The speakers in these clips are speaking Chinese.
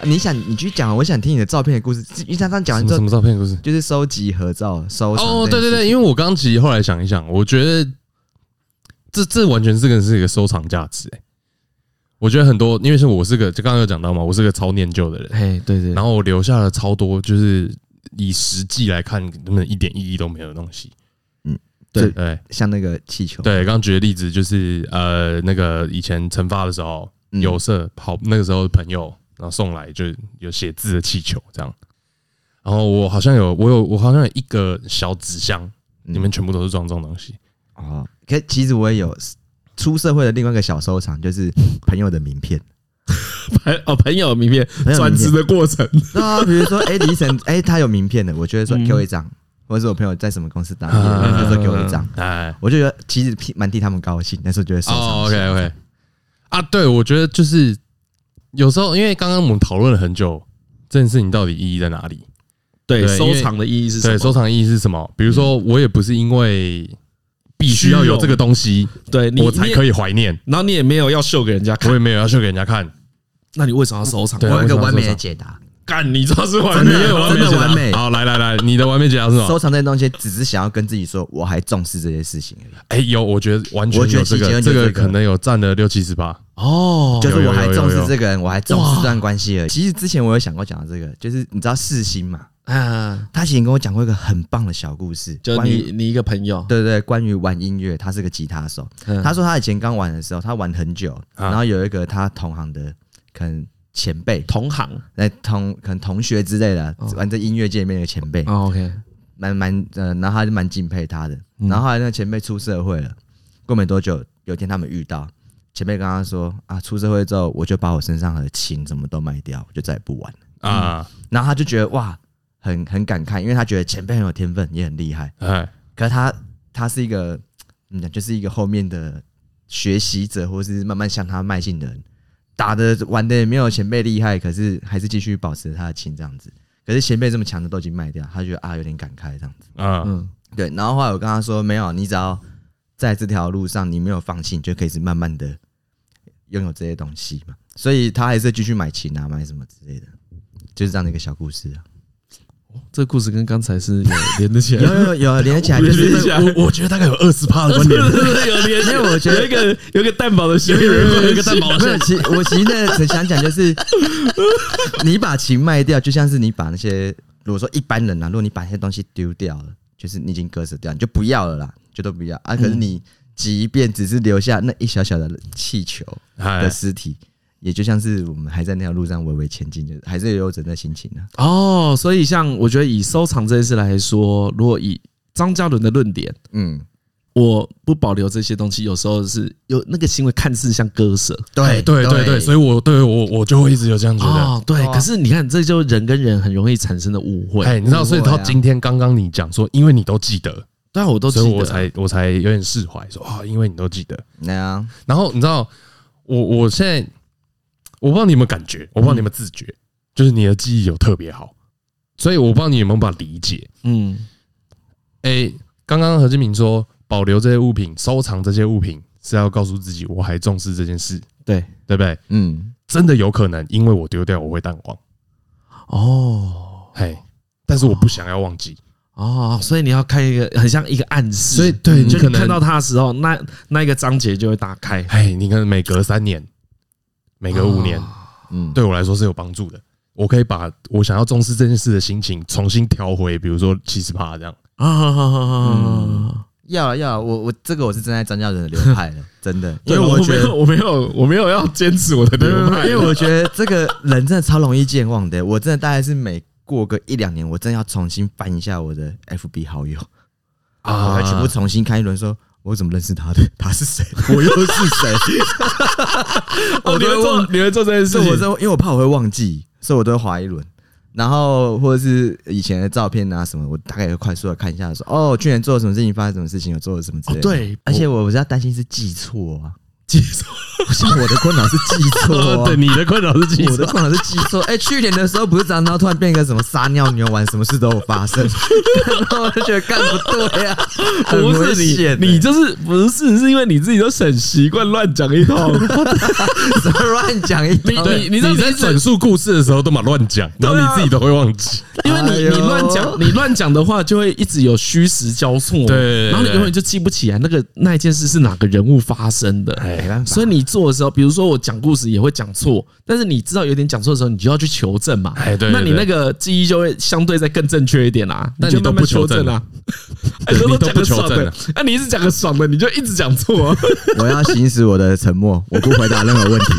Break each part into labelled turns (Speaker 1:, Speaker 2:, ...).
Speaker 1: 啊你想你去讲，我想听你的照片的故事。因为刚刚讲
Speaker 2: 什
Speaker 1: 完
Speaker 2: 么
Speaker 1: 之
Speaker 2: 什
Speaker 1: 后，
Speaker 2: 么照片故事？
Speaker 1: 就是收集合照、收藏
Speaker 2: 哦，
Speaker 1: 这
Speaker 2: 对
Speaker 1: 件
Speaker 2: 对
Speaker 1: 事
Speaker 2: 对，因为我刚其实后来想一想，我觉得这这完全是个是一个收藏价值、欸。我觉得很多，因为是我是个就刚刚有讲到嘛，我是个超念旧的人，
Speaker 1: 嘿，对对，
Speaker 2: 然后我留下了超多，就是以实际来看，根本一点意义都没有的东西。嗯
Speaker 1: 对，
Speaker 2: 对
Speaker 1: 像那个气球，
Speaker 2: 对，刚刚举的例子就是呃，那个以前惩罚的时候，
Speaker 1: 嗯
Speaker 2: 有色好那个时候朋友，然后送来就有写字的气球这样。然后我好像有，我有，我好像有一个小纸箱，
Speaker 1: 嗯
Speaker 2: 里面全部都是装这种东西。
Speaker 1: 哦，可其实我也有出社会的另外一个小收藏，就是朋友的名 片。
Speaker 3: 朋哦朋友名片
Speaker 1: 朋友名
Speaker 3: 转
Speaker 1: 片
Speaker 3: 职的过程，
Speaker 1: 那比如说，哎，李晨，哎，他有名片的，我就会说给我一张，或者是我朋友在什么公司打，
Speaker 2: 嗯啊
Speaker 1: 就说给我一张，
Speaker 2: 哎，
Speaker 1: 我就觉得其实挺蛮替他们高兴，但是我觉得收
Speaker 2: 哦
Speaker 1: 藏
Speaker 2: ，OK OK，啊，对，我觉得就是有时候，因为刚刚我们讨论了很久，这件事情到底意义在哪里？
Speaker 3: 对
Speaker 2: 对因
Speaker 3: 收
Speaker 2: 为
Speaker 3: 藏的意义是什
Speaker 2: 对，
Speaker 3: 么？
Speaker 2: 收藏意义是什么？比如说，我也不是因为必须要有这个东西，
Speaker 3: 对你
Speaker 2: 我才可
Speaker 3: 以，
Speaker 2: 以怀念，
Speaker 3: 然后你也没有要秀给人家
Speaker 2: 我
Speaker 3: 看，
Speaker 2: 也没有要秀给人家看。
Speaker 3: 那你为什么要收藏？
Speaker 2: 对
Speaker 1: 啊我有一个
Speaker 2: 为什么要
Speaker 1: 完美
Speaker 2: 收
Speaker 1: 的
Speaker 2: 藏
Speaker 1: 解答，
Speaker 3: 干，你知道是完
Speaker 1: 真
Speaker 3: 美
Speaker 1: 的
Speaker 3: 的
Speaker 1: 有
Speaker 3: 吗，
Speaker 1: 真的
Speaker 2: 解答
Speaker 1: 完美
Speaker 2: 好，来来来，你的完美解答是什
Speaker 1: 收
Speaker 2: 么？
Speaker 1: 藏这些东西，只是想要跟自己说，我还重视这些事情而已，
Speaker 2: 哎，有，我觉得完全
Speaker 1: 我觉
Speaker 2: 有
Speaker 1: 得
Speaker 2: 这
Speaker 1: 其
Speaker 2: 个，
Speaker 1: 实
Speaker 2: 这
Speaker 1: 有
Speaker 2: 个
Speaker 1: 这个
Speaker 2: 可能有占了六七十八。
Speaker 3: 哦，
Speaker 1: 就是
Speaker 2: 有
Speaker 1: 我还
Speaker 2: 有有
Speaker 1: 重视
Speaker 2: 有
Speaker 1: 这个人，我还重视这段关系而已。其实之前我有想过讲到这个，就是你知道世新嘛，
Speaker 3: 啊，
Speaker 1: 他以前跟我讲过一个很棒的小故事，
Speaker 3: 就
Speaker 1: 关于
Speaker 3: 你你一个朋友，
Speaker 1: 对对对，关于玩音乐，他是个吉他手。
Speaker 3: 嗯
Speaker 1: 他说他以前刚玩的时候，他玩很久，
Speaker 2: 啊
Speaker 1: 然后有一个他同行的可能前辈，
Speaker 3: 同行
Speaker 1: 那同可能同学之类的
Speaker 3: 哦，
Speaker 1: 玩这音乐界里面的前辈，
Speaker 3: 哦，OK，
Speaker 1: 蛮蛮呃，然后他就蛮敬佩他的。
Speaker 3: 嗯
Speaker 1: 然后后来那个前辈出社会了，过没多久，有一天他们遇到，前辈跟他说啊，出社会之后我就把我身上的琴什么都卖掉，我就再也不玩了。
Speaker 2: 啊，
Speaker 1: 然后他就觉得哇，很很感慨，因为他觉得前辈很有天分，也很厉害。
Speaker 2: 哎，
Speaker 1: 可是他他是一个怎么讲，就是一个后面的学习者，或是慢慢向他迈进的人，打的玩的也没有前辈厉害，可是还是继续保持他的琴这样子。可是前辈这么强的都已经卖掉，他觉得啊有点感慨这样子。
Speaker 2: 啊，
Speaker 3: 嗯，
Speaker 1: 对，然后后来我跟他说，没有，啊你只要在这条路上你没有放弃，你就可以是慢慢的拥有这些东西嘛。所以他还是继续买琴啊，买什么之类的，就是这样的一个小故事啊。
Speaker 3: 这个故事跟刚才是有连得起来
Speaker 1: 有
Speaker 3: 的。
Speaker 1: 有有连起来，就是
Speaker 2: 我我觉得大概有二十趴的观 点。
Speaker 3: 有连，因为我觉得有一个有一个蛋堡的嫌疑人，有一个蛋堡的
Speaker 1: 没
Speaker 3: 嫌疑
Speaker 1: 有，
Speaker 3: 人
Speaker 1: 其我其实那很想讲，就是你把琴卖掉，就像是你把那些如果说一般人啊，如果你把那些东西丢掉了，就是你已经割舍掉，你就不要了啦，就都不要啊。可是你即便只是留下那一小小的气球
Speaker 2: 哎
Speaker 1: 的，尸体，也就像是我们还在那条路上微微前进，就是还是有整个心情啊的、
Speaker 3: 哦，所以像我觉得以收藏这件事来说，如果以张嘉伦的论点，
Speaker 1: 嗯，
Speaker 3: 我不保留这些东西，有时候是有那个行为看似像割舍
Speaker 2: 哎对对对，所以我对我我就会一直有这样觉得。
Speaker 3: 哦，对
Speaker 1: 对。啊
Speaker 3: 可是你看，这就是人跟人很容易产生的误会。
Speaker 2: 哎，你知
Speaker 1: 不
Speaker 2: 道，所以
Speaker 1: 会
Speaker 2: 到
Speaker 1: 啊
Speaker 2: 今天刚刚你讲说，因为你都记得，
Speaker 3: 对啊，我都记
Speaker 2: 所以我
Speaker 3: 得。
Speaker 2: 才我才有点释怀，说啊，因为你都记得。
Speaker 1: 那样
Speaker 2: 然后你知道，我我现在我不知道你有没有感觉，我不知道你有没有自觉，就是你的记忆有特别好，所以我不知道你有没有办法理解。
Speaker 3: 嗯，
Speaker 2: 哎，刚刚何金明说，保留这些物品，收藏这些物品，是要告诉自己我还重视这件事，
Speaker 3: 对。
Speaker 2: 对不对？
Speaker 1: 嗯，
Speaker 2: 真的有可能，因为我丢掉，我会淡忘。
Speaker 3: 哦
Speaker 2: 嘿，但是我不想要忘记。
Speaker 3: 哦，所以你要看一个很像一个暗示，嗯
Speaker 2: 所以对你
Speaker 3: 就
Speaker 2: 可
Speaker 3: 你啊
Speaker 2: 能
Speaker 3: 看到它的时候，那那一个章节就会打 开。
Speaker 2: 哎，你看，每隔三年，每隔五年，
Speaker 1: 嗯
Speaker 2: 对我来说是有帮助的。我可以把我想要重视这件事的心情重新调回，比如说七十趴这样。
Speaker 3: 啊，
Speaker 1: 要了要了，我我这个我是站在张家人的流派 了，真的，因
Speaker 3: 对
Speaker 1: 为
Speaker 3: 我
Speaker 1: 觉
Speaker 3: 没
Speaker 1: 得
Speaker 3: 有，我没有，我 没有要坚持我的
Speaker 1: 没有
Speaker 3: 流
Speaker 1: 没有
Speaker 3: 派，
Speaker 1: 因为我觉得这个人真的超容易健忘的。我真的大概是每过个一两年，我真的要重新翻一下我的 FB 好友啊，全部重新看一轮，说我怎么认识他的，他是谁，我又是谁。
Speaker 3: 我
Speaker 2: 你
Speaker 3: 都
Speaker 2: 会做
Speaker 3: 会做，你会做这件
Speaker 1: 是我真的因为我怕我会忘记，所以我都会划一轮。然后或者是以前的照片啊什么，我大概也快速的看一下说哦，去年做了什么事情，发生什么事情，有做了什么之类的。
Speaker 3: 哦哦对
Speaker 1: 而且我我是要担心是记错啊，
Speaker 3: 接受。
Speaker 1: 像我的困扰是记错、 啊，
Speaker 2: 呃对，你的困扰是记
Speaker 1: 我的
Speaker 2: 错，
Speaker 1: 困扰是记错。哎、去年的时候不是张涛突然变一个什么撒尿牛丸，什么事都有发生， 然后我就觉得干不对啊，很
Speaker 3: 不
Speaker 1: 危
Speaker 3: 是
Speaker 1: 险
Speaker 3: 你，你就是不是是因为你自己都很习惯乱讲一通，
Speaker 1: 怎么欸 乱讲一通？
Speaker 2: 对
Speaker 3: 你你知道
Speaker 2: 在
Speaker 3: 你一直
Speaker 2: 转述故事的时候都蛮乱讲，然后
Speaker 3: 对啊
Speaker 2: 你自己都会忘 记。
Speaker 3: 因为
Speaker 1: 哎
Speaker 3: 你
Speaker 1: 呦
Speaker 3: 你乱讲，你乱讲的话就会一直有虚实交错，
Speaker 2: 对
Speaker 3: 然后你永远就记不起来那个那一件事是哪个人物发生
Speaker 2: 哎
Speaker 3: 的，
Speaker 1: 没办法，
Speaker 3: 所以你做的时候，比如说我讲故事也会讲错，但是你知道有点讲错的时候，你就要去求证嘛。
Speaker 2: 哎对对
Speaker 3: 那你
Speaker 2: 对
Speaker 3: 那个记忆就会相对再更正确一点啦。
Speaker 2: 但
Speaker 3: 就
Speaker 2: 你都
Speaker 3: 慢慢
Speaker 2: 不求
Speaker 3: 证
Speaker 2: 证
Speaker 3: 啊， 哎
Speaker 2: 对
Speaker 3: 你
Speaker 2: 你都不求证
Speaker 3: 的
Speaker 2: 啊，
Speaker 3: 那你一直讲个爽的，你就一直讲错啊。
Speaker 1: 我要行使我的沉默，我不回答任何问题。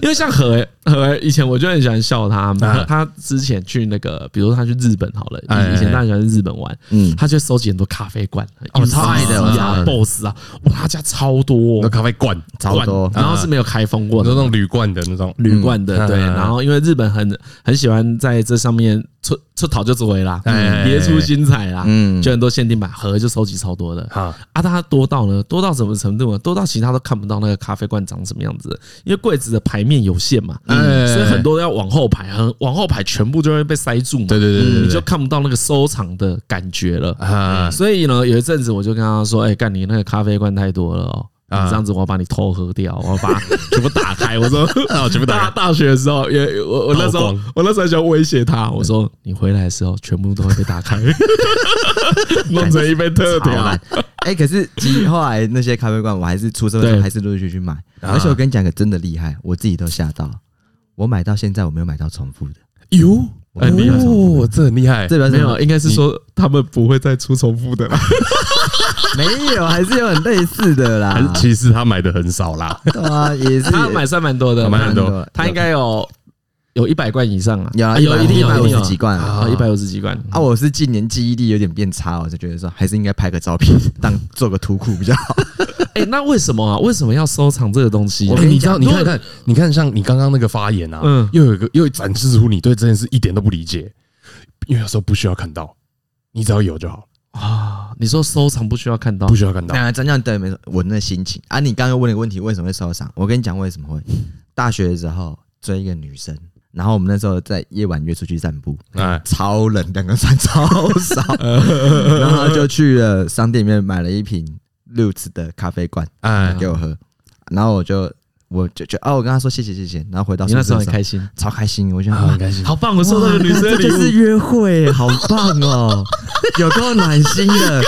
Speaker 3: 因为像何欸何欸以前我就很喜欢笑他，
Speaker 2: 啊
Speaker 3: 他之前去那个，比如说他去日本好了，
Speaker 2: 哎哎哎
Speaker 3: 以前他很喜欢去日本玩，
Speaker 1: 嗯，
Speaker 3: 他就收集很多咖啡罐，
Speaker 1: 哦超爱的我知道的
Speaker 3: 呀，boss 啊，哇，他家超多
Speaker 2: 那咖啡罐，
Speaker 1: 超多嗯
Speaker 3: 罐然后是没有开封过
Speaker 2: 我
Speaker 3: 的
Speaker 2: 说那种铝罐的那种，
Speaker 3: 铝罐的，
Speaker 2: 嗯
Speaker 3: 对。
Speaker 2: 嗯嗯
Speaker 3: 然后因为日本很很喜欢在这上面出出讨就作为啦，嗯
Speaker 2: 哎
Speaker 3: 别出心裁啦，
Speaker 1: 嗯
Speaker 3: 就很多限定版盒就收集超多的
Speaker 2: 好，
Speaker 3: 啊。但它多到呢，多到什么程度呢？啊多到其他都看不到那个咖啡罐长什么样子，因为柜子的排面有限嘛，
Speaker 2: 哎
Speaker 3: 嗯所以很多都要往后排，很往后排全部就会被塞住嘛，
Speaker 2: 对对对对对，
Speaker 3: 你就看不到那个收藏的感觉了。
Speaker 2: 啊，
Speaker 3: 所以呢，有一阵子我就跟他说：“哎、干你那个咖啡罐太多了哦，你
Speaker 2: 啊
Speaker 3: 这样子我要把你偷喝掉，我要把全部打开。”我说：“
Speaker 2: 啊全部打
Speaker 3: 大
Speaker 2: 开
Speaker 3: 大学的时候，也我我那时
Speaker 2: 倒
Speaker 3: 候
Speaker 2: 光
Speaker 3: 我那时候就威胁他，我说：“你回来的时候全部都会被打开，弄成一杯特
Speaker 1: 好
Speaker 3: 调。
Speaker 1: 啦， 哎、可是其实后来那些咖啡馆，我还是出社会之后
Speaker 3: 对啊
Speaker 1: 还是陆续去买，而且我跟你讲个真的厉害，我自己都吓到，我买到现在我没有买到重复的，
Speaker 2: 哟，
Speaker 1: 我
Speaker 2: 哎
Speaker 1: 没有买到重复的，
Speaker 2: 哦，这很厉害，
Speaker 1: 这表示
Speaker 3: 没有，应该是说他们不会再出重复的了。
Speaker 1: 没有，还是有很类似的 啦
Speaker 2: 很，啊其实他买的很少啦，
Speaker 1: 对啊，也是
Speaker 3: 他买算蛮多的，
Speaker 2: 买很多
Speaker 3: 他应该有有一百罐以上啊，
Speaker 1: 有啊
Speaker 3: 啊有
Speaker 1: 150
Speaker 3: 一定有
Speaker 1: 150
Speaker 3: 一定有
Speaker 1: 几罐啊
Speaker 3: 啊，一百五十几罐。
Speaker 1: 啊，我是近年记忆力有点变差，我就觉得说还是应该拍个照片 当做个图库比较好。
Speaker 3: 哎，那为什么啊？为什么要收藏这个东西啊？
Speaker 2: 哎你知道，你看
Speaker 3: 如
Speaker 2: 你
Speaker 3: 果
Speaker 2: 看，你看，像你刚刚那个发言啊，
Speaker 3: 嗯
Speaker 2: 又有一个又展示出你对这件事一点都不理解，因为有时候不需要看到，你只要有就好，
Speaker 3: 啊，你说收藏不需要看到
Speaker 2: 不，需要看到。
Speaker 1: 那真正对没错，我那心情啊，你刚刚问了一个问题，为什么会受伤？我跟你讲为什么会。大学的时候追一个女生，然后我们那时候在夜晚约出去散步，
Speaker 2: 哎，
Speaker 1: 超冷，两个人穿超 少，然后就去了商店里面买了一瓶 Lutz 的咖啡罐
Speaker 2: 哎，
Speaker 1: 给我喝，然后我就我就就哦，我跟他说谢谢谢谢，然后回到
Speaker 3: 你
Speaker 1: 宿
Speaker 3: 那时
Speaker 1: 舍
Speaker 3: 候
Speaker 1: 的时
Speaker 3: 很
Speaker 1: 候
Speaker 3: 开心，
Speaker 1: 超开心，我就
Speaker 2: 啊
Speaker 1: 哇
Speaker 2: 很开心。
Speaker 3: 好棒！我收到个女生
Speaker 1: 这
Speaker 3: 的礼
Speaker 1: 就
Speaker 3: 物
Speaker 1: 是，约会，好棒哦，有够暖心的。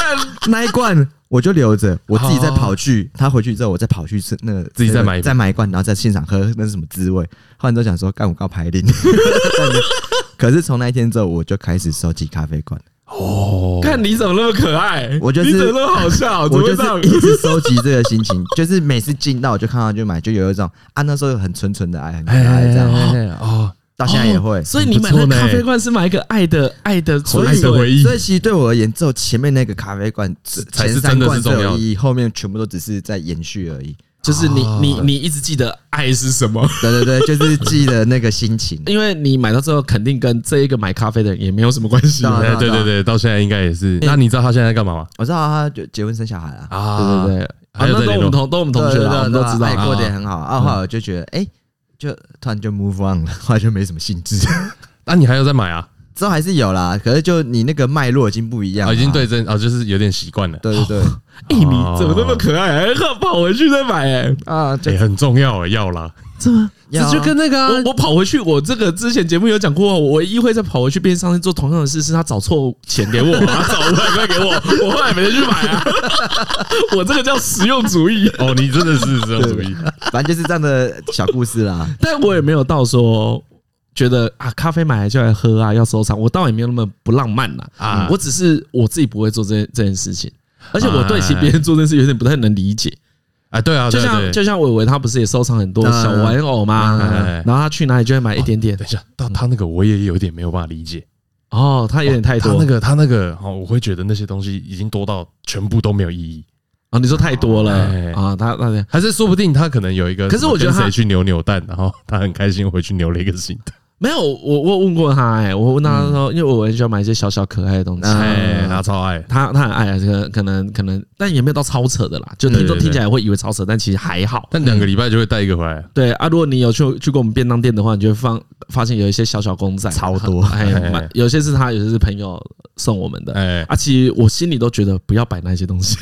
Speaker 1: 那一罐我就留着，我自己再跑去，他回去之后我再跑去吃那个，
Speaker 2: 自己再买一
Speaker 1: 再买一罐，然后在现场喝，那是什么滋味？后来都想说，干我告排零。 可是从那一天之后，我就开始收集咖啡罐，
Speaker 2: 哦，
Speaker 3: 看你怎么那么可爱，
Speaker 1: 我就是
Speaker 3: 你怎么那么好笑，哦怎
Speaker 1: 我
Speaker 3: 么会
Speaker 1: 就
Speaker 3: 这样
Speaker 1: 是？一直收集这个心情， 就是每次进到我就看到就买，就有一种啊那时候很纯纯的爱，很可
Speaker 2: 哎
Speaker 1: 爱这样，
Speaker 2: 哎哦，
Speaker 1: 到现在也会
Speaker 3: 哦。所以你买那个咖啡罐是买一个爱的爱的
Speaker 2: 所以
Speaker 3: 纯粹
Speaker 2: 的回忆
Speaker 1: 所以其实对我而言，只有前面那个咖啡罐
Speaker 2: 才
Speaker 1: 前
Speaker 2: 是
Speaker 1: 三
Speaker 2: 真的
Speaker 1: 罐
Speaker 2: 是
Speaker 1: 最
Speaker 2: 重要的
Speaker 1: 有意义，后面全部都只是在延续而已。
Speaker 3: 就是你
Speaker 2: 哦
Speaker 3: 你你一直记得爱是什 么，。
Speaker 1: 对对对，就是记得那个心情
Speaker 3: 因为你买到最后肯定跟这一个买咖啡的人也没有什么关系。啊
Speaker 1: 当
Speaker 2: 哎
Speaker 1: 然
Speaker 2: 对对对，到现在应该也是。那你知道他现在在干嘛吗？
Speaker 1: 我知道他就结婚生小孩了，
Speaker 2: 啊
Speaker 3: 对对对，啊
Speaker 2: 还有
Speaker 3: 那
Speaker 2: 在
Speaker 3: 都
Speaker 2: 联
Speaker 3: 我
Speaker 2: 络
Speaker 3: 们同都我们同
Speaker 1: 对
Speaker 3: 学
Speaker 1: 对
Speaker 3: 啦，我们
Speaker 1: 对
Speaker 3: 都
Speaker 1: 对
Speaker 3: 知道
Speaker 1: 哎，过得也
Speaker 3: 啊。
Speaker 1: 很好。啊，后来我就觉得，哎，就突然就 move on 了， 后来就没什么兴致。
Speaker 2: 那你还要再买啊？
Speaker 1: 之后还是有啦，可是就你那个脉络已经不一样
Speaker 2: 啊，
Speaker 1: 了。
Speaker 2: 已经对真啊，就是有点习惯了，
Speaker 1: 对对对
Speaker 3: 哎，你怎么那么可爱，还要跑回去再买？哎，
Speaker 1: 啊，就
Speaker 2: 也很重要，要啦。
Speaker 1: 要啊
Speaker 3: 那个我我跑回去，我这个之前节目有讲过，我唯一会再跑回去便利商店做同样的事，是他找错钱给我，他找五百块给我，我后来没去买 啊。我这个叫实用主义，
Speaker 2: 哦，你真的是这样主意，
Speaker 1: 反正就是这样的小故事啦。
Speaker 3: 但我也没有到说觉得啊，咖啡买来就来喝啊，要收藏，我倒也没有那么不浪漫啦。
Speaker 2: 啊
Speaker 3: 啊，我只是我自己不会做这件这件事情，而且我对其实别人做这件事有点不太能理解。
Speaker 2: 哎，对啊，
Speaker 3: 就
Speaker 2: 对啊
Speaker 3: 像
Speaker 2: 对
Speaker 3: 就像伟伟他不是也收藏很多小玩偶嘛
Speaker 2: 嗯嗯嗯，
Speaker 3: 然后他去哪里就会买一点点
Speaker 2: 等一下，到他那个我也有点没有办法理解，
Speaker 3: 哦，他有点太多
Speaker 2: 他那个他那个哦，我会觉得那些东西已经多到全部都没有意义，
Speaker 3: 啊，你说太多了
Speaker 2: 哎
Speaker 3: 啊，他他
Speaker 2: 还是说不定他可能有一个，
Speaker 3: 可是我觉得
Speaker 2: 跟
Speaker 3: 他
Speaker 2: 谁去扭扭蛋，然后他很开心回去扭了一个新的，
Speaker 3: 没有，我我有问过他、哎，我问他说，因为我很喜欢买一些小小可爱的东西，
Speaker 1: 嗯
Speaker 2: 哎，他超爱，
Speaker 3: 他他很爱啊，这个可能可能，但也没有到超扯的啦，就听
Speaker 2: 对
Speaker 3: 众
Speaker 2: 对对
Speaker 3: 听起来会以为超扯，但其实还好。
Speaker 2: 但两个礼拜就会带一个回来。
Speaker 3: 对啊，如果你有去去过我们便当店的话，你就会放发现有一些小小公仔，
Speaker 1: 超多
Speaker 3: 哎，
Speaker 2: 哎
Speaker 3: 蛮有些是他，有些是朋友送我们的。
Speaker 2: 哎，
Speaker 3: 啊，其实我心里都觉得不要摆那些东西。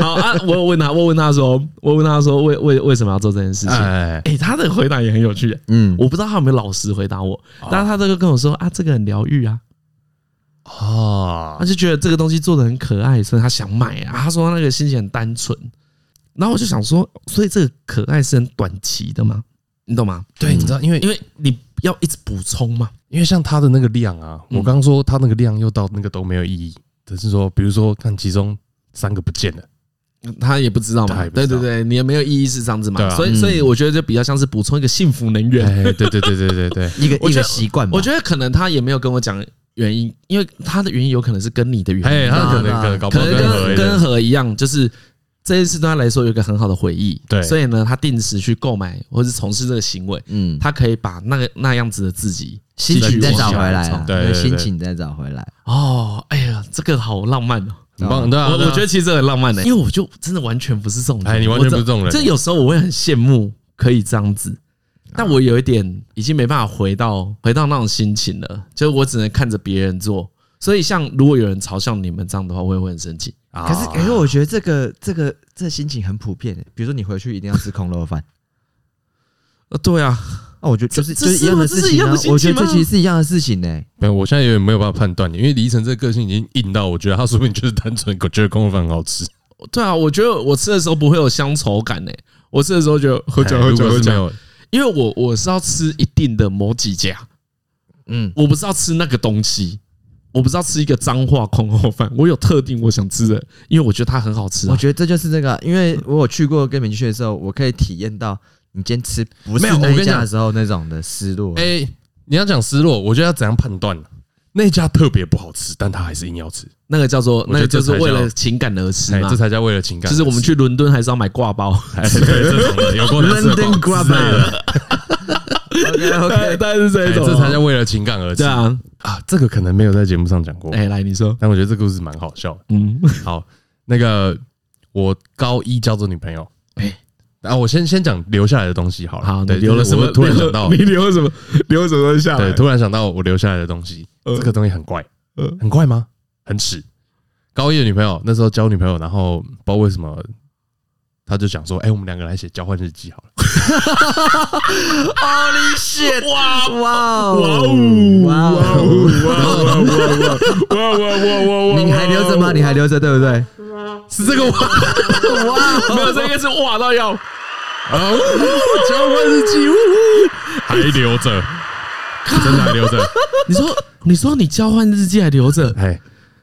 Speaker 3: 好啊，我有问他，我有问他说，我有问他说为为为什么要做这件事情？哎、
Speaker 2: 哎，
Speaker 3: 他的回答也很有趣、
Speaker 1: 嗯，
Speaker 3: 我不知道他有没有老实回答我，但是他这个跟我说啊，这个很疗愈啊，
Speaker 2: 啊
Speaker 3: 他，就觉得这个东西做的很可爱，所以他想买啊。他说他那个心情很单纯，然后我就想说，所以这个可爱是很短期的吗？你懂吗？
Speaker 2: 对，你知道，因为
Speaker 3: 因为你要一直补充嘛。
Speaker 2: 因为像它的那个量啊，我刚说它那个量又到那个都没有意义，只是说，比如说看其中三个不见了，
Speaker 3: 嗯他也不知道
Speaker 2: 他
Speaker 3: 嘛，
Speaker 2: 也不知
Speaker 3: 对
Speaker 2: 道
Speaker 3: 对对，你也没有意义是这样子嘛，
Speaker 2: 对啊
Speaker 3: 所以
Speaker 1: 嗯
Speaker 3: 所以我觉得就比较像是补充一个幸福能源。
Speaker 2: 哎，对对对对对对，
Speaker 1: 一个
Speaker 3: 我
Speaker 1: 一
Speaker 3: 觉
Speaker 1: 个
Speaker 3: 得
Speaker 1: 习惯吧，
Speaker 3: 我觉得可能他也没有跟我讲原因，因为他的原因有可能是跟你的原
Speaker 2: 哎，
Speaker 3: 因，
Speaker 2: 它可能可能搞不
Speaker 3: 可
Speaker 2: 好
Speaker 3: 能
Speaker 2: 跟合
Speaker 3: 跟
Speaker 2: 一
Speaker 3: 跟
Speaker 2: 的，
Speaker 3: 和一样，就是这件事对他来说有一个很好的回忆，
Speaker 2: 对
Speaker 3: 所以呢，他定时去购买或是从事这个行为，
Speaker 1: 嗯，
Speaker 3: 他可以把那个那样子的自己
Speaker 1: 心
Speaker 3: 继续
Speaker 1: 情再
Speaker 3: 往
Speaker 1: 找
Speaker 3: 下
Speaker 1: 回来啊，
Speaker 3: 冲
Speaker 2: 对对对
Speaker 1: 心情再找回来，
Speaker 3: 哦，哎呀，这个好浪漫哦。
Speaker 2: 很棒，对啊，
Speaker 3: 我
Speaker 2: 对啊
Speaker 3: 我觉得其实这很浪漫的、欸因为我就真的完全不是这种人，
Speaker 2: 哎你完全不是这种人
Speaker 3: 我就有时候我会很羡慕可以这样子，但我有一点已经没办法回到回到那种心情了，就是我只能看着别人做。所以像如果有人嘲笑你们这样的话，我也会很生气。
Speaker 2: 啊
Speaker 1: 可是可是我觉得这个这个这心情很普遍，比如说你回去一定要吃空肉 饭，
Speaker 3: 呃，对啊，
Speaker 1: 哦，我觉得就是
Speaker 3: 这
Speaker 1: 就是一样的
Speaker 3: 这是
Speaker 1: 事情啊
Speaker 3: 吗这是一样的心，情
Speaker 1: 我觉得这
Speaker 3: 吗
Speaker 1: 其实是一样的事情呢，
Speaker 2: 没有，我现在有点没有办法判断你，因为李依晨这个个性已经硬到，我觉得他说不定就是单纯觉得公肉饭很好 吃。
Speaker 3: 对啊，我觉得我吃的时候不会有乡愁感诶、我吃的时候就喝
Speaker 2: 哎如果是没，有，
Speaker 3: 因为我我是要吃一定的某几家，
Speaker 1: 嗯，
Speaker 3: 我不是要吃那个东西，我不是要吃一个脏话空肉饭，我有特定我想吃的，因为我觉得它很好吃、啊。
Speaker 1: 我觉得这就是这个，因为我有去过跟你们去的时候，我可以体验到你今天吃不是
Speaker 2: 没有我
Speaker 1: 那
Speaker 2: 跟你
Speaker 1: 一家
Speaker 2: 讲
Speaker 1: 的时候那种的失落，
Speaker 2: 哎，你要讲失落，我觉得要怎样判断呢？那家特别不好吃，但他还是硬要吃，
Speaker 3: 那个叫做
Speaker 2: 我觉得
Speaker 3: 那个就是
Speaker 2: 这才叫
Speaker 3: 为了情感而吃
Speaker 2: 哎，
Speaker 3: 嘛
Speaker 2: 这，才叫为了情感。
Speaker 3: 就是我们去伦敦还是要买挂包。
Speaker 2: 哎，对，这种 的有过难吃的
Speaker 1: London Grubber
Speaker 2: 之类的
Speaker 1: OK
Speaker 3: 对，
Speaker 1: OK，
Speaker 3: 大概是这
Speaker 2: 哎
Speaker 3: 一种，
Speaker 2: 这才叫为了情感而吃
Speaker 3: 对啊。
Speaker 2: 啊！这个可能没有在节目上讲过，
Speaker 3: 哎，来你说，
Speaker 2: 但我觉得这个故事蛮好笑的。
Speaker 3: 嗯，
Speaker 2: 好，那个我高一交这女朋友，
Speaker 3: 哎
Speaker 2: 哎，然后我先先讲留下来的东西好了。
Speaker 3: 好，你
Speaker 2: 对，
Speaker 3: 留了什
Speaker 2: 我
Speaker 3: 么？
Speaker 2: 突然想到
Speaker 3: 你，留了什么？留了什么东西下
Speaker 2: 对，
Speaker 3: 来？
Speaker 2: 突然想到我留下来的东西，
Speaker 3: 呃
Speaker 2: 这个东西很怪
Speaker 3: 呃，
Speaker 2: 很怪吗？很耻。高一的女朋友那时候交女朋友，然后不知道为什么，他就想说：“哎，我们两个来写交换日记好了。
Speaker 1: ，Holy shit！
Speaker 3: 哇
Speaker 1: 哇
Speaker 3: 哇
Speaker 1: 哦
Speaker 3: 哦
Speaker 1: 哇哦！
Speaker 3: 哇哦哇哦哇哦哇哦哇哦哇！
Speaker 1: 你还留着吗？你还留着对不对？
Speaker 3: 是这个哇？没有，这应该是哇到要。”
Speaker 2: 啊，交换日记呜还留着，真的还留着。
Speaker 3: 你说，你说你交换日记还留着，
Speaker 2: 哎，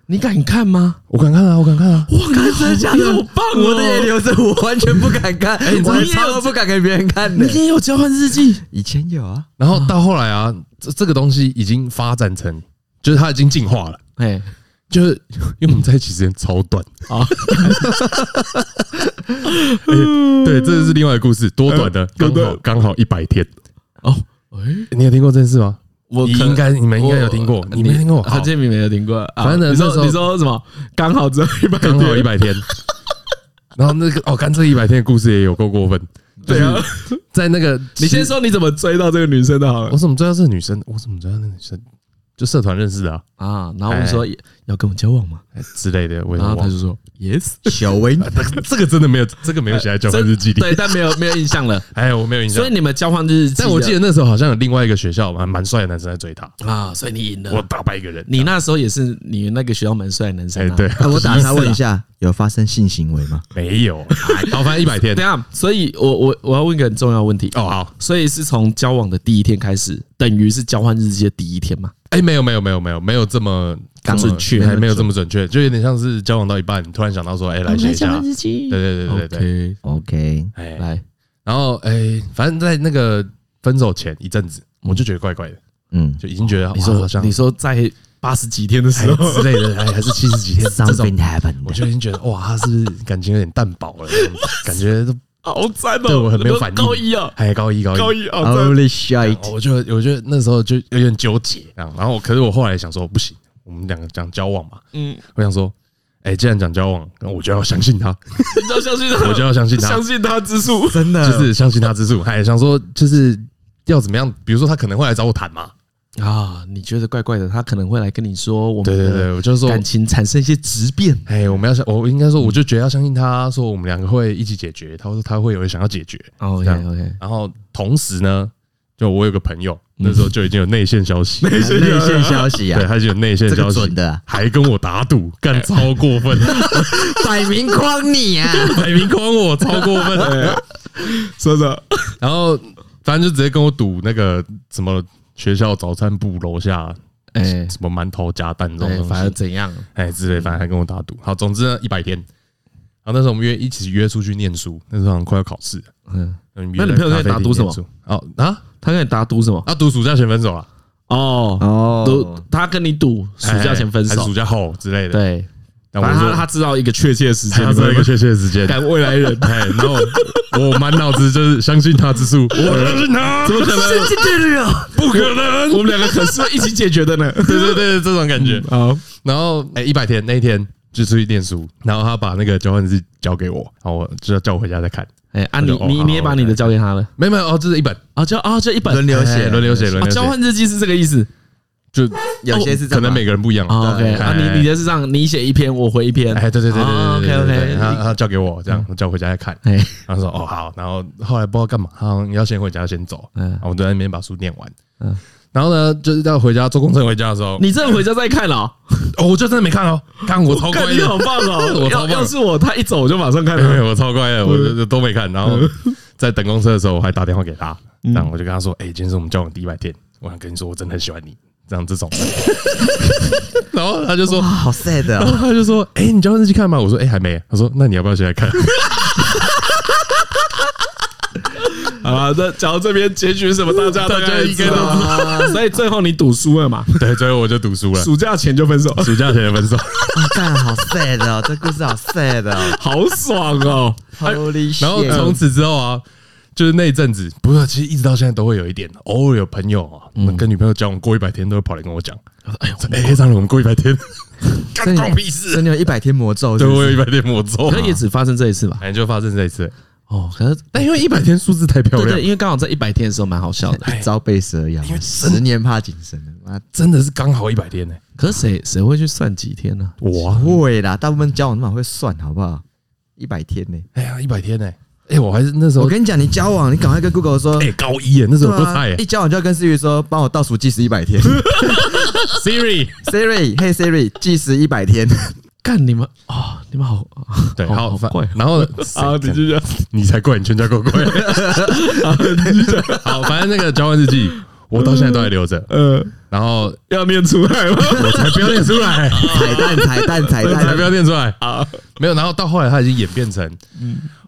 Speaker 3: 你敢看吗？
Speaker 2: 我敢看啊，我敢看啊。
Speaker 3: 哇，真
Speaker 1: 真的假的？
Speaker 3: 好棒哦！
Speaker 1: 我的也留着，我完全不敢看，
Speaker 3: 哎
Speaker 2: 你
Speaker 1: 我
Speaker 2: 真的
Speaker 1: 还超都不敢给别人看呢
Speaker 3: 你。也有交换日记？
Speaker 1: 以前有啊，
Speaker 2: 然后到后来啊，这这个东西已经发展成，就是它已经进化了。
Speaker 3: 哎，
Speaker 2: 就是因为我们在一起时间超短
Speaker 3: 啊
Speaker 2: 啊， 哎对，这是另外一个故事，多短的，刚好刚好一百天。
Speaker 3: 哦，哎，
Speaker 2: 呃你有听过这件事吗？
Speaker 3: 我
Speaker 2: 你
Speaker 3: 可呃
Speaker 2: 应该你们应该有听过，你没 听过？
Speaker 3: 他
Speaker 2: 好
Speaker 3: 建明没有听过。啊
Speaker 2: 反正
Speaker 3: 你
Speaker 2: 那时
Speaker 3: 说
Speaker 2: 候
Speaker 3: 你说什么？刚好只有一百，
Speaker 2: 刚好一，百天。 然后那个哦，干这一百天的故事也有够过 分，
Speaker 3: 对啊。
Speaker 2: 在那个
Speaker 3: 你先，说你怎么追到这个女生的好了
Speaker 2: 我怎么知道这个女生？我怎么知道那个女生？就社团认识的啊
Speaker 3: 啊？然后我说要跟我交往吗？
Speaker 2: 哎之类 的，我也
Speaker 3: 然后
Speaker 2: 忘
Speaker 3: 他
Speaker 2: 了。
Speaker 3: 就说 yes，
Speaker 1: 小薇，
Speaker 2: 这个真的没有，这个没有写在交换日记里。
Speaker 3: 对，但没有没有印象了。
Speaker 2: 哎，我没有印象
Speaker 3: 所以。你们交换日记的，
Speaker 2: 但我记得那时候好像有另外一个学校蛮蛮帅的男生在追她，
Speaker 3: 啊，所以你赢
Speaker 2: 我
Speaker 3: 了。
Speaker 2: 打败一个人。
Speaker 3: 你那时候也是你那个学校蛮帅的男生
Speaker 2: 哎，
Speaker 3: 啊。
Speaker 2: 对，
Speaker 1: 那我打岔问一下，有发生性行为吗？
Speaker 2: 没有，哎好，反正一百天
Speaker 3: 等。一下，啊所以我我我要问一个很重要的问题，
Speaker 2: 哦，好，
Speaker 3: 所以是从交往的第一天开始，等于是交换日记的第一天嘛？
Speaker 2: 哎，没有，没有，没有，没有，没有这么
Speaker 1: 刚
Speaker 2: 准确，还没有这
Speaker 1: 么
Speaker 2: 么准确，就有点像是交往到一半，你突然想到说，哎，来写一下。对
Speaker 3: 日记
Speaker 2: 对对对对，
Speaker 3: OK，
Speaker 1: OK。
Speaker 2: 哎，
Speaker 3: 来，
Speaker 2: 然后哎，反正在那个分手前一阵子，我就觉得怪怪的，
Speaker 1: 嗯，
Speaker 2: 就已经觉得
Speaker 3: 你
Speaker 2: 哇
Speaker 3: 说
Speaker 2: 好像
Speaker 3: 你说在八十几天的时
Speaker 2: 哎
Speaker 3: 候，
Speaker 2: 之类的，哎，还是七十几天这种
Speaker 1: something happened，
Speaker 2: 我就已经觉得哇，他是不是感情有点淡薄了？感觉都
Speaker 3: 好赞
Speaker 2: 对
Speaker 3: 哦！
Speaker 2: 我很没有反应。
Speaker 3: 高一啊，
Speaker 2: 哎，高一高一
Speaker 3: 高一好赞。
Speaker 1: Holy shit！
Speaker 2: 我就我觉得那时候就有点纠结啊。然后我可是我后来想说，不行，我们两个讲交往嘛。
Speaker 3: 嗯，
Speaker 2: 我想说，哎，既然讲交往，那我就要相信他，
Speaker 3: 你要相信他，
Speaker 2: 我就要相信他
Speaker 3: 相，信他之术。
Speaker 1: 真的
Speaker 2: 就是相信他之术。哎，想说就是要怎么样？比如说他可能会来找我谈嘛。
Speaker 3: 啊，你觉得怪怪的，他可能会来跟你说我们
Speaker 2: 对对
Speaker 3: 的
Speaker 2: 对，我就是说，
Speaker 3: 感情产生一些质变。
Speaker 2: 哎，我们要相，我应该说，我就觉得要相信他，说我们两个会一起解决。他说他会有人想要解决，
Speaker 3: 哦
Speaker 2: 这样
Speaker 3: OK，
Speaker 2: 然后同时呢，就我有个朋友，那时候就已经有内线消息，
Speaker 1: 内线消息
Speaker 2: 对，
Speaker 1: 啊，
Speaker 2: 他就有内线
Speaker 1: 嗯这
Speaker 2: 消
Speaker 1: 个
Speaker 2: 息
Speaker 1: 准，的啊，
Speaker 2: 还跟我打赌，干超过分，
Speaker 1: 摆明框你啊！
Speaker 2: 摆明诓我，超过 分。
Speaker 3: 哎真的
Speaker 2: 然后反正就直接跟我赌那个什么学校早餐部楼下
Speaker 3: 哎
Speaker 2: 什么馒头加蛋这
Speaker 3: 哎，
Speaker 2: 种
Speaker 3: 反
Speaker 2: 东
Speaker 3: 正
Speaker 2: 西，
Speaker 3: 怎样？
Speaker 2: 哎之类，反正还跟我打赌。好，总之呢，一百天。然后那时候我们约一起约出去念书，那时候好像快要考试了。
Speaker 3: 嗯，
Speaker 2: 嗯
Speaker 3: 那你朋友在打赌什
Speaker 2: 约咖啡厅
Speaker 3: 么？
Speaker 2: 念书哦啊
Speaker 3: 他跟你打赌什么？
Speaker 2: 啊！赌暑假前分手啊，
Speaker 3: 哦，赌
Speaker 1: 哦，
Speaker 3: 他跟你赌暑假前分
Speaker 2: 哎还是
Speaker 3: 手
Speaker 2: 暑。假后之类的。，
Speaker 3: 对，
Speaker 2: 但我
Speaker 3: 反正
Speaker 2: 说
Speaker 3: 他他知道一个确切时间，
Speaker 2: 他在一个确切的时间，。
Speaker 3: 赶未来人
Speaker 2: 哎，然后我我满脑子就是相信他之术，我相信他，怎么可能？
Speaker 1: 神经病啊！
Speaker 2: 不可能！
Speaker 3: 我们两个可是一起解决的呢。
Speaker 2: 对对对，这种感觉。
Speaker 3: 嗯好，
Speaker 2: 然后哎，一百天那一天就出去念书，然后他把那个交换日记交给我，然后我就要叫我回家再看。
Speaker 3: 哎，啊，你
Speaker 2: 我就哦
Speaker 3: 你
Speaker 2: 好
Speaker 3: 你也把你的交给他了
Speaker 2: 没有没有哦，这是一本
Speaker 3: 啊？就啊，就一本
Speaker 1: 轮流写，
Speaker 2: 哎轮流写，轮
Speaker 3: 啊，
Speaker 2: 流
Speaker 3: 交换
Speaker 2: 写，
Speaker 3: 日记是这个意思
Speaker 2: 就
Speaker 1: 有些是这
Speaker 2: 哦
Speaker 1: 样
Speaker 2: 可
Speaker 1: 吧
Speaker 2: 能每个人不一样。
Speaker 3: 啊？OK，
Speaker 2: 对哎
Speaker 3: 啊，你你的是这样，你写一篇，我回一篇。
Speaker 2: 哎，对对对
Speaker 3: 哦
Speaker 2: 对对对
Speaker 3: ，OK，OK
Speaker 2: 对对他他交给我这样，我叫我回家再看。
Speaker 3: 哎，
Speaker 2: 然后说哦好，然后后来不知道干嘛，他好像要先回家先走，
Speaker 3: 嗯
Speaker 2: 嗯，我就在那边把书念完，
Speaker 3: 嗯
Speaker 2: 嗯，然后呢就是要回家坐公车回家的时候，
Speaker 3: 你这回家再看了。
Speaker 2: 哦我就真的没看哦，看我超
Speaker 3: 干
Speaker 2: 乖
Speaker 3: 你
Speaker 2: 的
Speaker 3: 好，棒哎哦！
Speaker 2: 我超
Speaker 3: 要
Speaker 2: 棒
Speaker 3: 要是 我，他一走我就马 上看
Speaker 2: 对
Speaker 3: 了。
Speaker 2: 我超乖的，我就都没看，然后在等公车的时候我还打电话给他，然后我就跟他说，哎，今天是我们交往第一百天，我想跟你说我真的很喜欢你，这样这种，然后他就 说
Speaker 1: 哇，好 sad
Speaker 2: 然
Speaker 1: 哦，
Speaker 2: 后他就说：“哎、你交换日记看吗？”我说：“哎、还没。”他说：“那你要不要现在看
Speaker 3: 好了，那讲到这边结局是什么，大家啊
Speaker 2: 大家
Speaker 3: 概
Speaker 2: 应该
Speaker 3: 知道
Speaker 2: 都
Speaker 3: 了。 所以最后你赌输了嘛？？”
Speaker 2: 对，最后我就读书了，
Speaker 3: 暑假前就分手，
Speaker 2: 暑假前的分手。
Speaker 1: 哇干好 sad 哦，这故事好 sad 哦
Speaker 3: 好爽哦！
Speaker 1: ，Holy
Speaker 2: 哎然后
Speaker 1: shit！
Speaker 2: 从此之后啊，就是那一阵子，不是，其实一直到现在都会有一点，偶尔有朋友啊，跟女朋友交往过一百天，都会跑来跟我讲：“哎呦，哎、欸，让我们过一百天， 干关我屁事
Speaker 1: 真的有一百天魔咒，是
Speaker 2: 对，
Speaker 1: 不
Speaker 2: 我有
Speaker 1: 是
Speaker 2: 一百天魔咒、啊
Speaker 3: 可，也只发生这一次吧？
Speaker 2: 反正就发生这一次。
Speaker 3: 哦，可是
Speaker 2: 但因为一百天数字太漂
Speaker 3: 对
Speaker 2: 亮
Speaker 3: 对，，因为刚好在一百天的时候蛮好笑的。
Speaker 1: 一朝被蛇咬，十年怕井绳的，妈
Speaker 2: 真的是刚好一百天呢、欸
Speaker 3: 可是谁谁会去算几天呢？
Speaker 2: 我啊，
Speaker 1: 会啦，大部分交往那么会算，好不好？一百天呢？
Speaker 2: 哎呀，一百天呢、哎、我还是那时候
Speaker 1: 我，跟你讲，你交往，你赶快跟 Google 说
Speaker 2: 哎、，高一耶、那时候
Speaker 1: 对
Speaker 2: 我不欸
Speaker 1: 啊
Speaker 2: 菜、耶
Speaker 1: 一交往就要跟 Siri 说，帮我倒数计时一百 天。
Speaker 2: Siri。
Speaker 1: Siri，嘿 Siri，计时一百
Speaker 2: 啊
Speaker 1: 天。
Speaker 3: 干你们啊！你们好啊
Speaker 2: 对，
Speaker 3: 好
Speaker 2: 哦好，
Speaker 3: 好
Speaker 2: 反
Speaker 3: 怪
Speaker 2: 然后
Speaker 3: 啊！你就这样
Speaker 2: 你才怪，你全家够 怪。好，反正那个交换日记，我到现在都还留着。
Speaker 3: 呃，
Speaker 2: 然后
Speaker 3: 要念出来吗？
Speaker 2: 我才不要念出 来，
Speaker 1: 彩蛋，彩蛋，彩
Speaker 2: 我才
Speaker 1: 蛋！
Speaker 2: 不 要念出来啊！嗯没有，然后到后来它已经演变成，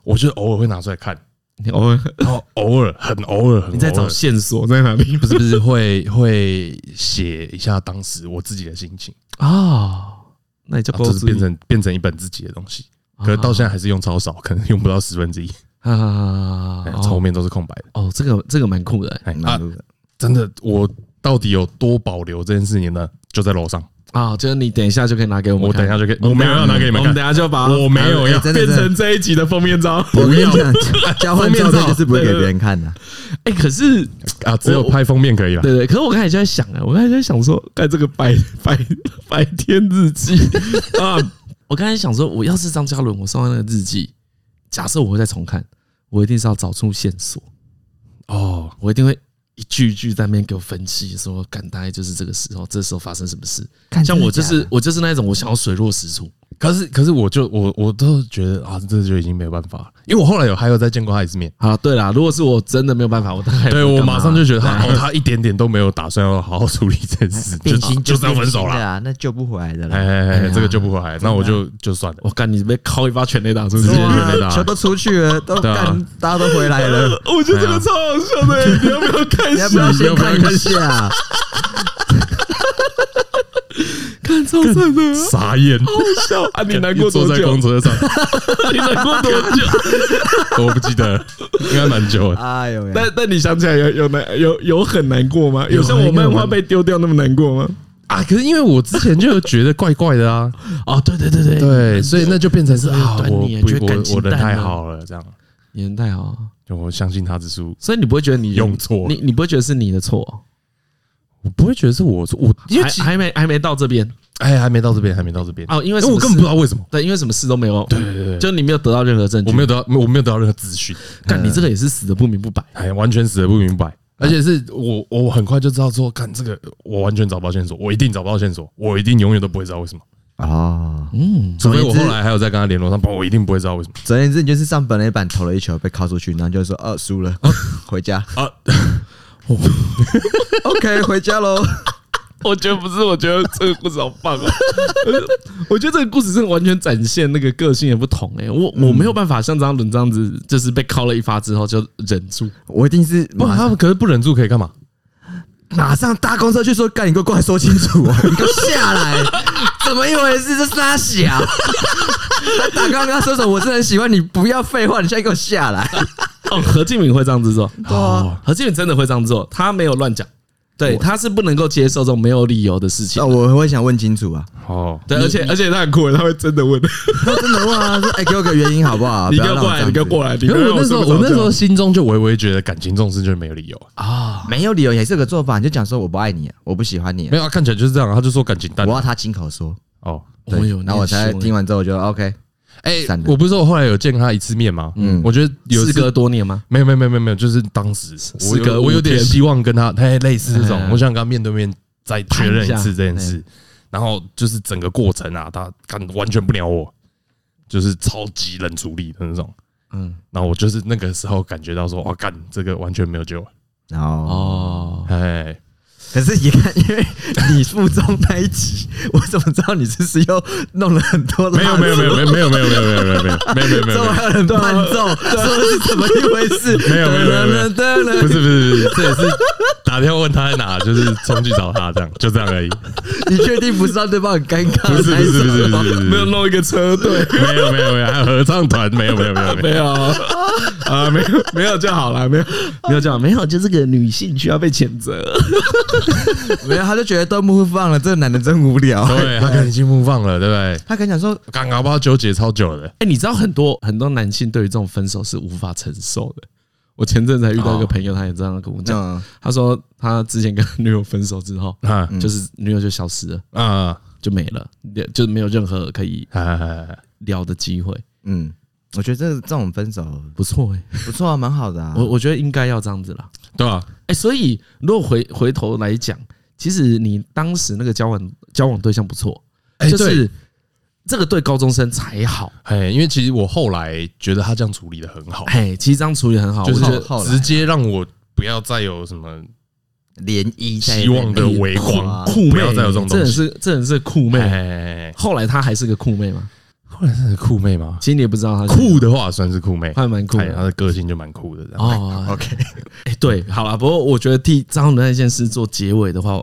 Speaker 2: 我就偶尔会拿出来看，
Speaker 3: 你偶尔
Speaker 2: 然后偶尔很偶尔很偶尔，
Speaker 3: 你在找线索在哪里
Speaker 2: 不是不是会会写一下当时我自己的心情，
Speaker 3: 啊？那你就
Speaker 2: 然后就是变啊成变成一本自己的东西。可是到现在还是用超少，可能用不到十分之一，
Speaker 3: 啊
Speaker 2: 哎，后面都是空白的。
Speaker 3: 哦，这个这个蛮酷的、
Speaker 2: 哎啊
Speaker 1: 蛮，酷的
Speaker 2: 真的，我到底有多保留这件事情呢？就在楼上，
Speaker 3: 啊，就是你等一下就可以拿给我们
Speaker 2: 我等
Speaker 3: 看，
Speaker 2: 一下就可以，我没有要拿给你们
Speaker 3: 我们
Speaker 2: 看，
Speaker 3: 等一下就把
Speaker 2: 我没有要
Speaker 1: 哎。真的真
Speaker 3: 变
Speaker 1: 的
Speaker 3: 成这一集的封面照。
Speaker 1: 我跟你讲，交换照片就是不会给别人看的。
Speaker 3: 哎、可是
Speaker 2: 啊，只有拍封面可以了。
Speaker 3: 对对，可是我刚才就在想啊，我刚才就在想说，看这个白 白白天日记 啊，我刚才想说，我要是张嘉伦，我上完那个日记，假设我会再重看，我一定是要找出线索，
Speaker 2: 哦，
Speaker 3: 我一定会。一句一句在那边给我分析，说感大概就是这个时候，这时候发生什么事。
Speaker 1: 看
Speaker 3: 像我就
Speaker 1: 啊真的
Speaker 3: 是
Speaker 1: 假的
Speaker 3: 我就是那一种，我想要水落石出。
Speaker 2: 可是可是我就我我都觉得啊，这就已经没有办法了，因为我后来有还有再见过他一次面，
Speaker 3: 啊，对啦，如果是我真的没有办法，我大概
Speaker 2: 对我马上就觉得他
Speaker 3: 哎
Speaker 2: 哦，他一点点都没有打算要好好处理这件事，就
Speaker 1: 变心
Speaker 2: 就是要
Speaker 1: 变
Speaker 2: 分手
Speaker 1: 心的
Speaker 2: 啦。
Speaker 1: 啊，那救不回来的
Speaker 2: 哎
Speaker 1: 了。
Speaker 2: 哎
Speaker 3: 哎
Speaker 2: 哎，
Speaker 3: 呀
Speaker 2: 这个就不回来，那我就就算了。
Speaker 3: 我干你被敲一发全垒打出去
Speaker 2: 直接就没打
Speaker 1: 球都啊出去了，都
Speaker 2: 对啊
Speaker 1: 干，大家都回来 了，
Speaker 3: 我觉得这个超好笑的、你要不要看
Speaker 1: 你
Speaker 3: 一
Speaker 1: 要不
Speaker 3: 下
Speaker 1: 要？
Speaker 2: 你要
Speaker 1: 先
Speaker 2: 不要
Speaker 1: 看一下？
Speaker 3: 看超赞的，
Speaker 2: 傻眼。
Speaker 3: 好笑啊！你难过
Speaker 2: 坐
Speaker 3: 多
Speaker 2: 在
Speaker 3: 久
Speaker 2: 公？车上，
Speaker 3: 你难过多久？
Speaker 2: 我不记得了，应该蛮久了。
Speaker 1: 哎呦喂，
Speaker 3: 但但你想起来有有难有有很难过吗？有像我漫画被丢掉那么难过吗？
Speaker 2: 啊，可是因为我之前就觉得怪怪的 啊，
Speaker 3: 哦，对对对对，
Speaker 2: 对，所以那就变成是
Speaker 3: 很
Speaker 2: 啊，
Speaker 3: 端
Speaker 2: 我
Speaker 3: 倪
Speaker 2: 不
Speaker 3: 觉得感
Speaker 2: 我
Speaker 3: 情
Speaker 2: 我人
Speaker 3: 淡
Speaker 2: 太
Speaker 3: 了
Speaker 2: 好了，这样
Speaker 3: 你人太好了，
Speaker 2: 就我相信他之书，
Speaker 3: 所以你不会觉得你
Speaker 2: 用错
Speaker 3: 你你不会觉得是你的错，
Speaker 2: 我不会觉得是我错，我因为
Speaker 3: 还
Speaker 2: 其
Speaker 3: 还没还没到这边
Speaker 2: 哎还没到这边，还没到这边，
Speaker 3: 哦，因为
Speaker 2: 因
Speaker 3: 什
Speaker 2: 为
Speaker 3: 么
Speaker 2: 我根本不
Speaker 3: 事
Speaker 2: 知道为什么，
Speaker 3: 对，因为什么事都没有，
Speaker 2: 对对对，
Speaker 3: 就你没有得到任何证据，
Speaker 2: 我没有得到，我没有得到任何资讯，
Speaker 3: 干，你这个也是死的不明不白。
Speaker 2: 哎，完全死的不明白。而且是我，我很快就知道说，看这个，我完全找不到线索，我一定找不到线索，我一定永远都不会知道为什么，
Speaker 1: 哦，
Speaker 3: 嗯，
Speaker 2: 除非
Speaker 1: 总而言
Speaker 2: 我
Speaker 1: 之
Speaker 2: 后来还有再跟他联络上，不然我一定不会知道为什么。
Speaker 1: 总而言之，你就是上本垒板投了一球被敲出去，然后就说哦输了， 回家
Speaker 2: 啊
Speaker 1: 啊，OK 回家喽。
Speaker 3: 我觉得不是，我觉得这个故事好棒哦。 我觉得这个故事真的完全展现那个个性的不同哎、我我没有办法像张伦这样子，就是被敲了一发之后就忍 住，
Speaker 1: 我一定是
Speaker 2: 不，
Speaker 1: 马
Speaker 2: 他
Speaker 1: 上
Speaker 2: 们可是不忍住可以干嘛？
Speaker 1: 马上搭公车去说，干你给我过来说清楚 哦，你给我下来，怎么一回事？这傻小， 他打刚刚说什么？我真的很喜欢你，不要废话，你现在给我下来。
Speaker 3: 哦，何敬敏会这样子做，
Speaker 2: 哦，
Speaker 3: 何敬敏真的会这样做，他没有乱讲，对，他是不能够接受这种没有理由的事 情
Speaker 1: 那。我会想问清楚啊，
Speaker 2: 哦，
Speaker 3: 对，而且而且他很酷，他会真的问
Speaker 1: 他真的问啊，说哎、给我个原因好不好？
Speaker 3: 你
Speaker 1: 不
Speaker 3: 给
Speaker 1: 要
Speaker 3: 我
Speaker 1: 让
Speaker 3: 过来，你给我
Speaker 1: 来，
Speaker 3: 过来，
Speaker 2: 因
Speaker 3: 你不要
Speaker 2: 为
Speaker 3: 让
Speaker 2: 我那时候，
Speaker 3: 睡不着
Speaker 2: 我那时
Speaker 3: 觉
Speaker 2: 候心中就微微觉得感情这种事就是没有理由啊，
Speaker 3: 啊，
Speaker 1: 没有理由，也是个做法，你就讲说我不爱你、啊，我不喜欢你、啊
Speaker 2: 没，有，他看起来就是这样，他就说感情淡
Speaker 1: 我要他亲口说。
Speaker 2: 哦。
Speaker 3: 我
Speaker 1: 对
Speaker 3: 有，
Speaker 1: 然后我才听完之后，我就 OK，
Speaker 2: 哎
Speaker 1: 散，了
Speaker 2: 我不是说我后来有见他一次面吗？嗯
Speaker 1: 嗯，
Speaker 2: 我觉得有一
Speaker 3: 事
Speaker 2: 次
Speaker 3: 隔多年吗？
Speaker 2: 没有没有没有没有没有，就是当时我
Speaker 3: 事隔
Speaker 2: 有
Speaker 3: 五
Speaker 2: 我有点
Speaker 3: 天
Speaker 2: 希望跟他，哎，类似这种
Speaker 3: 嗯，
Speaker 2: 我想跟他面对面再确认一
Speaker 3: 谈一
Speaker 2: 次
Speaker 3: 下
Speaker 2: 这件事。然后就是整个过程啊，他干完全不鸟我，就是超级冷处理的那种。
Speaker 3: 嗯，
Speaker 2: 然后我就是那个时候感觉到说，哇，干这个完全没有救了，
Speaker 1: 然后
Speaker 3: 哦，
Speaker 2: 哎，
Speaker 1: 可是也看，因为你附中那一集， 我怎么知道你这是又弄了很多？
Speaker 2: 没有没有没有没有没有没有没有没有没有没有没有没有没
Speaker 1: 怎
Speaker 2: 有
Speaker 1: 么
Speaker 2: 没
Speaker 1: 还有人伴奏？说是怎么一回事？
Speaker 2: 没有没有没有没有
Speaker 1: 噔
Speaker 2: 有，不是不是不是，这也是打电话问他在哪，就是冲去找他这样，就这样而已，
Speaker 1: 你确定不是让对方很尴尬？
Speaker 2: 不是不是不是不是不是，
Speaker 3: 没有弄一个车队，
Speaker 2: 没有没有没有，还有合唱团没有没有没有没
Speaker 3: 没
Speaker 2: 有
Speaker 3: 有啊，没有没有就好了，没有没有就好，没有就是个女性需要被谴责。
Speaker 1: 没有，他就觉得都不放了，这个男的真无聊。
Speaker 2: 对他可能已经目放了，对不对？
Speaker 1: 他跟你讲说，
Speaker 2: 刚搞不好纠结超久的，
Speaker 3: 哎，你知道很多很多男性对于这种分手是无法承受的。我前阵子还遇到一个朋友，他也这样跟我讲，
Speaker 1: 嗯，
Speaker 3: 他说他之前跟女友分手之后，
Speaker 2: 啊
Speaker 3: 就是女友就消失了，
Speaker 2: 啊
Speaker 3: 就没了，就没有任何可以
Speaker 2: 啊！
Speaker 3: 聊的机会。
Speaker 1: 嗯，我觉得这这种分手
Speaker 3: 不错哎，
Speaker 1: 不错啊，蛮好的啊。
Speaker 3: 我我觉得应该要这样子啦。
Speaker 2: 对啊吧？
Speaker 3: 哎、所以如果回回头来讲，其实你当时那个交往交往对象不错，
Speaker 2: 哎，
Speaker 3: 就
Speaker 2: 对，
Speaker 3: 是这个对高中生才好。
Speaker 2: 哎，因为其实我后来觉得他这样处理的很好，
Speaker 3: 哎、其实这样处理很好，
Speaker 2: 就
Speaker 3: 我觉得
Speaker 2: 是
Speaker 1: 后后来
Speaker 2: 直接让我不要再有什么
Speaker 1: 涟漪在哎
Speaker 2: 希望的微光
Speaker 1: 哇，
Speaker 3: 酷妹
Speaker 2: 不要再有这种
Speaker 3: 真
Speaker 2: 东
Speaker 3: 的
Speaker 2: 西。
Speaker 3: 是真的是酷妹。
Speaker 2: 哎，
Speaker 3: 后来她还是个酷妹嘛，
Speaker 2: 后来是酷妹吗？
Speaker 3: 其实你也不知道她是
Speaker 2: 酷，的话算是酷妹，
Speaker 3: 她还蛮酷
Speaker 2: 哎，她
Speaker 3: 的。
Speaker 2: 的个性就蛮酷的这样。
Speaker 3: 哦，哎、
Speaker 1: OK，
Speaker 3: 对，好了。不过我觉得替张伦那件事做结尾的话，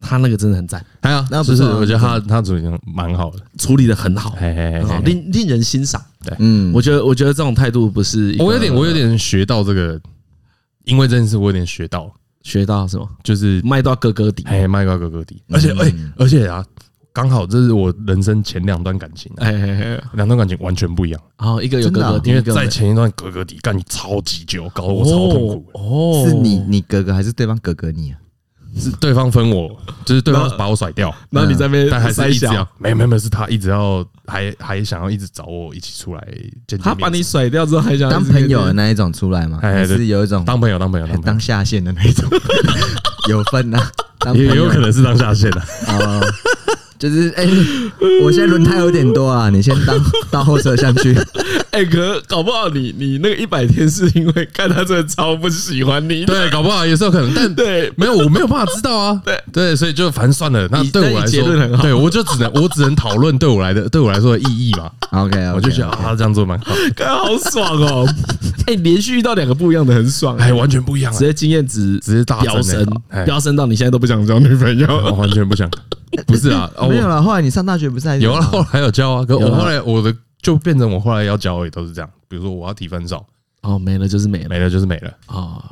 Speaker 3: 他那个真的很赞，
Speaker 2: 还有，
Speaker 1: 那
Speaker 2: 哎就
Speaker 1: 不
Speaker 2: 是
Speaker 1: 错啊
Speaker 2: 我觉得他他处理得蛮好的，
Speaker 3: 处理的很好，
Speaker 2: 哎哎
Speaker 3: 很好，
Speaker 2: 哎，
Speaker 3: 令令人欣赏。
Speaker 1: 嗯，
Speaker 3: 我觉得，我觉得这种态度不是一个
Speaker 2: 我有点，我有点学到这个，因为这件事我有点学到，
Speaker 3: 学到什么，
Speaker 2: 就是
Speaker 3: 卖到哥哥底。
Speaker 2: 哎，麦高哥哥弟，而
Speaker 3: 嗯
Speaker 2: 且哎，而且啊，刚好这是我人生前两段感情啊，
Speaker 3: 哎哎哎，
Speaker 2: 两段感情完全不一样，
Speaker 3: 然后一个有
Speaker 1: 真
Speaker 3: 哥
Speaker 1: 的
Speaker 3: 哥
Speaker 1: 啊
Speaker 3: 弟，
Speaker 2: 因为
Speaker 3: 一个没
Speaker 2: 在前一段哥哥弟干你超级久，搞得我超痛苦的，
Speaker 3: 哦，
Speaker 1: 是你你哥哥还是对方哥哥你啊？
Speaker 2: 是对方分我，就是对方把我甩掉，
Speaker 3: 然后你在那
Speaker 2: 嗯
Speaker 3: 边
Speaker 2: 但还是
Speaker 3: 呃塞
Speaker 2: 一直
Speaker 3: 小
Speaker 2: 要，，没有没有没有，是他一直要，还还想要一直找我一起出来见见面，
Speaker 3: 他把你甩掉之后还想
Speaker 1: 当朋友的那一种出来嘛，
Speaker 2: 哎
Speaker 1: 还
Speaker 2: 对
Speaker 1: 是有一种哎
Speaker 2: 当朋友当朋友当朋
Speaker 1: 当
Speaker 2: 友，
Speaker 1: 下线的那一 种，有分呐、啊，当朋友
Speaker 2: 也有可能是当下线啊 的，
Speaker 1: 哦，就是哎、我现在轮胎有点多啊，你先 当到后车厢去。
Speaker 3: 哎，可搞不好你你那个一百天是因为看他真的超不喜欢你，
Speaker 2: 对，搞不好也是有可能，但
Speaker 3: 对，
Speaker 2: 没有，我没有办法知道啊。
Speaker 3: 对
Speaker 2: 对，所以就反正算了。那
Speaker 3: 你
Speaker 2: 对我来
Speaker 3: 但你结
Speaker 2: 说
Speaker 3: 论很，好
Speaker 2: 对我就只能我只能讨论对我来的对我来说的意义嘛。
Speaker 1: OK，,
Speaker 2: 我就觉得啊，他这样做蛮好，
Speaker 3: 看好爽哦， 哎，连续遇到两个不一样的很爽，
Speaker 2: 哎，完全
Speaker 1: 啊
Speaker 2: 不一样
Speaker 3: 直
Speaker 2: 了，
Speaker 3: 接经验值
Speaker 2: 直接大
Speaker 3: 飙
Speaker 2: 增欸，
Speaker 3: 升
Speaker 2: 哎哦哎
Speaker 3: 飙升到你现在都不想交女朋友，
Speaker 2: 我完全不想。不是啊，哦
Speaker 1: 没有
Speaker 2: 我
Speaker 1: 了。后来你上大学不是还是
Speaker 2: 有啊，后来有教啊，可
Speaker 3: 有
Speaker 2: 我
Speaker 3: 啊
Speaker 2: 后来我的就变成我后来要教也都是这样，比如说我要提分手，
Speaker 3: 哦，没了就是
Speaker 1: 嗯
Speaker 3: 没了
Speaker 2: 没了就是没了，
Speaker 3: 哦，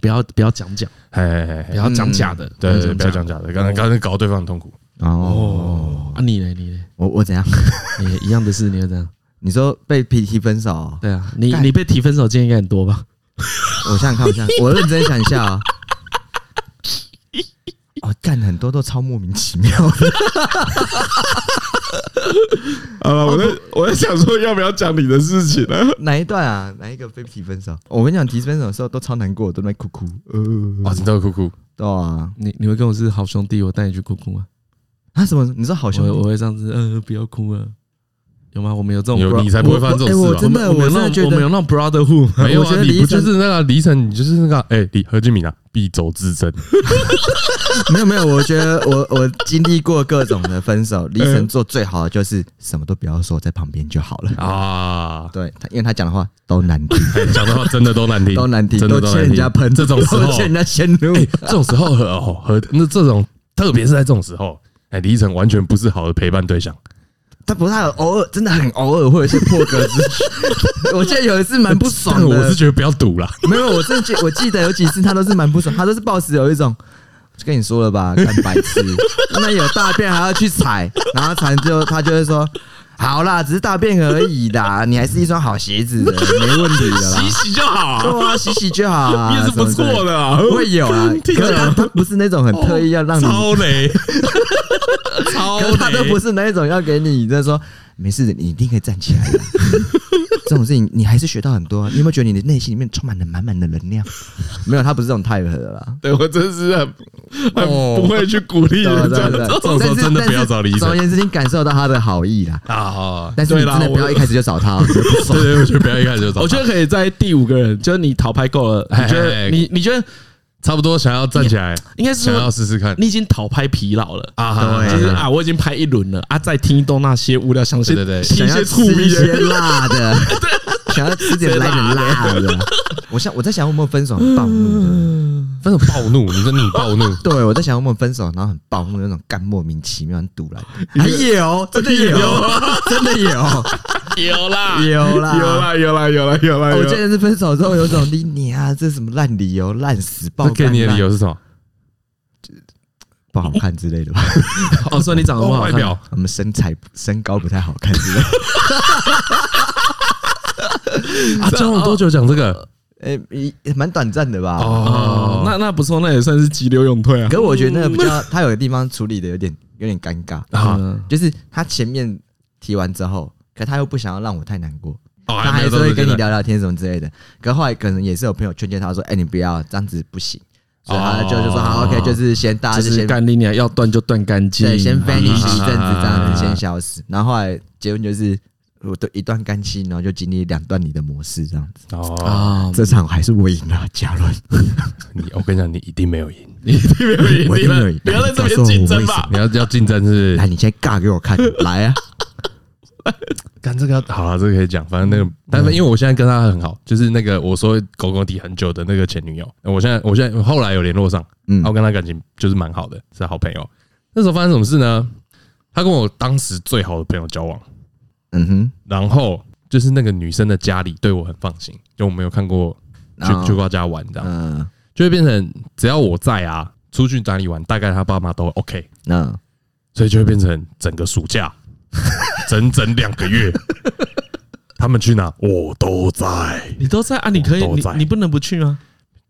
Speaker 3: 不要不要讲讲，
Speaker 2: 嘿嘿嘿
Speaker 3: 不
Speaker 2: 嘿，
Speaker 1: 嗯
Speaker 3: 要讲假的，
Speaker 2: 嗯对对，对不要
Speaker 3: 假
Speaker 2: 讲假的，刚才刚才搞对方很痛苦，
Speaker 1: 哦，
Speaker 3: 啊！你呢？你呢？
Speaker 1: 我我怎样？
Speaker 3: 你一样的事，你又这样？
Speaker 1: 你说被 PT 分手哦？
Speaker 3: 对啊，你
Speaker 1: 干
Speaker 3: 你被提分手经验应该很多吧？
Speaker 1: 我想想看，我 想想看，我认真想一下啊。哦，干很多都超莫名其 妙的，
Speaker 2: 好了，我在
Speaker 3: 哦
Speaker 2: 我在想说要不要讲你的事情呢？
Speaker 1: 哪一段啊？哪一个被提分手？我跟你讲，提分手的时候都超难过，都在哭哭。呃，
Speaker 2: 哇，你都哭哭，
Speaker 1: 对啊，
Speaker 3: 你你会跟我是好兄弟，我带你去哭哭吗？
Speaker 1: 啊什么？你说好
Speaker 3: 我
Speaker 1: 兄
Speaker 3: 会
Speaker 1: 弟
Speaker 3: 我会这样子，呃，不要哭啊，有吗？我们有
Speaker 1: 嗯
Speaker 3: 这种
Speaker 2: 有
Speaker 3: bro-
Speaker 2: 你才不会犯这
Speaker 1: 哎
Speaker 2: 种
Speaker 1: 我
Speaker 2: 事吧
Speaker 1: 真？的，
Speaker 3: 我们
Speaker 1: 我
Speaker 3: 有
Speaker 1: 真
Speaker 3: 那
Speaker 1: 的
Speaker 3: 种
Speaker 1: 觉
Speaker 3: 我们有
Speaker 1: 得，
Speaker 3: 那种 brotherhood 吗
Speaker 2: 没有
Speaker 1: 我觉
Speaker 2: 啊，
Speaker 1: 得
Speaker 2: 你不
Speaker 1: 李医生
Speaker 2: 就是那个李晨，你就是那个哎，李何俊敏啊，敝帚之争，
Speaker 1: 没有没有，我觉得我 我经历过各种的分 手，李晨做最好的就是什么都不要说，在旁边就好了。
Speaker 2: 啊，
Speaker 1: 对他，因为他讲的话都难 听，
Speaker 2: 哎讲的话真的都难听，
Speaker 1: 都难听，
Speaker 2: 真的
Speaker 1: 都
Speaker 2: 都
Speaker 1: 欠
Speaker 2: 难
Speaker 1: 人家
Speaker 2: 听。
Speaker 1: 喷，
Speaker 2: 这种时
Speaker 1: 都
Speaker 2: 候，
Speaker 1: 欠人家迁怒。
Speaker 2: 哎，这种时候和哦和那这种，特别是在这种时候，哎，李晨完全不是好的陪伴对象。
Speaker 1: 他不太偶尔，真的很偶尔，或者是破格子。 我记得有一次蛮不
Speaker 2: 但
Speaker 1: 爽
Speaker 2: 我是
Speaker 1: 的，
Speaker 2: 觉得不要赌啦，
Speaker 1: 没有，我真的记，我记得有几次他都是蛮不爽，他都是抱持有一种，就跟你说了吧，干白痴，那有大便还要去踩，然后踩之后他就会说，好啦，只是大便而已啦，你还是一双好鞋子的，没问题的啦，
Speaker 3: 洗就 好啊
Speaker 1: 对啊，洗洗就好啊，
Speaker 3: 你也是不
Speaker 1: 什么之类
Speaker 3: 错的啊，
Speaker 1: 会有啊，可
Speaker 3: 听起
Speaker 1: 是
Speaker 3: 来
Speaker 1: 他他不是那种很特意要让你
Speaker 2: 超 雷，超
Speaker 1: 可是他都
Speaker 2: 雷
Speaker 1: 不。是那一种要给你，就是说没事，你一定可以站起来的。 这种事情你还是学到很多、啊。你有没有觉得你的内心里面充满了满满的能 量？没有，他不是这种 type 的啦。
Speaker 2: 对我真是很很
Speaker 1: 哦
Speaker 2: 不会去鼓
Speaker 1: 对
Speaker 2: 励人
Speaker 1: 啊
Speaker 2: 家，
Speaker 1: 对啊对
Speaker 2: 这
Speaker 1: 啊
Speaker 2: 种时候
Speaker 1: 但是
Speaker 2: 真的不
Speaker 1: 但
Speaker 2: 要
Speaker 1: 是
Speaker 2: 找李
Speaker 1: 总而
Speaker 2: 晨
Speaker 1: 言之，你感受到他的好意啦，
Speaker 2: 啊。
Speaker 1: 但是你
Speaker 2: 对啦
Speaker 1: 真的不要
Speaker 2: 我
Speaker 1: 一开始就找 他哦。
Speaker 2: 对对，我觉得不要一开始就找他。
Speaker 3: 我觉得可以在第五个人，就是你讨牌够了，
Speaker 2: 嘿
Speaker 3: 你觉得
Speaker 2: 嘿
Speaker 3: 你你觉得
Speaker 2: 差不多想要站起来，
Speaker 3: 应该是
Speaker 2: 想要
Speaker 3: 说
Speaker 2: 试试看
Speaker 3: 你已经讨牌疲劳了。
Speaker 2: 啊
Speaker 1: 对
Speaker 3: 就是
Speaker 2: 哈。
Speaker 3: 啊，我已经拍一轮了啊，再听到那些无聊详细
Speaker 2: 对对对
Speaker 1: 想要
Speaker 3: 些
Speaker 1: 吃
Speaker 3: 醋
Speaker 1: 一
Speaker 3: 意
Speaker 1: 些辣的， 想要吃点来点辣
Speaker 2: 啊
Speaker 1: 的。我想我在想有没有分手很暴怒 的，
Speaker 2: 分手暴怒，你真的很暴怒，
Speaker 1: 对我在想有没有分手，然后很暴怒那种干莫名其妙很 堵来的，
Speaker 2: 你
Speaker 1: 还有真的有啊真的 有。
Speaker 3: 有啦
Speaker 1: 有啦，
Speaker 2: 有啊啦有啦有啦有啦
Speaker 1: 哦。
Speaker 2: 有
Speaker 1: 我
Speaker 2: 啦
Speaker 1: 记。得是分手之后有种你你啊，这什么烂理由，烂死爆
Speaker 2: 那给
Speaker 1: 肝
Speaker 2: 你的理
Speaker 1: 烂
Speaker 2: 由是什么？
Speaker 1: 不好看之类的吧？
Speaker 3: 哦，说你长得不好
Speaker 2: 外
Speaker 3: 看，
Speaker 2: 表
Speaker 1: 我们身材身高不太好看之类 的。
Speaker 2: 啊，交往多久讲这个？
Speaker 1: 哎、也蛮短暂的吧？
Speaker 3: 哦
Speaker 1: 呃
Speaker 2: 哦，，
Speaker 3: 那那不错，那也算是急流勇退啊
Speaker 1: 可。是我觉得那个比较，他有个地方处理的有点有点尴尬，
Speaker 2: 啊
Speaker 3: 嗯
Speaker 1: 就是他前面提完之后，可他又不想要让我太难过，
Speaker 2: 哦
Speaker 1: 他
Speaker 2: 没
Speaker 1: 还
Speaker 2: 有
Speaker 1: 是
Speaker 2: 到
Speaker 1: 会
Speaker 2: 这个
Speaker 1: 跟你
Speaker 2: 阶段
Speaker 1: 聊聊天什么之类的。可后来可能也是有朋友劝诫他说：“哎、你不要这样子不行。”所以他就就说：“好
Speaker 2: 哦
Speaker 1: ，OK，就是先大家
Speaker 3: 就
Speaker 1: 就是先
Speaker 3: 干你娘，要断就断干净，啊
Speaker 1: 对，先 vanish 一阵子，这样
Speaker 2: 啊
Speaker 1: 子先消失。然后后来结论就是，我的一段干期，然后就经历两段你的模式，这样子。
Speaker 2: 哦，
Speaker 3: 啊！
Speaker 1: 这场还是我赢了，嘉伦，
Speaker 2: 你我跟你讲，你一定没有赢，
Speaker 1: 我一定有赢。
Speaker 3: 不要在这
Speaker 1: 告
Speaker 3: 边
Speaker 1: 诉我
Speaker 3: 竞争
Speaker 1: 为
Speaker 3: 吧
Speaker 1: 什么
Speaker 2: 你要要竞争是
Speaker 1: 来，你先尬给我看，来啊！
Speaker 2: 干这个要好了，这个可以讲，反正那个，但是因为我现在跟他很好，就是那个我说狗狗底很久的那个前女友，我现在我现在后来有联络上，
Speaker 1: 嗯
Speaker 2: 然后，跟他感情就是蛮好的，是好朋友。那时候发生什么事呢？他跟我当时最好的朋友交往，
Speaker 1: 嗯哼，
Speaker 2: 然后就是那个女生的家里对我很放心，就我没有看过去
Speaker 1: 哦
Speaker 2: 去过她家玩这样，
Speaker 1: 嗯，
Speaker 2: 就会变成只要我在啊，出去哪里玩，大概他爸妈都 OK，
Speaker 1: 那
Speaker 2: 所以就会变成整个暑假，整整两个月，他们去哪我都在。
Speaker 3: 你都在啊，你可以，
Speaker 2: 我都
Speaker 3: 你
Speaker 2: 在
Speaker 3: 你不能不去啊吗？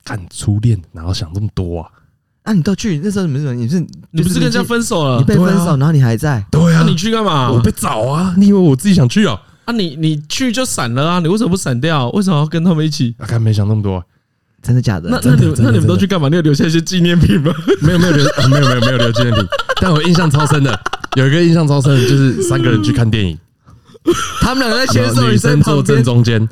Speaker 2: 看初恋，哪有想这么多啊？
Speaker 1: 那你都去那时候你们怎么？你是
Speaker 3: 你不是跟人家，分手
Speaker 1: 就
Speaker 3: 了？
Speaker 1: 你被分手，
Speaker 3: 对啊，啊
Speaker 1: 然后你还在，
Speaker 2: 对
Speaker 3: 那你去干嘛？
Speaker 2: 我被找啊！你以为我自己想去啊？
Speaker 3: 啊，你你去就闪了啊！你为什么不闪掉？为什么要跟他们一起？
Speaker 2: 啊，看没想那么多啊，
Speaker 1: 真的假
Speaker 3: 那
Speaker 1: 的？
Speaker 3: 那你
Speaker 2: 真
Speaker 3: 们
Speaker 2: 的
Speaker 3: 那你们都去干嘛？你有留下一些纪念品吗？
Speaker 2: 没有没有留，啊没有没有没有留纪念品，但我印象超深的，有一个印象超深的就是三个人去看电影，
Speaker 1: 他们两 个在牵手，
Speaker 2: 女
Speaker 1: 你在
Speaker 2: 生坐
Speaker 1: 旁
Speaker 2: 正
Speaker 1: 边，
Speaker 2: 中间，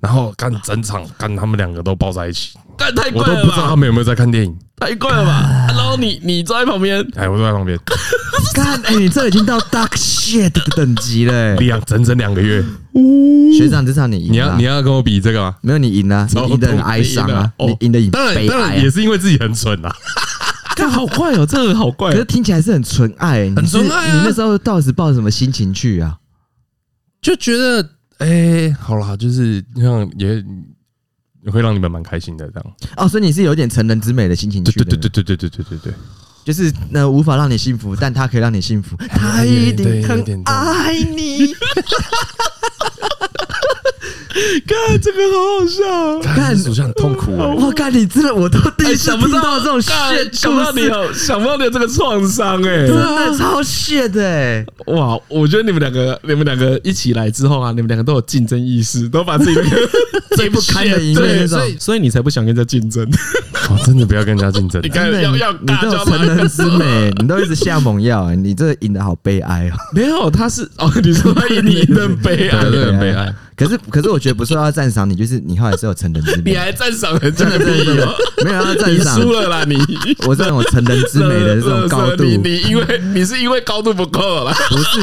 Speaker 2: 然后看整场，看他们两个都抱在一起，
Speaker 3: 但太
Speaker 2: 我
Speaker 3: 怪
Speaker 2: 都
Speaker 3: 了
Speaker 2: 不知道他
Speaker 3: 吧！
Speaker 2: 们有没有在看电影，
Speaker 3: 太怪了吧！啊然后你你坐在旁边，
Speaker 2: 哎，我坐在旁边，
Speaker 1: 看，哎，你这已经到 dark shit 的等级了。哎
Speaker 2: 两整整两个月，
Speaker 1: 学长，这场你
Speaker 2: 你
Speaker 1: 赢啊
Speaker 2: 要哦
Speaker 1: 了
Speaker 2: 你，要跟我比这个吗？
Speaker 1: 没有你赢了，你赢得很哀伤啊，
Speaker 2: 哦
Speaker 1: 你赢得很
Speaker 2: 当然
Speaker 1: 悲
Speaker 2: 当
Speaker 1: 哀
Speaker 2: 然
Speaker 1: 啊
Speaker 2: 也。是因为自己很蠢啊，
Speaker 3: 看好怪哦，这个人好怪
Speaker 1: 可是
Speaker 3: 哦，
Speaker 1: 听起来是很纯爱、你
Speaker 2: 很
Speaker 1: 是
Speaker 2: 纯爱啊
Speaker 1: 你那时候到底是抱什么心情去啊？
Speaker 2: 就觉得哎、好啦，就是像也也会让你们蛮开心的这样。
Speaker 1: 哦，所以你是有点成人之美的心情
Speaker 2: 对
Speaker 1: 去的，
Speaker 2: 对对，对对对对对对
Speaker 1: 就是那无法让你幸福，但他可以让你幸福，他一
Speaker 2: 对
Speaker 1: 定
Speaker 2: 哎有
Speaker 1: 很
Speaker 2: 点这样
Speaker 1: 爱 你。
Speaker 3: 看这个好好笑哦。
Speaker 2: 对，看暑假很痛苦 哎、
Speaker 1: 我靠，你真的我都第一
Speaker 3: 哎，
Speaker 1: 次
Speaker 3: 想
Speaker 1: 听
Speaker 3: 不到
Speaker 1: 这种
Speaker 3: 干
Speaker 1: shit
Speaker 3: 想不到
Speaker 1: 故
Speaker 3: 你
Speaker 1: 事
Speaker 2: 哦
Speaker 3: 有，想不到你有这个创伤哎，
Speaker 1: 真的
Speaker 2: 啊
Speaker 1: 超 shit 的欸
Speaker 3: 哇！我觉得你们两个，你们两个一起来之后啊，你们两个都有竞争意识，都把自己那个
Speaker 1: 最不堪的一面那
Speaker 3: 对，
Speaker 1: 种
Speaker 3: 所以所以你才不想跟人家竞争。
Speaker 2: 哦真的不要跟人家竞 争
Speaker 3: 你
Speaker 2: 啊。
Speaker 3: 看
Speaker 1: 真的
Speaker 3: 要
Speaker 1: 你
Speaker 3: 要
Speaker 1: 你
Speaker 3: 大
Speaker 1: 这
Speaker 3: 家
Speaker 1: 种
Speaker 3: 把
Speaker 1: 成人之 美，你都一直下猛药欸，你这赢得好悲哀哦。
Speaker 3: 没有，他是 哦，你说他赢你的悲哀
Speaker 2: 对，对很悲
Speaker 1: 啊
Speaker 2: 哀。
Speaker 1: 可是可是，我觉得不是要赞赏你，就是你后来是有成人之
Speaker 3: 你
Speaker 1: 美，
Speaker 3: 还赞赏人家
Speaker 1: 真的
Speaker 3: 的
Speaker 1: 真的
Speaker 3: 理
Speaker 1: 真
Speaker 3: 由
Speaker 1: 的，没有要赞
Speaker 3: 你
Speaker 1: 赏
Speaker 3: 输。了啦，你
Speaker 1: 我这种成人之美的这种高 度，
Speaker 3: 呃你你因为你是因为高度不够 啦，
Speaker 1: 不是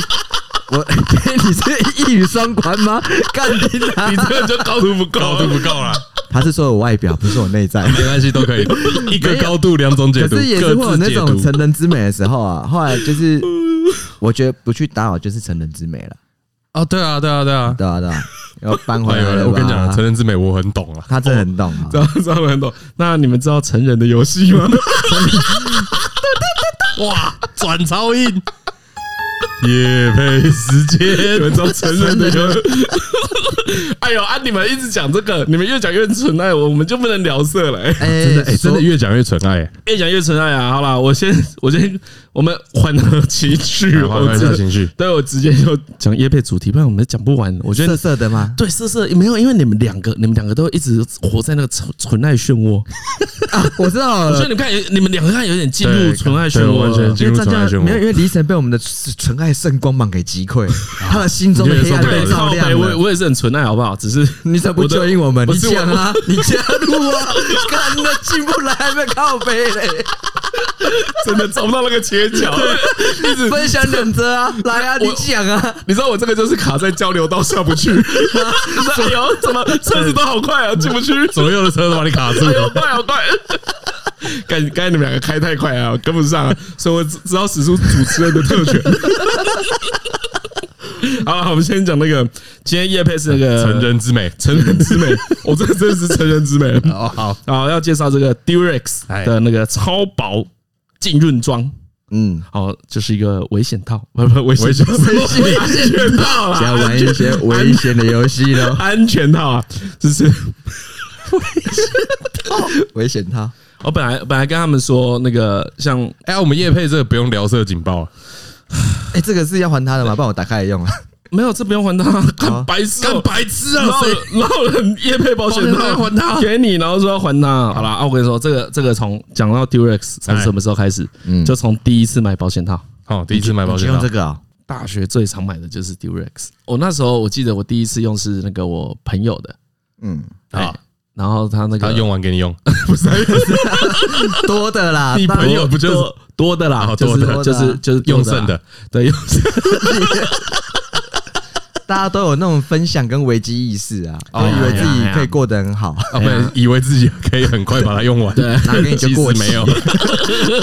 Speaker 1: 我， 你是一语双关吗？ 干你啊
Speaker 3: 你！这个就高度不够，
Speaker 2: 高度不够啦，
Speaker 1: 他是说我外表，不是我内在。
Speaker 2: 没关系，都 可以。一个高度，两种解
Speaker 1: 可
Speaker 2: 读，
Speaker 1: 是也是会有
Speaker 2: 各自
Speaker 1: 那
Speaker 2: 解
Speaker 1: 种成
Speaker 2: 读。
Speaker 1: 人之美的时候啊。后来就是，我觉得不去打扰就是成人之美了，
Speaker 2: 哦，对啊，对啊，对啊。
Speaker 1: 对啊对啊， 要搬回
Speaker 2: 哎
Speaker 1: 来了吧。
Speaker 2: 呦，我跟你讲，成人之美我很懂啊。
Speaker 1: 他真的很懂啊
Speaker 3: 知。道知道很懂。那你们知道成人的游戏吗？
Speaker 2: 哇，转超 硬，夜配时 间，你们知道成人的游
Speaker 3: 哎呦啊！你们一直讲这个，你们越讲越纯爱，我们就不能聊色了、哎
Speaker 1: 哎
Speaker 2: 真的，哎，真的越讲越纯爱。
Speaker 3: 越讲越纯爱啊！好啦，我先我先我们缓和情绪，
Speaker 2: 哎缓和一下
Speaker 3: 我直
Speaker 2: 情绪
Speaker 3: 对我直接就讲叶配主题，不然我们讲不完。我觉
Speaker 1: 色
Speaker 3: 得
Speaker 1: 色的吗？
Speaker 3: 对色色没有，因为你们两个你们两个都一直活在那个纯纯爱漩涡，
Speaker 1: 我知道
Speaker 3: 所
Speaker 1: 了
Speaker 3: 以。你们看你们两个看有点进入
Speaker 2: 对
Speaker 3: 纯爱漩
Speaker 2: 对完
Speaker 3: 涡
Speaker 2: 全
Speaker 3: 了。
Speaker 1: 因
Speaker 2: 进
Speaker 1: 为
Speaker 2: 入
Speaker 1: 这
Speaker 2: 纯爱
Speaker 1: 样
Speaker 2: 漩
Speaker 1: 没有，因
Speaker 2: 涡。
Speaker 1: 为李晨被我们的纯爱圣光芒给击溃，他的心中的黑暗被
Speaker 3: 对，
Speaker 1: 照
Speaker 3: 靠
Speaker 1: 亮
Speaker 3: 北，我也
Speaker 1: 了。
Speaker 3: 我也是很纯爱，好不好？只是
Speaker 1: 你怎么不
Speaker 3: 我的
Speaker 1: 救应我们？
Speaker 3: 不
Speaker 1: 你
Speaker 3: 是
Speaker 1: 讲啊，你加入啊，干的进不来，还没靠背嘞。
Speaker 3: 真的找不到那个切角。
Speaker 1: 分享忍者啊，来啊，你讲啊，
Speaker 3: 你知道我这个就是卡在交流道下不 去，哎呦，怎么车子都好快啊，进不去，
Speaker 2: 左右的车都把你卡住
Speaker 3: 哎呦，
Speaker 2: 了，
Speaker 3: 快好快！刚刚才你们两个开太快啊，跟不上啊，所以我只只好使出主持人的特 权。好了，我们先讲那个，今天叶佩是那个
Speaker 2: 成人之美，
Speaker 3: 成人之美，我、这个真的是成人之美了。
Speaker 2: 哦，好，
Speaker 3: 好，要介绍这个 Durex
Speaker 2: 哎
Speaker 3: 的那个超薄浸润装，
Speaker 1: 嗯，
Speaker 3: 哦，这是一个危险套， 不不危险
Speaker 2: 危险
Speaker 1: 危险
Speaker 3: 安全套啦，
Speaker 1: 想要玩
Speaker 3: 安
Speaker 1: 一
Speaker 3: 全
Speaker 1: 些危险的游戏喽，
Speaker 3: 安全套啊，就是
Speaker 1: 危险套。
Speaker 3: 我哦本来本来跟他们说那个像
Speaker 2: 哎，我们叶配这个不用聊色警报啊，
Speaker 1: 哎，这个是要还他的吗？帮我打开来用啊。
Speaker 3: 没有，这不用还他，啊干白痴、哦，
Speaker 2: 白痴
Speaker 3: 然后
Speaker 2: 谁
Speaker 3: 然后人业配保险
Speaker 2: 保险
Speaker 3: 套
Speaker 2: 套还他
Speaker 3: 给你，然后说要还他。哎好啦，啊我跟你说，这个这个从讲到 Durex 从什么时候开始？就从第一次买保险套，
Speaker 2: 哦，第一次买保
Speaker 1: 你
Speaker 2: 险套
Speaker 1: 用这，个啊？
Speaker 3: 大学最常买的就是 Durex。我那时候我记得我第一次用是那个我朋友的，
Speaker 1: 嗯，
Speaker 2: 啊
Speaker 3: 哎，然后他那个
Speaker 2: 他用完给你用，
Speaker 1: 多的啦，
Speaker 3: 你
Speaker 1: 当然
Speaker 3: 朋友
Speaker 2: 不就是
Speaker 3: 多多的啦，
Speaker 2: 哦
Speaker 3: 就
Speaker 2: 多
Speaker 3: 是
Speaker 2: 的
Speaker 3: 就是就是啊多
Speaker 2: 用
Speaker 3: 啦
Speaker 2: 剩的，
Speaker 3: 对，用剩的
Speaker 1: 大家都有那种分享跟危机意识啊，
Speaker 2: 哦
Speaker 1: 都以为自
Speaker 3: 哎
Speaker 1: 己
Speaker 3: 呀
Speaker 1: 可以过得很好，
Speaker 2: 啊，
Speaker 3: 哎
Speaker 2: 不然以为自己可以很快把它用完，
Speaker 1: 然后给你就
Speaker 2: 其实
Speaker 1: 过期
Speaker 2: 没有，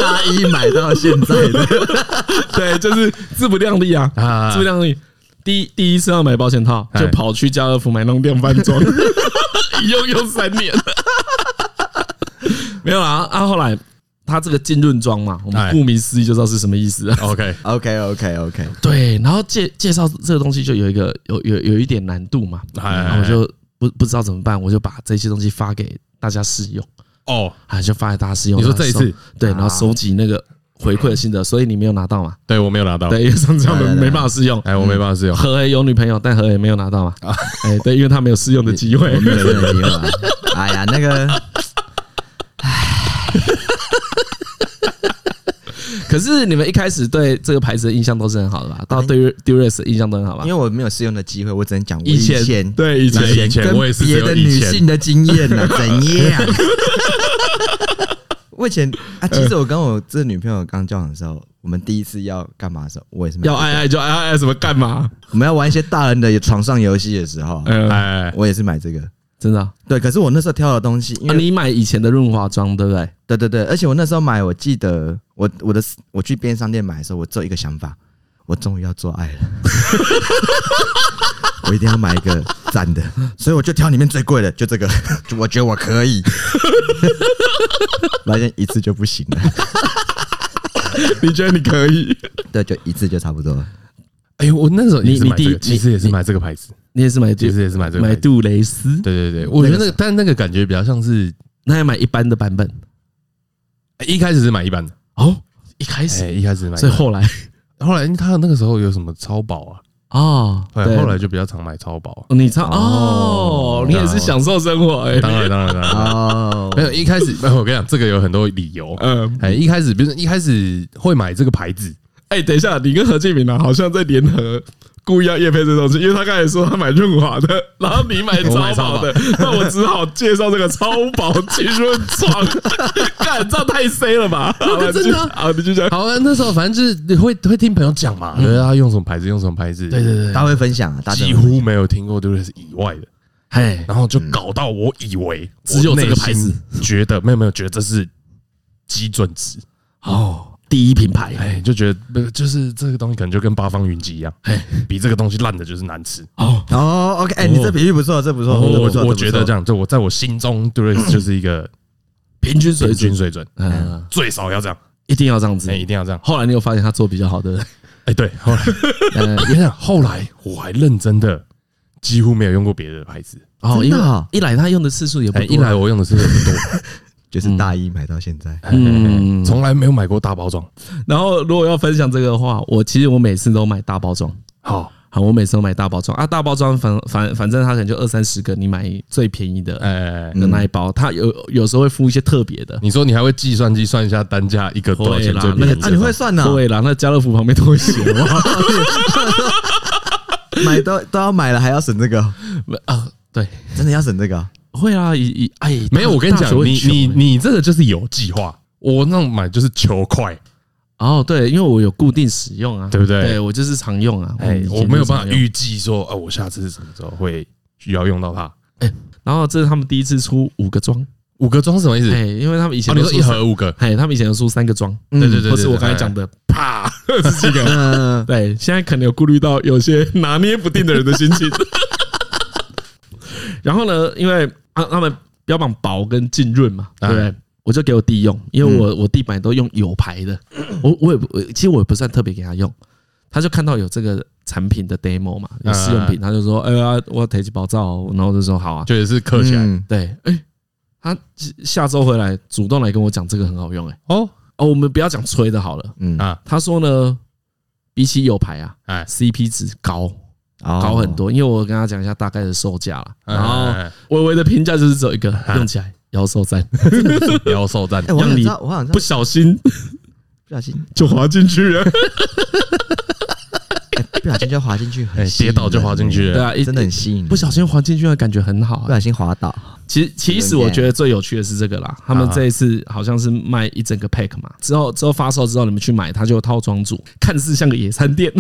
Speaker 1: 大一买到现在的，
Speaker 3: 对，就是自不量 力啊，
Speaker 2: 啊
Speaker 3: 自不量力。第一第一次要买保险套，
Speaker 2: 哎
Speaker 3: 就跑去家乐福买那种量贩装， 一用用三年。 没有啦，啊，后来它这个浸润装嘛，我们
Speaker 2: 哎
Speaker 3: 顾名思义就知道是什么意思啊。
Speaker 2: OK，
Speaker 1: OK OK OK，
Speaker 3: 对，然后介介绍这个东西就有一个有有有一点难度嘛，
Speaker 2: 哎
Speaker 3: 然后我就不不知道怎么办，我就把这些东西发给大家试用，
Speaker 2: 哦，
Speaker 3: 啊，就发给大家试用。
Speaker 2: 你说
Speaker 3: 然后
Speaker 2: 这一
Speaker 3: 收
Speaker 2: 次
Speaker 3: 对，然后收集那个回馈的心得，所以你没有拿到嘛？
Speaker 2: 对我没有拿到，
Speaker 3: 对，因为嗯上次我
Speaker 1: 来来
Speaker 3: 们
Speaker 1: 来
Speaker 3: 没办法试用，
Speaker 2: 哎，我没办法使用，
Speaker 3: 何爷有女朋友，但何爷没有拿到嘛？哎，对，因为他没有试用的机 会
Speaker 1: 我。没有这个机会啊。哎呀，那个
Speaker 3: 可是你们一开始对这个牌子的印象都是很好的吧？到对 Durex 的印象都很好吧
Speaker 1: 因为？我没有试用的机会，我只能讲我
Speaker 3: 前
Speaker 1: 前
Speaker 3: 对以前
Speaker 2: 对以前
Speaker 1: 跟
Speaker 2: 我也是只
Speaker 1: 别
Speaker 2: 有
Speaker 1: 的
Speaker 2: 以
Speaker 1: 女
Speaker 2: 前
Speaker 1: 性的经验呢、怎样？我以前啊，其实我跟我这女朋友刚交往的时候，我们第一次要干嘛的时候，我也是没有
Speaker 3: 要爱爱就爱爱，什么干嘛？
Speaker 1: 我们要玩一些大人的床上游戏的时候啊，
Speaker 3: 嗯，
Speaker 2: 哎，
Speaker 1: 我也是买这个，
Speaker 3: 真的啊。
Speaker 1: 对，可是我那时候挑的东西，因
Speaker 3: 啊
Speaker 1: 为、
Speaker 3: 你买以前的润滑妆，对不对？
Speaker 1: 对对对，而且我那时候买，我记得我我的我去便利商店买的时候，我只有一个想法，我终于要做爱了， 我一定要买一个赞的，所以我就挑里面最贵的，就这个，就我觉得我可 以，发现一次就不行了，
Speaker 3: 你觉得你可以？
Speaker 1: 对，就一次就差不多了。
Speaker 2: 哎、我那时候也是
Speaker 3: 你
Speaker 2: 买这
Speaker 3: 你
Speaker 2: 个，
Speaker 3: 第
Speaker 2: 其实也是买这个牌子，
Speaker 3: 你也是买杜
Speaker 2: 其，实也是买这个牌
Speaker 3: 买
Speaker 2: 子。
Speaker 3: 杜蕾斯，
Speaker 2: 对对对，我觉得那个，但那个感觉比较像是
Speaker 3: 那要买一般的版本
Speaker 2: 哎一开始是买一般的，
Speaker 3: 哦。一开
Speaker 2: 哎，
Speaker 3: 始，
Speaker 2: 一开始买一般的，
Speaker 3: 所以后来
Speaker 2: 后来因为他那个时候有什么超薄啊，
Speaker 3: 哦，
Speaker 2: 后
Speaker 3: 对
Speaker 2: 来后来就比较常买超薄啊。
Speaker 3: 哦你唱哦
Speaker 2: 哦，
Speaker 3: 你也是享受生活哎。
Speaker 2: 当然当然当然，
Speaker 1: 哦，
Speaker 2: 没有一开始，没有我跟你讲，这个有很多理由。
Speaker 3: 嗯，
Speaker 2: 哎，一开始比如说一开始会买这个牌子，
Speaker 3: 哎，等一下，你跟何敬明啊，好像在联合故意要叶配这东西，因为他刚才说他买润滑的，然后你买
Speaker 2: 我
Speaker 3: 超
Speaker 2: 买超
Speaker 3: 薄
Speaker 2: 薄
Speaker 3: 的，那我只好介绍这个超薄浸润 床，干这样太 C 了吧？好了
Speaker 2: 真的啊
Speaker 3: 你就好，你就讲，
Speaker 2: 好，那时候反正就是会会听朋友讲嘛，对他用什么牌子用什么牌子，对对对，
Speaker 1: 大家会分享啊，大家
Speaker 2: 几乎没有听过对不对？是以外的，
Speaker 3: 嘿，
Speaker 2: 然后就搞到我以为
Speaker 3: 只有这个牌子，
Speaker 2: 觉得没有没有觉得这是基准值，
Speaker 3: 哦，第一品牌
Speaker 2: 哎，就觉得呃就是这个东西可能就跟八方云集一样，哎，比这个东西烂的就是难吃。
Speaker 3: 哦，
Speaker 1: 哦，OK，哎、你这比喻不错，这不错，这不
Speaker 2: 我
Speaker 1: 错，
Speaker 2: 我
Speaker 1: 不错
Speaker 2: 觉得这样，就我在我心中对不对？就是一个
Speaker 3: 平均
Speaker 2: 平
Speaker 3: 水
Speaker 2: 均
Speaker 3: 准，
Speaker 2: 水准，
Speaker 3: 嗯，
Speaker 2: 最少要这样，
Speaker 3: 一定要这样子
Speaker 2: 哎，。一定要这样。
Speaker 3: 后来你有发现他做比较好的，
Speaker 2: 哎，对，后来，呃，我跟你讲，后来我还认真的几乎没有用过别的牌子。
Speaker 3: 哦，
Speaker 1: 真
Speaker 3: 因
Speaker 1: 的
Speaker 3: 为
Speaker 1: 哦
Speaker 3: 一来他用的次数也不
Speaker 2: 哎，
Speaker 3: 多，啊
Speaker 2: 一来我用的是很多，
Speaker 1: 就是大一买到现在，
Speaker 3: 嗯
Speaker 2: 嗯，从来没有买过大包装。
Speaker 3: 然后如果要分享这个的话，我其实我每次都买大包装。
Speaker 2: 好，
Speaker 3: 好，我每次都买大包装啊，大包装反反反正它可能就二三十个，你买最便宜的
Speaker 2: 哎，
Speaker 3: 的那一包，它有有时候会附一些特别的。
Speaker 2: 你说你还会计算机算一下单价一个多少钱
Speaker 3: 会啦
Speaker 2: 最
Speaker 3: 那
Speaker 2: 便
Speaker 3: 个
Speaker 2: 宜
Speaker 3: 嗯
Speaker 1: 啊，
Speaker 2: 的
Speaker 1: 你会算呢、
Speaker 3: 对啦，那家乐福旁边都会写哇
Speaker 1: 买都都要买了，还要省这个 哦，
Speaker 3: 啊，对，
Speaker 1: 真的要省这个哦、
Speaker 3: 会啊，以以哎，
Speaker 2: 没有，
Speaker 3: 大
Speaker 2: 我跟你
Speaker 3: 大
Speaker 2: 讲
Speaker 3: 学，会
Speaker 2: 你
Speaker 3: 穷
Speaker 2: 你
Speaker 3: 欸
Speaker 2: 你这个就是有计划。我那种买就是求快，
Speaker 3: 哦，对，因为我有固定使用啊，
Speaker 2: 对不对
Speaker 3: 对我就是常用啊，
Speaker 2: 哎
Speaker 3: 以，前
Speaker 2: 我没有
Speaker 3: 就是常
Speaker 2: 办法
Speaker 3: 用。
Speaker 2: 预计说，哦，我下次是什么时候会需要用到它。
Speaker 3: 然后这是他们第一次出五个装，
Speaker 2: 五个装是什么意思？
Speaker 3: 哎，因为他们以前
Speaker 2: 哦，你
Speaker 3: 都
Speaker 2: 说
Speaker 3: 出
Speaker 2: 一
Speaker 3: 三，
Speaker 2: 盒五个，
Speaker 3: 哎，他们以前都出三个装，
Speaker 2: 对对对，
Speaker 3: 嗯或是我刚才讲
Speaker 2: 的，
Speaker 3: 的啪十几个，
Speaker 1: 嗯，
Speaker 3: 哎对，现在可能有顾虑到有些拿捏不定的人的心 情。然后呢，因为啊，他们标榜薄跟浸润嘛，对
Speaker 2: 啊
Speaker 3: 不对？我就给我弟用，因为我我弟买都用有牌 的，我我也不，我其实我也不算特别给他用，他就看到有这个产品的 demo 嘛，有试用品，他就说，哎呀，我要提起保照哦，然后我就说好啊，
Speaker 2: 就也是刻起来。
Speaker 1: 嗯
Speaker 3: 对，哎，他下周回来主动来跟我讲这个很好用，哎，
Speaker 2: 哦
Speaker 3: 哦，我们不要讲吹的好了，
Speaker 1: 嗯，
Speaker 2: 啊，
Speaker 3: 他说呢，比起有牌啊
Speaker 2: 哎，
Speaker 3: ，CP 值高。
Speaker 1: 高
Speaker 3: 高很，多，因为我跟他讲一下大概的售价啦，
Speaker 2: 哎
Speaker 3: 然后
Speaker 2: 哎
Speaker 3: 微微的评价就是只有一个，用起来妖兽赞，
Speaker 2: 哎妖兽战
Speaker 1: 哎、，我想
Speaker 3: 让
Speaker 1: 知
Speaker 3: 你
Speaker 1: 道，我想知道
Speaker 3: 不，小心
Speaker 1: 不小心，
Speaker 3: 就滑进去了。
Speaker 1: 哎不小心就滑进去，
Speaker 2: 哎
Speaker 1: 很吸引
Speaker 2: 跌
Speaker 1: 人嗯
Speaker 2: 倒就滑进，去
Speaker 3: 对
Speaker 2: 了。
Speaker 3: 啊，一
Speaker 1: 真的很吸引人，
Speaker 3: 不小心滑进去的感觉很好
Speaker 1: 不
Speaker 3: 啊。
Speaker 1: 小心滑倒，
Speaker 3: 其实其实我觉得最有啊趣的是这个啦，他们这一次好像是卖一整个 pack 嘛，之后之后发售之后你们去买，它就有套装组，看似像个野餐垫，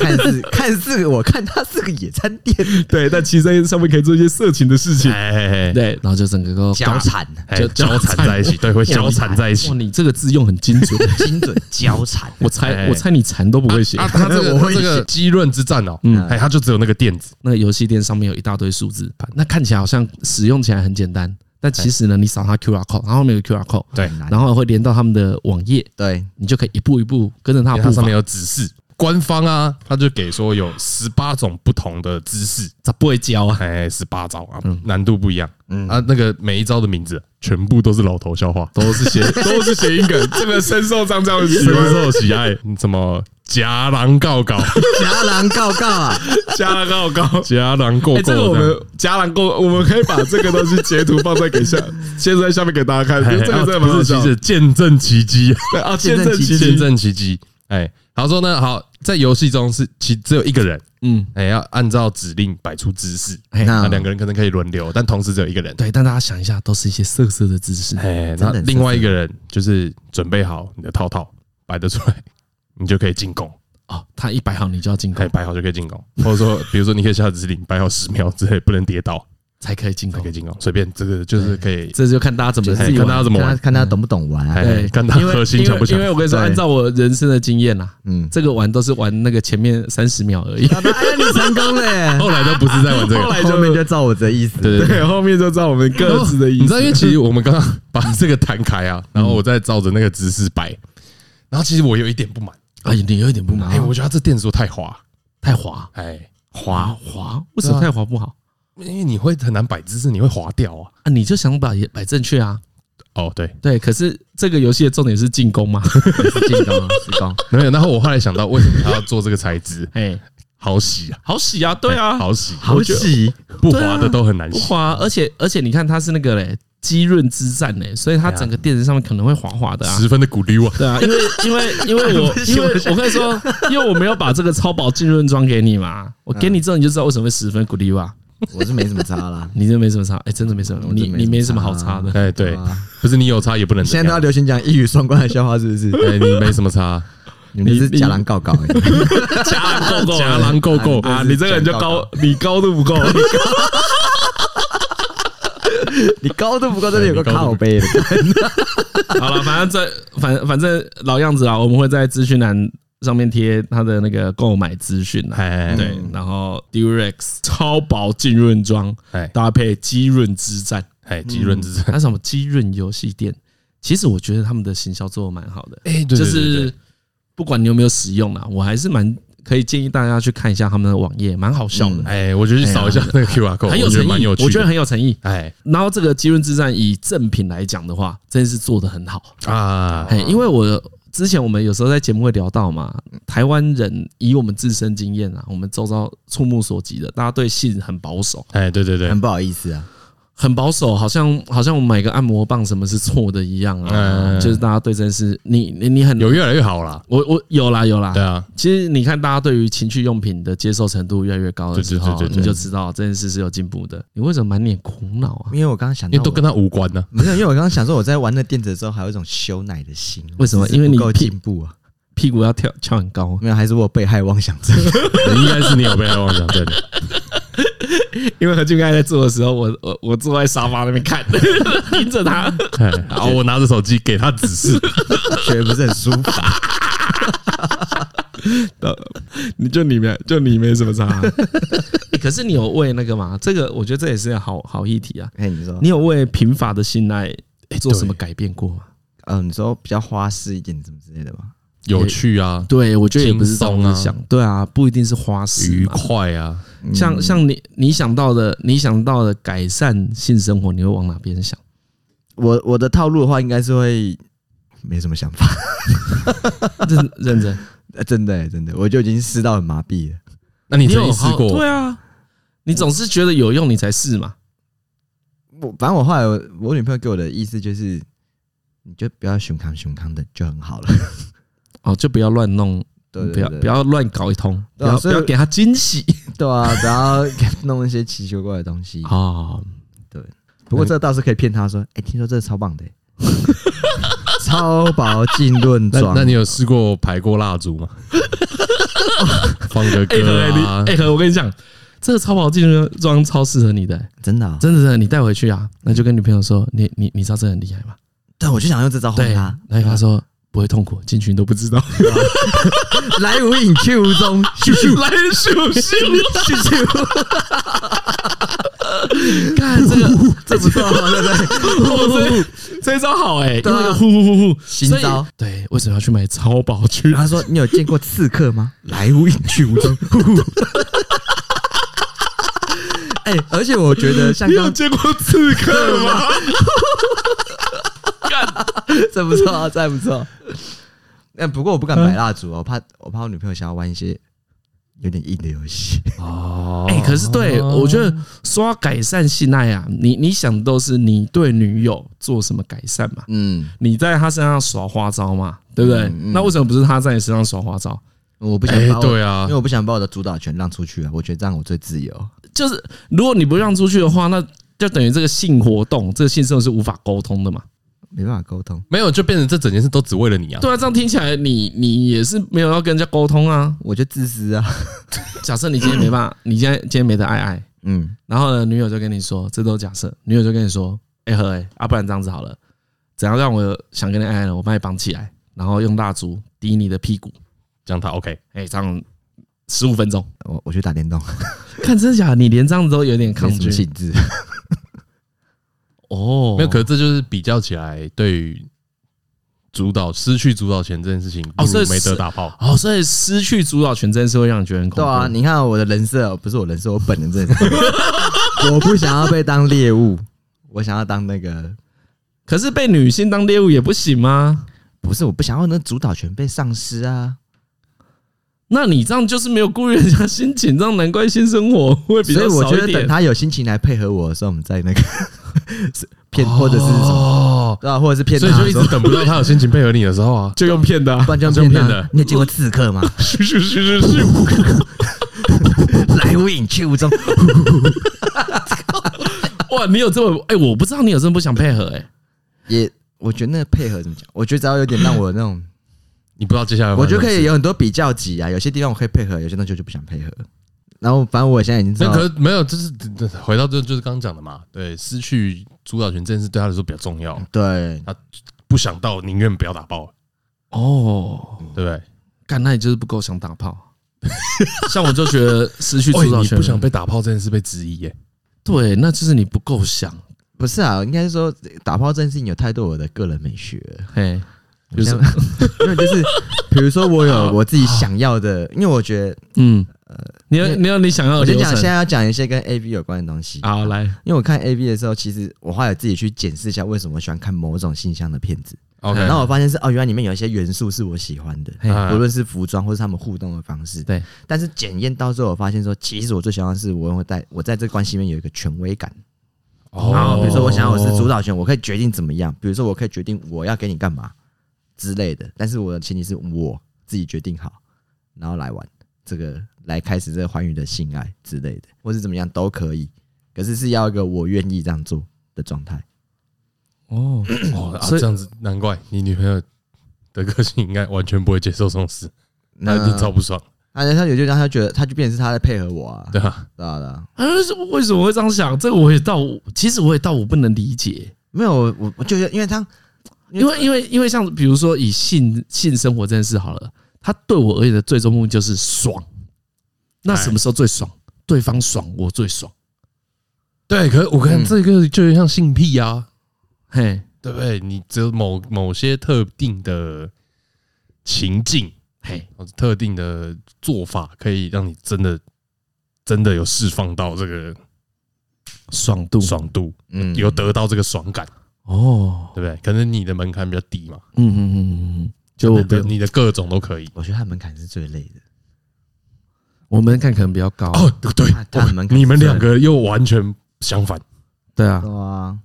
Speaker 1: 看似 看似我看它是个野餐店，
Speaker 3: 对，但其实在上面可以做一些色情的事情
Speaker 2: 哎，哎哎
Speaker 3: 对，然后就整个都
Speaker 1: 交缠，
Speaker 2: 哎，
Speaker 3: 就
Speaker 2: 交缠在一起，对，会交缠在一起
Speaker 3: 哇，。你这个字用很精准，
Speaker 1: 精准交缠，
Speaker 3: 我猜
Speaker 2: 哎
Speaker 3: 我猜你馋都不会写。嗯
Speaker 2: 啊，他这个
Speaker 1: 我
Speaker 2: 他
Speaker 1: 会
Speaker 2: 这个激论之战哦，哎，他就只有那个垫子，
Speaker 3: 那个游戏店上面有一大堆数字，那看起来好像使用起来很简单，但其实呢，你扫它 QR code，然后后面有 QR code，
Speaker 2: 对，
Speaker 1: 难
Speaker 3: 然后会连到他们的网页，
Speaker 1: 对，
Speaker 3: 你就可以一步一步跟着它
Speaker 2: 它
Speaker 3: 的啊步
Speaker 2: 上
Speaker 3: 伐
Speaker 2: 面。有指示。官方啊，他就给说有十八种不同的姿势，
Speaker 3: 咋不会教啊？嗯
Speaker 2: 哎，十八招啊，难度不一样。啊，那个每一招的名字啊全部都是老头笑话，都是 谐，都是谐音梗，这个深受张张 喜受喜爱。什么夹狼告告，
Speaker 1: 夹狼告告啊，
Speaker 3: 加兰告告。
Speaker 2: 夹狼过过
Speaker 3: 哎，这个我
Speaker 2: 样
Speaker 3: 们加兰告，我们可以把这个东西截图放在给下， 截图在下面给大家看，因为这个真的蛮好
Speaker 2: 哦不是，
Speaker 3: 笑
Speaker 2: 其实见证奇迹，
Speaker 3: 对啊，
Speaker 1: 见
Speaker 3: 见
Speaker 1: 证
Speaker 3: 证
Speaker 2: 见
Speaker 3: 奇迹，
Speaker 2: 证奇迹。哎，他说呢，好，在游戏中是其只有一个人，
Speaker 3: 嗯，
Speaker 2: 哎，要按照指令摆出姿势，
Speaker 3: 哎
Speaker 1: 那
Speaker 2: 那两个人可能可以轮流，但同时只有一个人。
Speaker 3: 对，但大家想一下，都是一些色色的姿势，
Speaker 2: 哎，
Speaker 1: 真的
Speaker 2: 那
Speaker 1: 很深
Speaker 2: 另外一个人就是准备好你的套套，摆得出来， 你就可以进攻。
Speaker 3: 哦，他一摆好你就要进
Speaker 2: 可以
Speaker 3: 攻，
Speaker 2: 摆好就可以进攻，或者说，比如说你可以下指令摆好十秒之内不能跌倒，
Speaker 3: 才可以进
Speaker 2: 才
Speaker 3: 攻
Speaker 2: 可以。进攻，随便这个就是可以
Speaker 3: 这就看大家怎么自
Speaker 2: 哎
Speaker 3: 己
Speaker 2: 看
Speaker 3: 玩
Speaker 2: 大家怎么
Speaker 1: 看他
Speaker 2: 玩，
Speaker 1: 看他懂不懂玩啊？
Speaker 2: 哎，
Speaker 3: 对，
Speaker 2: 看他
Speaker 3: 因为
Speaker 2: 核心强不
Speaker 3: 因
Speaker 2: 强
Speaker 3: 为。因为我跟你说，
Speaker 1: 对
Speaker 3: 按照我人生的经验啦，
Speaker 1: 嗯，
Speaker 3: 这个玩都是玩那个前面三十 秒而已，
Speaker 1: 哎呀，你成功了，
Speaker 2: 后来都不是在玩这个，
Speaker 3: 后来
Speaker 1: 后面就照我的意思。
Speaker 2: 对对对。
Speaker 3: 对，后面就照我们各自的意
Speaker 2: 你知
Speaker 3: 思。
Speaker 2: 道，因为其实我们刚刚把这个摊开啊，然后我再照着那个姿势摆，然后其实我有一点不满，
Speaker 3: 哎，你有一点不满
Speaker 2: 哎，，我觉得他这垫子太滑，
Speaker 3: 太滑
Speaker 2: 哎，
Speaker 3: 滑滑，为什么
Speaker 2: 对
Speaker 3: 太滑不好
Speaker 2: 因为你会很难摆姿势，你会滑掉啊。
Speaker 3: 啊？你就想把也摆正确啊？
Speaker 2: 哦，对，
Speaker 3: 对，可是这个游戏的重点是进攻 啊嘛？
Speaker 1: 是进攻，是攻。
Speaker 2: 没有。然后我后来想到，为什么他要做这个材质？
Speaker 3: 哎，
Speaker 2: 好洗啊，
Speaker 3: 好洗啊，对啊，
Speaker 2: 好洗，
Speaker 1: 好洗，
Speaker 2: 不滑的都很难
Speaker 3: 不
Speaker 2: 洗。
Speaker 3: 滑，啊而且而且你看它是那个嘞鸡润之战嘞，所以它整个垫子上面可能会滑滑的啊。
Speaker 2: 十分的鼓溜啊，
Speaker 3: 对啊，因为因为因为 我因为我跟你说，因为我没有把这个超薄浸润装给你嘛，我给你之后你就知道为什么会十分鼓励吧。
Speaker 1: 我是没什么差啦。
Speaker 3: 你真的没什么差，哎、真的没什么，
Speaker 1: 真
Speaker 3: 你
Speaker 1: 没
Speaker 3: 你没什
Speaker 1: 什么
Speaker 3: 么好
Speaker 1: 差
Speaker 3: 差的。
Speaker 2: 哎，对
Speaker 1: 啊，
Speaker 2: 不是你有差也不能怎
Speaker 1: 现在都要
Speaker 2: 样。
Speaker 1: 流行讲一语双关的笑话，是不是？
Speaker 2: 哎，你没什么差，
Speaker 1: 你们这是假狼告告，欸
Speaker 3: 加够
Speaker 2: 夹狼够够
Speaker 1: 啊你这个人就 高，
Speaker 3: 你高都不够。
Speaker 1: 你高度不够，真的有个靠背的。
Speaker 3: 好了，反正这反反正老样子啦，我们会在资讯栏上面贴他的那个购买资讯啦。
Speaker 2: 哎，
Speaker 3: 对，然后 Durex 超薄浸润装
Speaker 2: 哎
Speaker 3: 搭配肌润 之战，
Speaker 2: 哎，吉润之
Speaker 3: 还有什么鸡润游戏店？其实我觉得他们的行销做的蛮好的，
Speaker 2: 哎，对，
Speaker 3: 就是不管你有没有使用啦，我还是蛮可以建议大家去看一下他们的网页，蛮好笑的，
Speaker 2: 哎，我就去扫一下那个 QR code，
Speaker 3: 很有
Speaker 2: 我觉
Speaker 3: 诚
Speaker 2: 得蛮
Speaker 3: 意，
Speaker 2: 有趣的。
Speaker 3: 我觉得很有诚意。
Speaker 2: 哎
Speaker 3: 然后这个《鸡润之战》以正品来讲的话，真是做的很好，
Speaker 2: 啊，
Speaker 3: 哎，因为我。之前我们有时候在节目会聊到嘛，台湾人以我们自身经验啊，我们周遭触目所及的，大家对性很保守，
Speaker 2: 哎，对对对
Speaker 1: 很，不好意思啊，
Speaker 3: 很保守，好像好像我买个按摩棒什么是错的一样啊，
Speaker 2: 嗯
Speaker 3: 就是大家对这件事，你你你很
Speaker 2: 有越来越好啦。
Speaker 3: 我我有啦有啦
Speaker 2: 对，啊，
Speaker 3: 其实你看大家对于情趣用品的接受程度越来越高的时候，
Speaker 2: 对对对对对
Speaker 3: 你就知道这件事是有进步的。你为什么满脸苦恼啊？
Speaker 1: 因为我刚刚想
Speaker 2: 因
Speaker 1: 到
Speaker 2: 为都跟
Speaker 1: 我，
Speaker 2: 他无关呢。
Speaker 1: 没有，因为我刚刚想说，我在玩那电子的时候，还有一种羞奶的心。
Speaker 3: 为什么
Speaker 1: 只是
Speaker 3: 因为你
Speaker 1: 不够
Speaker 3: 屁
Speaker 1: 进步啊，
Speaker 3: 屁股要跳翘很高，啊
Speaker 1: 没有，还是我有被害妄想症。
Speaker 2: 应该是你有被他妄想 症，
Speaker 3: 因为何俊刚才在做的时候，我我我坐在沙发那边看， 盯着他。
Speaker 2: 哎然后我拿着手机给他指示，
Speaker 1: 觉得不是很舒 服。
Speaker 3: 你就你没就你没什么差、啊 欸可是你有为那个嘛？这个我觉得这也是好好议题啊。
Speaker 1: 哎，你说
Speaker 3: 你，有为贫乏的性爱做什么改变过吗？
Speaker 1: 嗯，你说比较花式一点，什么之类的吗？
Speaker 2: 有趣啊，
Speaker 3: 对，我觉得也不是这
Speaker 2: 轻松
Speaker 3: 样
Speaker 2: 啊
Speaker 3: 子想，对啊，不一定是花式嘛
Speaker 2: 愉快啊，
Speaker 3: 像像你你想到的，你想到的改善性生活，你会往哪边想？
Speaker 1: 我我的套路的话，应该是会没什么想法，
Speaker 3: 认认 真，
Speaker 1: 呃真的欸真的，我就已经试到很麻痹了。
Speaker 2: 那你曾
Speaker 3: 有
Speaker 2: 经试
Speaker 3: 好
Speaker 2: 过
Speaker 3: 对？啊，你总是觉得有用，你才试嘛。
Speaker 1: 我反正我后来我我女朋友给我的意思就是，你就不要熊康熊康的就很 好了。
Speaker 3: 哦，就不要乱弄，
Speaker 1: 对对
Speaker 3: 不要
Speaker 1: 对
Speaker 3: 不要乱搞一通，不
Speaker 1: 对啊
Speaker 3: 要不
Speaker 1: 所以
Speaker 3: 要给他惊喜。
Speaker 1: 对啊，不要弄一些奇奇怪怪的东西。
Speaker 3: 哦，
Speaker 1: 不过这倒是可以骗她说，哎，听说这个超棒的欸， 超薄浸润
Speaker 2: 那
Speaker 1: 装。
Speaker 2: 那你有试过排过蜡烛 吗？放个
Speaker 3: 哎
Speaker 2: 歌啊
Speaker 3: 你，哎和我跟你讲，这个超跑进入装超适合你的、
Speaker 1: 真的啊？
Speaker 3: 真的真的，你带回去啊，那就跟女朋友说，你你你知道这很厉害吗？
Speaker 1: 对，我就想用这招
Speaker 3: 对
Speaker 1: 哄她，，
Speaker 3: 然后他说不会痛苦，进去你都不知道。
Speaker 1: 来无影去无踪，咻咻
Speaker 3: 来咻咻咻咻！看这个，
Speaker 1: 这不 错，啊对不对？
Speaker 3: 哦这这一招好哎，
Speaker 1: 对啊
Speaker 3: 因为呼呼呼呼，
Speaker 1: 新
Speaker 3: 所
Speaker 1: 招
Speaker 3: 以。对，为什么要去买超薄去
Speaker 1: 然？后他说：“你有见过刺客吗？来无影去无踪。呼呼” 哎、而且我觉得像
Speaker 3: 你有
Speaker 1: 刚
Speaker 3: 见过刺客吗？
Speaker 1: 这不错、啊，这还不错。那不过我不敢买蜡烛哦，我怕我怕我女朋友想要玩一些有点硬的游戏。
Speaker 2: 哦
Speaker 3: 哎，可是对我觉得说要改善性爱啊，你你想的都是你对女友做什么改善嘛？
Speaker 1: 嗯，
Speaker 3: 你在她身上耍花招嘛，对不对
Speaker 1: 嗯嗯？
Speaker 3: 那为什么不是她在你身上耍花招？
Speaker 1: 我不想
Speaker 2: 哎
Speaker 1: 把我、，
Speaker 2: 对啊
Speaker 1: 因为，我不想把我的主导权让出去啊，我觉得这样我最自由。
Speaker 3: 就是如果你不让出去的话，那就等于这个性活动、这个性生活是无法沟通的嘛。
Speaker 1: 没办法沟通，
Speaker 2: 没有就变成这整件事都只为了你啊。
Speaker 3: 对啊，这样听起来你你也是没有要跟人家沟通啊。
Speaker 1: 我就自私啊。
Speaker 3: 假设你今天没办法，你今天今天没得爱爱，
Speaker 1: 嗯，
Speaker 3: 然后呢，女友就跟你说，这都假设，女友就跟你说，哎、何哎、啊，不然这样子好了，怎样让我想跟你爱呢？我帮你绑起来，然后用蜡烛滴你的屁股，
Speaker 2: 这样他 OK，
Speaker 3: 哎、这样十五分钟。
Speaker 1: 我我去打电动，
Speaker 3: 看真的假的？你连这样子都有点抗
Speaker 1: 没什么
Speaker 3: 拒
Speaker 1: 兴致。
Speaker 3: 哦？
Speaker 2: 没有，可是这就是比较起来，对于主导失去主导权这件事情，
Speaker 3: 哦
Speaker 2: 不
Speaker 3: 所以
Speaker 2: 如没
Speaker 3: 是
Speaker 2: 得打炮。
Speaker 3: 哦，所以失去主导权真的是会让你觉得很恐
Speaker 1: 对
Speaker 3: 怖。
Speaker 1: 啊， 你看我的人设不是我人设，我本人真的是，我不想要被当猎物，我想要当那个
Speaker 3: 可是被女性当猎物也不行吗？
Speaker 1: 不是，我不想要那主导权被丧失啊。
Speaker 3: 那你这样就是没有顾虑人家心情，这样难怪性生活会比
Speaker 1: 所以
Speaker 3: 较
Speaker 1: 我
Speaker 3: 少
Speaker 1: 觉
Speaker 3: 一
Speaker 1: 得等
Speaker 3: 点。，
Speaker 1: 他有心情来配合我的时候，我们再那个 是骗或者是什么，
Speaker 2: 哦，
Speaker 1: 对啊，或者是骗
Speaker 2: 所以
Speaker 1: 他
Speaker 2: 就一
Speaker 1: 说
Speaker 2: 直，等不到他有心情配合你的时候啊
Speaker 3: 就用骗的、啊
Speaker 1: 不，然就
Speaker 2: 就
Speaker 1: 骗
Speaker 2: 骗
Speaker 1: 他
Speaker 2: 的。
Speaker 1: 你有见过刺客吗
Speaker 2: 咻咻咻咻咻，
Speaker 1: 来无影去无踪，
Speaker 3: 哇！你有这么哎、我不知道你有这么不想配合哎、
Speaker 1: 也我觉得那个配合怎么讲？我觉得只要有点让我那 种，
Speaker 2: 你不知道接下来，
Speaker 1: 我觉得可以。有很多比较级啊。有些地方我可以配合，有些东西我就不想配合。然后反正我现在已经知
Speaker 2: 那
Speaker 1: 道，
Speaker 2: 可是没有，就是回到这就是刚刚讲的嘛，对，失去主导权这件事对他来说比较重要，
Speaker 1: 对，
Speaker 2: 不想到宁愿不要打爆，
Speaker 3: 哦，
Speaker 2: 对不对？
Speaker 3: 干，那你就是不够想打炮。像我就觉得 失去
Speaker 2: 喂
Speaker 3: 主导
Speaker 2: 哦你
Speaker 3: 权，
Speaker 2: 不想被打炮这件事被质疑耶，
Speaker 3: 对，那就是你不够想。
Speaker 1: 不是啊，应该是说打炮这件事情有太多我的个人美学了。
Speaker 3: 嘿，
Speaker 1: 比
Speaker 3: 比如
Speaker 1: 如
Speaker 3: 说
Speaker 1: 说， 没有就是，比如说我有我自己想要的，因为我觉得，
Speaker 3: 嗯，你有你有你想要
Speaker 1: 呃我
Speaker 3: 的
Speaker 1: 先
Speaker 3: 流
Speaker 1: 讲，现在
Speaker 3: 程。
Speaker 1: 要讲一些跟 A V 有关的东西。
Speaker 3: 好，来，
Speaker 1: 因为我看 A V 的时候，其实我后来有自己去检视一下为什么我喜欢看某种性向的片子，
Speaker 2: OK，
Speaker 1: 然后我发现是哦，原来里面有一些元素是我喜欢的，
Speaker 3: 嘿啊
Speaker 1: 无论是服装或是他们互动的方式。
Speaker 3: 对，
Speaker 1: 但是检验到最后，我发现说，其实我最喜欢的是我会在我在这关系里面有一个权威感。然后比如说我想要我
Speaker 3: 哦
Speaker 1: 是主导权，我可以决定怎么样，比如说我可以决定我要给你干嘛之类的，但是我的前提是我自己决定好，然后来玩这个，来开始这个欢愉的性爱之类的，或是怎么样都可以，可是是要一个我愿意这样做的状态。
Speaker 3: 哦，
Speaker 2: 哦，啊
Speaker 3: 所以
Speaker 2: 这样子难怪你女朋友的个性应该完全不会接受这种事，
Speaker 1: 那
Speaker 2: 那就超不爽，
Speaker 1: 那他有就让他觉得他就变成是他在配合我啊，
Speaker 2: 对吧？
Speaker 1: 对啊对啊，
Speaker 3: 啊，为什么会这样想？这个我也到，其实我也到我不能理解，
Speaker 1: 没有我我就是因为他
Speaker 3: 因为因为因为像比如说以性性生活这件事好了，他对我而言的最终目的就是爽。那什么时候最爽？对方爽，我最爽。
Speaker 2: 对，可是我看
Speaker 1: 嗯
Speaker 2: 这个就有点像性癖啊，
Speaker 3: 嘿，
Speaker 2: 对不对？你只有某某些特定的情境、
Speaker 3: 嘿，
Speaker 2: 或者特定的做法，可以让你真的真的有释放到这个
Speaker 3: 爽度
Speaker 2: 爽度，
Speaker 1: 嗯
Speaker 2: 有得到这个爽感，
Speaker 3: 哦，
Speaker 2: 对不对？可能你的门槛比较低嘛，
Speaker 3: 嗯嗯嗯嗯嗯，就我
Speaker 2: 你
Speaker 3: 不
Speaker 2: 的
Speaker 3: 用，
Speaker 2: 你的各种都可以。
Speaker 1: 我觉得他门槛是最累的，
Speaker 3: 我们看可能比较高。
Speaker 2: 哦，对
Speaker 1: 他，他的门槛
Speaker 2: 你们
Speaker 1: 是最
Speaker 2: 两个又完全相反。
Speaker 3: 对啊，
Speaker 1: 对啊，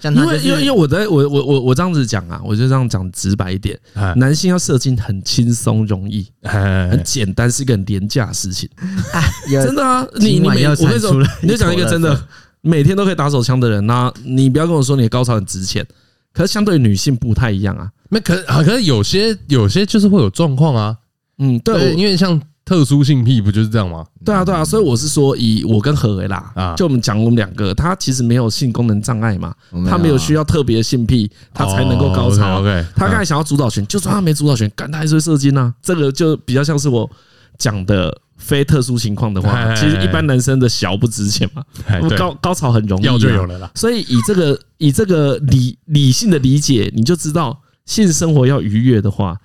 Speaker 1: 像他
Speaker 3: 因
Speaker 1: 就
Speaker 3: 为
Speaker 1: 是
Speaker 3: 因为因为我在我我我我这样子讲啊，我就这样讲直白一点，
Speaker 2: 哎
Speaker 3: 男性要射精很轻松容易，
Speaker 2: 哎
Speaker 3: 很简单，是一个很廉价的事情。
Speaker 1: 有
Speaker 3: 真的啊，你你
Speaker 1: 今晚
Speaker 3: 每
Speaker 1: 又
Speaker 3: 我跟你
Speaker 1: 产出
Speaker 3: 说
Speaker 1: 了，
Speaker 3: 你就讲一
Speaker 1: 一
Speaker 3: 个
Speaker 1: 坨
Speaker 3: 真
Speaker 1: 垃
Speaker 3: 的，每天都可以打手枪的人那你不要跟我说你的高潮很值钱，可是相对女性不太一样啊。
Speaker 2: 那可啊，可是有些有些就是会有状况啊，
Speaker 3: 嗯，对，
Speaker 2: 对，
Speaker 3: 我
Speaker 2: 因为像特殊性癖不就是这样吗？
Speaker 3: 对啊，对啊，所以我是说，以我跟何为啦
Speaker 2: 啊，
Speaker 3: 就我们讲我们两个，他其实没有性功能障碍嘛，
Speaker 1: 我没有啊
Speaker 3: 他没有需要特别的性癖，他才能够高潮啊。
Speaker 2: OK，
Speaker 3: 他刚才想要主导权，就啊算他没主导权，干他还是会 射精啊。这个就比较像是我讲的非特殊情况的
Speaker 2: 哎哎
Speaker 3: 话，
Speaker 2: 哎
Speaker 3: 其实一般男生的小不值钱嘛，高高潮很容易、啊，
Speaker 2: 要就有。了啦。
Speaker 3: 所以以这个以这个理理性的理解，你就知道性生活要愉悦的话，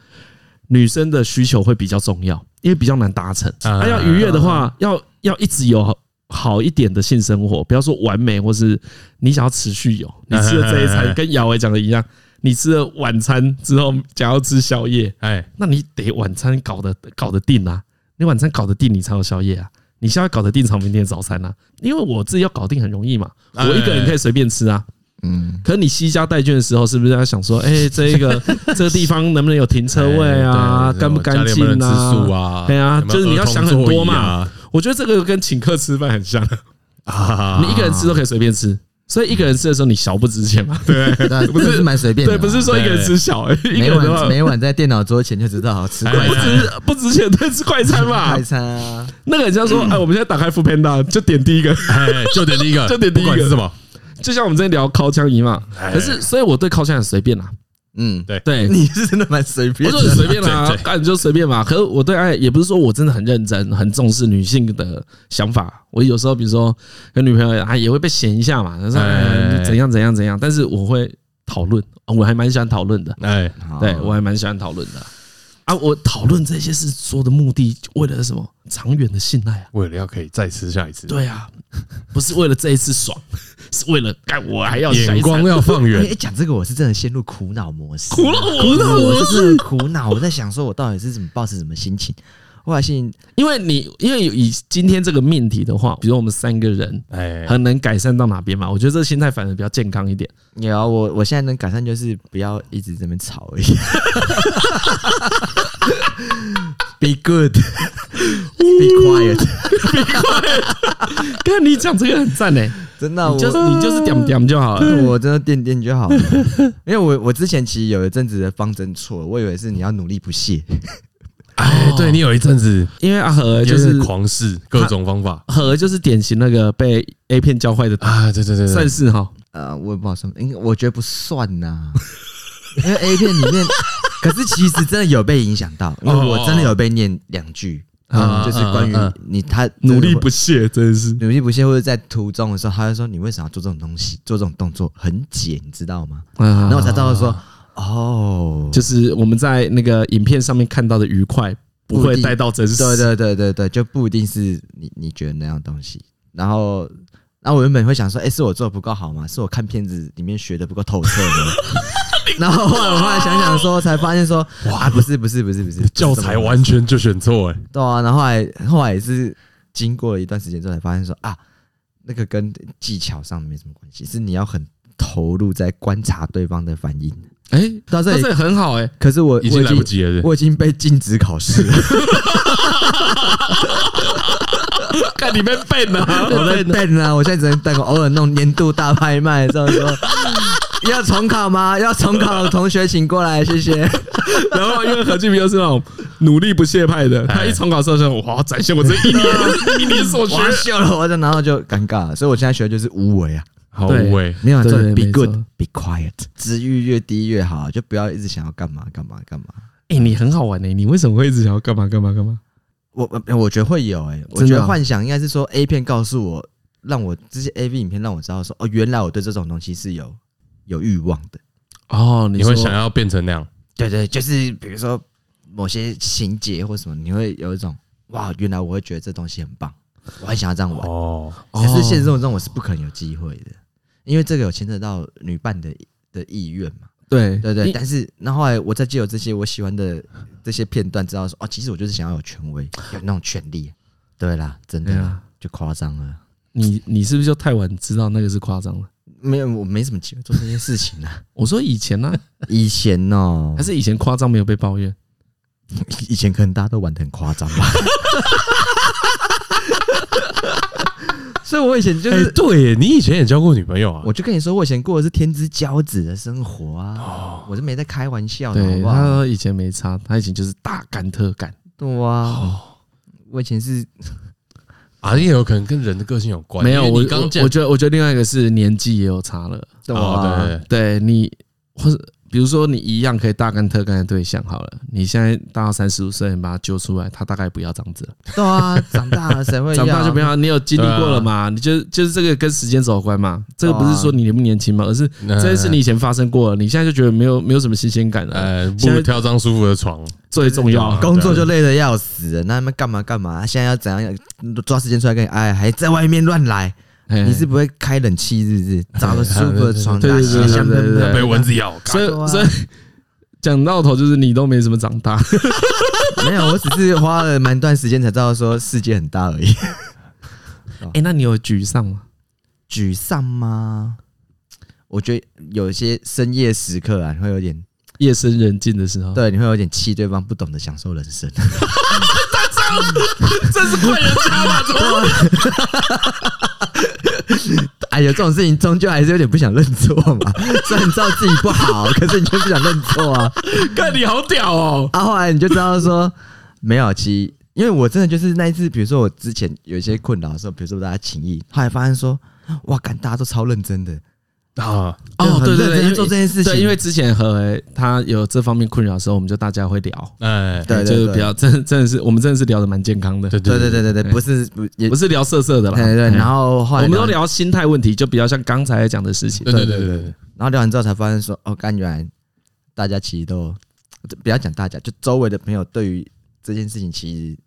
Speaker 3: 女生的需求会比较重要，因为比较难达成。
Speaker 2: 啊
Speaker 3: 啊，要愉悦的话，要要一直有好一点的性生活，不要说完美，或是你想要持续有。你吃了这
Speaker 2: 哎哎哎
Speaker 3: 一餐，
Speaker 2: 哎
Speaker 3: 跟姚伟讲的一样，你吃了晚餐之后想要吃宵夜，
Speaker 2: 哎，
Speaker 3: 那你得晚餐搞得搞得定啊，你晚餐搞得定，你才有宵夜啊。你宵夜搞得定，才有明天的早餐啊。因为我自己要搞定很容易嘛，我
Speaker 2: 哎
Speaker 3: 一个人可以随便吃啊。
Speaker 1: 嗯。
Speaker 3: 可你西家带眷的时候，是不是要想 说，哎，这个这个地方能不能有停车位啊，
Speaker 2: 哎对
Speaker 3: 干不干净
Speaker 2: 家里有没有人吃素
Speaker 3: 啊？
Speaker 2: 啊，
Speaker 3: 对啊
Speaker 2: 有没有
Speaker 3: 就是你要想很多嘛
Speaker 2: 儿童座椅
Speaker 3: 我觉得这个跟请客吃饭很像，
Speaker 2: 啊，啊
Speaker 3: 你一个人吃都可以随便吃，所以一个人吃的时候，你 小不值钱嘛？
Speaker 2: 对，
Speaker 1: 那不是蛮随便的
Speaker 3: 对，
Speaker 1: 嘛，
Speaker 3: 不是说一个人吃小，哎一
Speaker 1: 每
Speaker 3: 个人的话
Speaker 1: 晚每晚在电脑桌前就知道好吃
Speaker 2: 哎
Speaker 1: 快
Speaker 3: 不
Speaker 1: 餐，
Speaker 3: 值不值钱，对，吃快餐嘛
Speaker 1: 快。餐啊，
Speaker 3: 那个人 家说，哎，我们现在打开 f o o Panda 就点第一个，
Speaker 2: 哎，就点第一个，
Speaker 3: 就点第一个
Speaker 2: 不管是什么，
Speaker 3: 就像我们之前聊烤枪一嘛。
Speaker 2: 哎
Speaker 3: 可是，所以我对烤枪很随便啦。
Speaker 1: 嗯，
Speaker 2: 对
Speaker 3: 对，
Speaker 1: 你是真的蛮随
Speaker 3: 哎我
Speaker 1: 便
Speaker 3: 说很
Speaker 1: 的，
Speaker 3: 随便啦
Speaker 2: 对，对
Speaker 3: 干就随便嘛。可是我对爱也不是说我真的很认真，很重视女性的想法。我有时候比如说跟女朋友啊，也会被嫌一下嘛，她说
Speaker 2: 哎
Speaker 3: 哎你怎样怎样怎样，但是我会讨论，我还蛮喜欢讨论的。
Speaker 2: 哎，
Speaker 1: 好
Speaker 3: 对我还蛮喜欢讨论的啊。我讨论这些事说的目的，为了什么？长远的信赖啊。
Speaker 2: 为了要可以再吃下一次，
Speaker 3: 对啊，不是为了这一次爽， 是为了干我还要下一
Speaker 2: 眼
Speaker 3: 次
Speaker 2: 光要放
Speaker 1: 哎
Speaker 2: 远，
Speaker 1: 哎讲这个我是真的陷入苦恼模式，
Speaker 3: 苦了我了
Speaker 1: 我
Speaker 3: 我
Speaker 1: 是真的苦恼，我在想说我到底是怎么抱持什么心情，我发现
Speaker 3: 因为你因为以今天这个命题的话，比如我们三个人，
Speaker 2: 哎，
Speaker 3: 很能改善到哪边嘛？我觉得这个心态反而比较健康一点。
Speaker 1: 有啊我，我现在能改善就是不要一直这么吵而已。Be good, be quiet。
Speaker 3: 哥，你讲这个很赞诶，
Speaker 1: 真的啊，我
Speaker 3: 你就是你就是点点就好了。
Speaker 1: 我真的垫垫就好了。 因为我我之前其实有一阵子的方针错了，我以为是你要努力不懈。
Speaker 2: 哎，对你有一阵子
Speaker 3: 因为阿和哦就
Speaker 2: 就是
Speaker 3: 是
Speaker 2: 狂试各种方法
Speaker 3: 和就是典型那个被 A 片教坏的
Speaker 2: 啊，对对对
Speaker 3: 算
Speaker 2: 对，
Speaker 3: 是哈。
Speaker 1: 呃，我也不好说，因为我觉得不算呐、 因为 A 片里面，可是其实真的有被影响到，因为
Speaker 3: 哦
Speaker 1: 我真的有被念两句，
Speaker 2: 哦
Speaker 1: 嗯就是关于
Speaker 2: 嗯嗯
Speaker 1: 你他
Speaker 3: 啊努力不懈，真的是
Speaker 1: 努力不懈，或者在途中的时候，他就说：“你为什么要做这种东西，做这种动作？很解，你知道吗？”
Speaker 3: 啊
Speaker 1: 然后我才知道说：“哦，
Speaker 3: 就是我们在那个影片上面看到的愉快，不会带到真实。
Speaker 1: 对对对对对，就不一定是你你觉得那样东西。”然后，然后我原本会想说：“哎、是我做的不够好吗？是我看片子里面学的不够透彻 吗？”然后后来我后来想想说，才发现说：“哇，不是不是不是不是，
Speaker 2: 教材完全就选错，哎，
Speaker 1: 对啊。”然后后来后来也是经过了一段时间之后，才发现说啊，那个跟技巧上没什么关系，是你要很投入在观察对方的反应。
Speaker 3: 哎，
Speaker 1: 到这
Speaker 3: 那
Speaker 1: 里
Speaker 3: 这个很好哎，
Speaker 1: 可是我
Speaker 2: 已经来不，及了，
Speaker 1: 我已经我已经被禁止考试了，
Speaker 3: 看你被笨了。
Speaker 1: 我在等啊，我现在只能等我偶尔弄年度大拍卖的时候说。 要重考吗？要重考，同学请过来，谢谢。
Speaker 3: 然后因为何俊明又是那种努力不懈派的，他一重考之后说：“哇，展现我这一年一年所学。
Speaker 1: 我笑了，我就然后就尴尬了，所以我现在学的就是无为啊，
Speaker 2: 好
Speaker 3: 对
Speaker 2: 喂，
Speaker 1: 没有啊
Speaker 3: 对
Speaker 1: 这种 be
Speaker 3: 没错
Speaker 1: good, be quiet，值域越低越好，啊就不要一直想要干嘛干嘛干嘛。”
Speaker 3: 哎，你很好玩哎，你为什么会一直想要干嘛干嘛干嘛？
Speaker 1: 我我我觉得会有哎、我
Speaker 3: 真
Speaker 1: 觉
Speaker 3: 的啊
Speaker 1: 得幻想应该是说 A 片告诉我，让我这些 A V 影片让我知道说，哦，原来我对这种东西是有有欲望的。
Speaker 3: 哦，
Speaker 2: 你会想要变成那样，
Speaker 1: 对对，就是比如说某些情节或什么，你会有一种哇，原来我会觉得这东西很棒，我很想要这样玩。
Speaker 2: 哦，
Speaker 1: 可是现实生活中我是不可能有机会的，因为这个有牵扯到女伴的的意愿嘛。
Speaker 3: 对
Speaker 1: 对对，
Speaker 3: 你
Speaker 1: 但是那后来我再借由这些我喜欢的这些片段，知道说哦，其实我就是想要有权威，有那种权利。对啦，真的
Speaker 3: 对
Speaker 1: 啦
Speaker 3: 啊，
Speaker 1: 就夸张了。
Speaker 3: 你你是不是就太晚知道那个是夸张了？
Speaker 1: 没有，我没什么机会做这些事情啊。
Speaker 3: 我说 以前呢、
Speaker 1: 以前哦
Speaker 3: 还，是以前夸张没有被抱怨？
Speaker 1: 以前可能大家都玩的很夸张 吧。所以，我以前就
Speaker 2: 哎
Speaker 1: 是，，
Speaker 2: 对耶，你以前也交过女朋友啊？
Speaker 1: 我就跟你说，我以前过的是天之骄子的生活啊，我是没在开玩笑的，好
Speaker 3: 哦对，
Speaker 1: 不
Speaker 3: 他
Speaker 1: 好？
Speaker 3: 说以前没差，他以前就是大干特干。
Speaker 1: 对
Speaker 3: 哦
Speaker 1: 啊，我以前是
Speaker 2: 啊，也有可能跟人的个性有关。
Speaker 3: 没有，
Speaker 2: 因为
Speaker 3: 我
Speaker 2: 你刚
Speaker 3: 我
Speaker 2: 刚讲
Speaker 3: 我觉得我觉得另外一个是年纪也有差了。
Speaker 1: 对
Speaker 2: 哦
Speaker 1: 啊
Speaker 2: 对对对
Speaker 3: 对你，或者比如说你一样可以大干特干的对象好了，你现在到三十五岁，你把他揪出来，他大概不要这样子了。
Speaker 1: 对啊，长大了谁会
Speaker 3: 长大就不
Speaker 1: 要？
Speaker 3: 要，你有经历过了嘛？你就就是这个跟时间走有关嘛。这个不是说你年不年轻嘛，而是
Speaker 1: 嗯
Speaker 3: 这件事你以前发生过了，你现在就觉得没有没有什么新鲜感
Speaker 1: 嗯
Speaker 3: 了。
Speaker 2: 呃，不如挑张舒服的床，
Speaker 3: 最重要，
Speaker 1: 工作就累得要死了，那他们干嘛干嘛？现在要怎样抓时间出来跟你哎，还在外面乱来？
Speaker 3: 嘿
Speaker 1: 你是不会开冷气是不是？找个舒服的床，
Speaker 3: 哎对
Speaker 1: 大
Speaker 3: 对
Speaker 1: 家
Speaker 3: 对对
Speaker 1: 香香
Speaker 3: 对对
Speaker 1: 喷
Speaker 3: 对
Speaker 1: 喷
Speaker 3: 对
Speaker 2: 被蚊子咬。
Speaker 3: 所以
Speaker 1: 干
Speaker 3: 所以 讲到头就是你都没怎么长大，
Speaker 1: 没有，我只是花了蛮段时间才知道说世界很大而已。哦
Speaker 3: 哎，那你有沮丧吗？
Speaker 1: 沮丧吗？我觉得有些深夜时刻啊，你会有点
Speaker 3: 夜深人静的时候，
Speaker 1: 对，你会有点气对方不懂得享受人 生。 这是怪人家吧？怎么？哎，有这种事情终究还是有点不想认错嘛。 虽然你知道自己不好，可是你就不想认错 啊。
Speaker 3: 看你好屌哦！
Speaker 1: 啊，后来你就知道说没有，啊其实因为我真的就是那一次，比如说我之前有一些困扰的时候，比如说大家情谊，后来发现说，哇，感大家都超认真的，
Speaker 2: 啊，
Speaker 1: 就
Speaker 3: 哦，
Speaker 1: 很
Speaker 3: 对
Speaker 1: 认
Speaker 3: 对对，
Speaker 1: 真
Speaker 3: 因
Speaker 1: 地
Speaker 3: 为
Speaker 1: 做这件事情
Speaker 3: 对，因为之前和他有这方面困扰的时候，我们就大家会聊，
Speaker 2: 哎，
Speaker 1: 对
Speaker 3: 就
Speaker 1: 对
Speaker 3: 是比较真真的是我们真的是聊的蛮健康的，
Speaker 2: 对
Speaker 1: 对对
Speaker 2: 对，
Speaker 1: 对对对，不是不也
Speaker 3: 不是聊色色的啦。
Speaker 1: 对
Speaker 2: 嗯
Speaker 1: 对，然后后
Speaker 3: 我
Speaker 1: 来
Speaker 3: 们都，聊心态问题，就比较像刚才讲的事情。
Speaker 2: 对对对对对，
Speaker 1: 然后聊完之后才发现说，哦，干原来大家其实都不要讲大家，就周围的朋友对于这件事情其实。嗯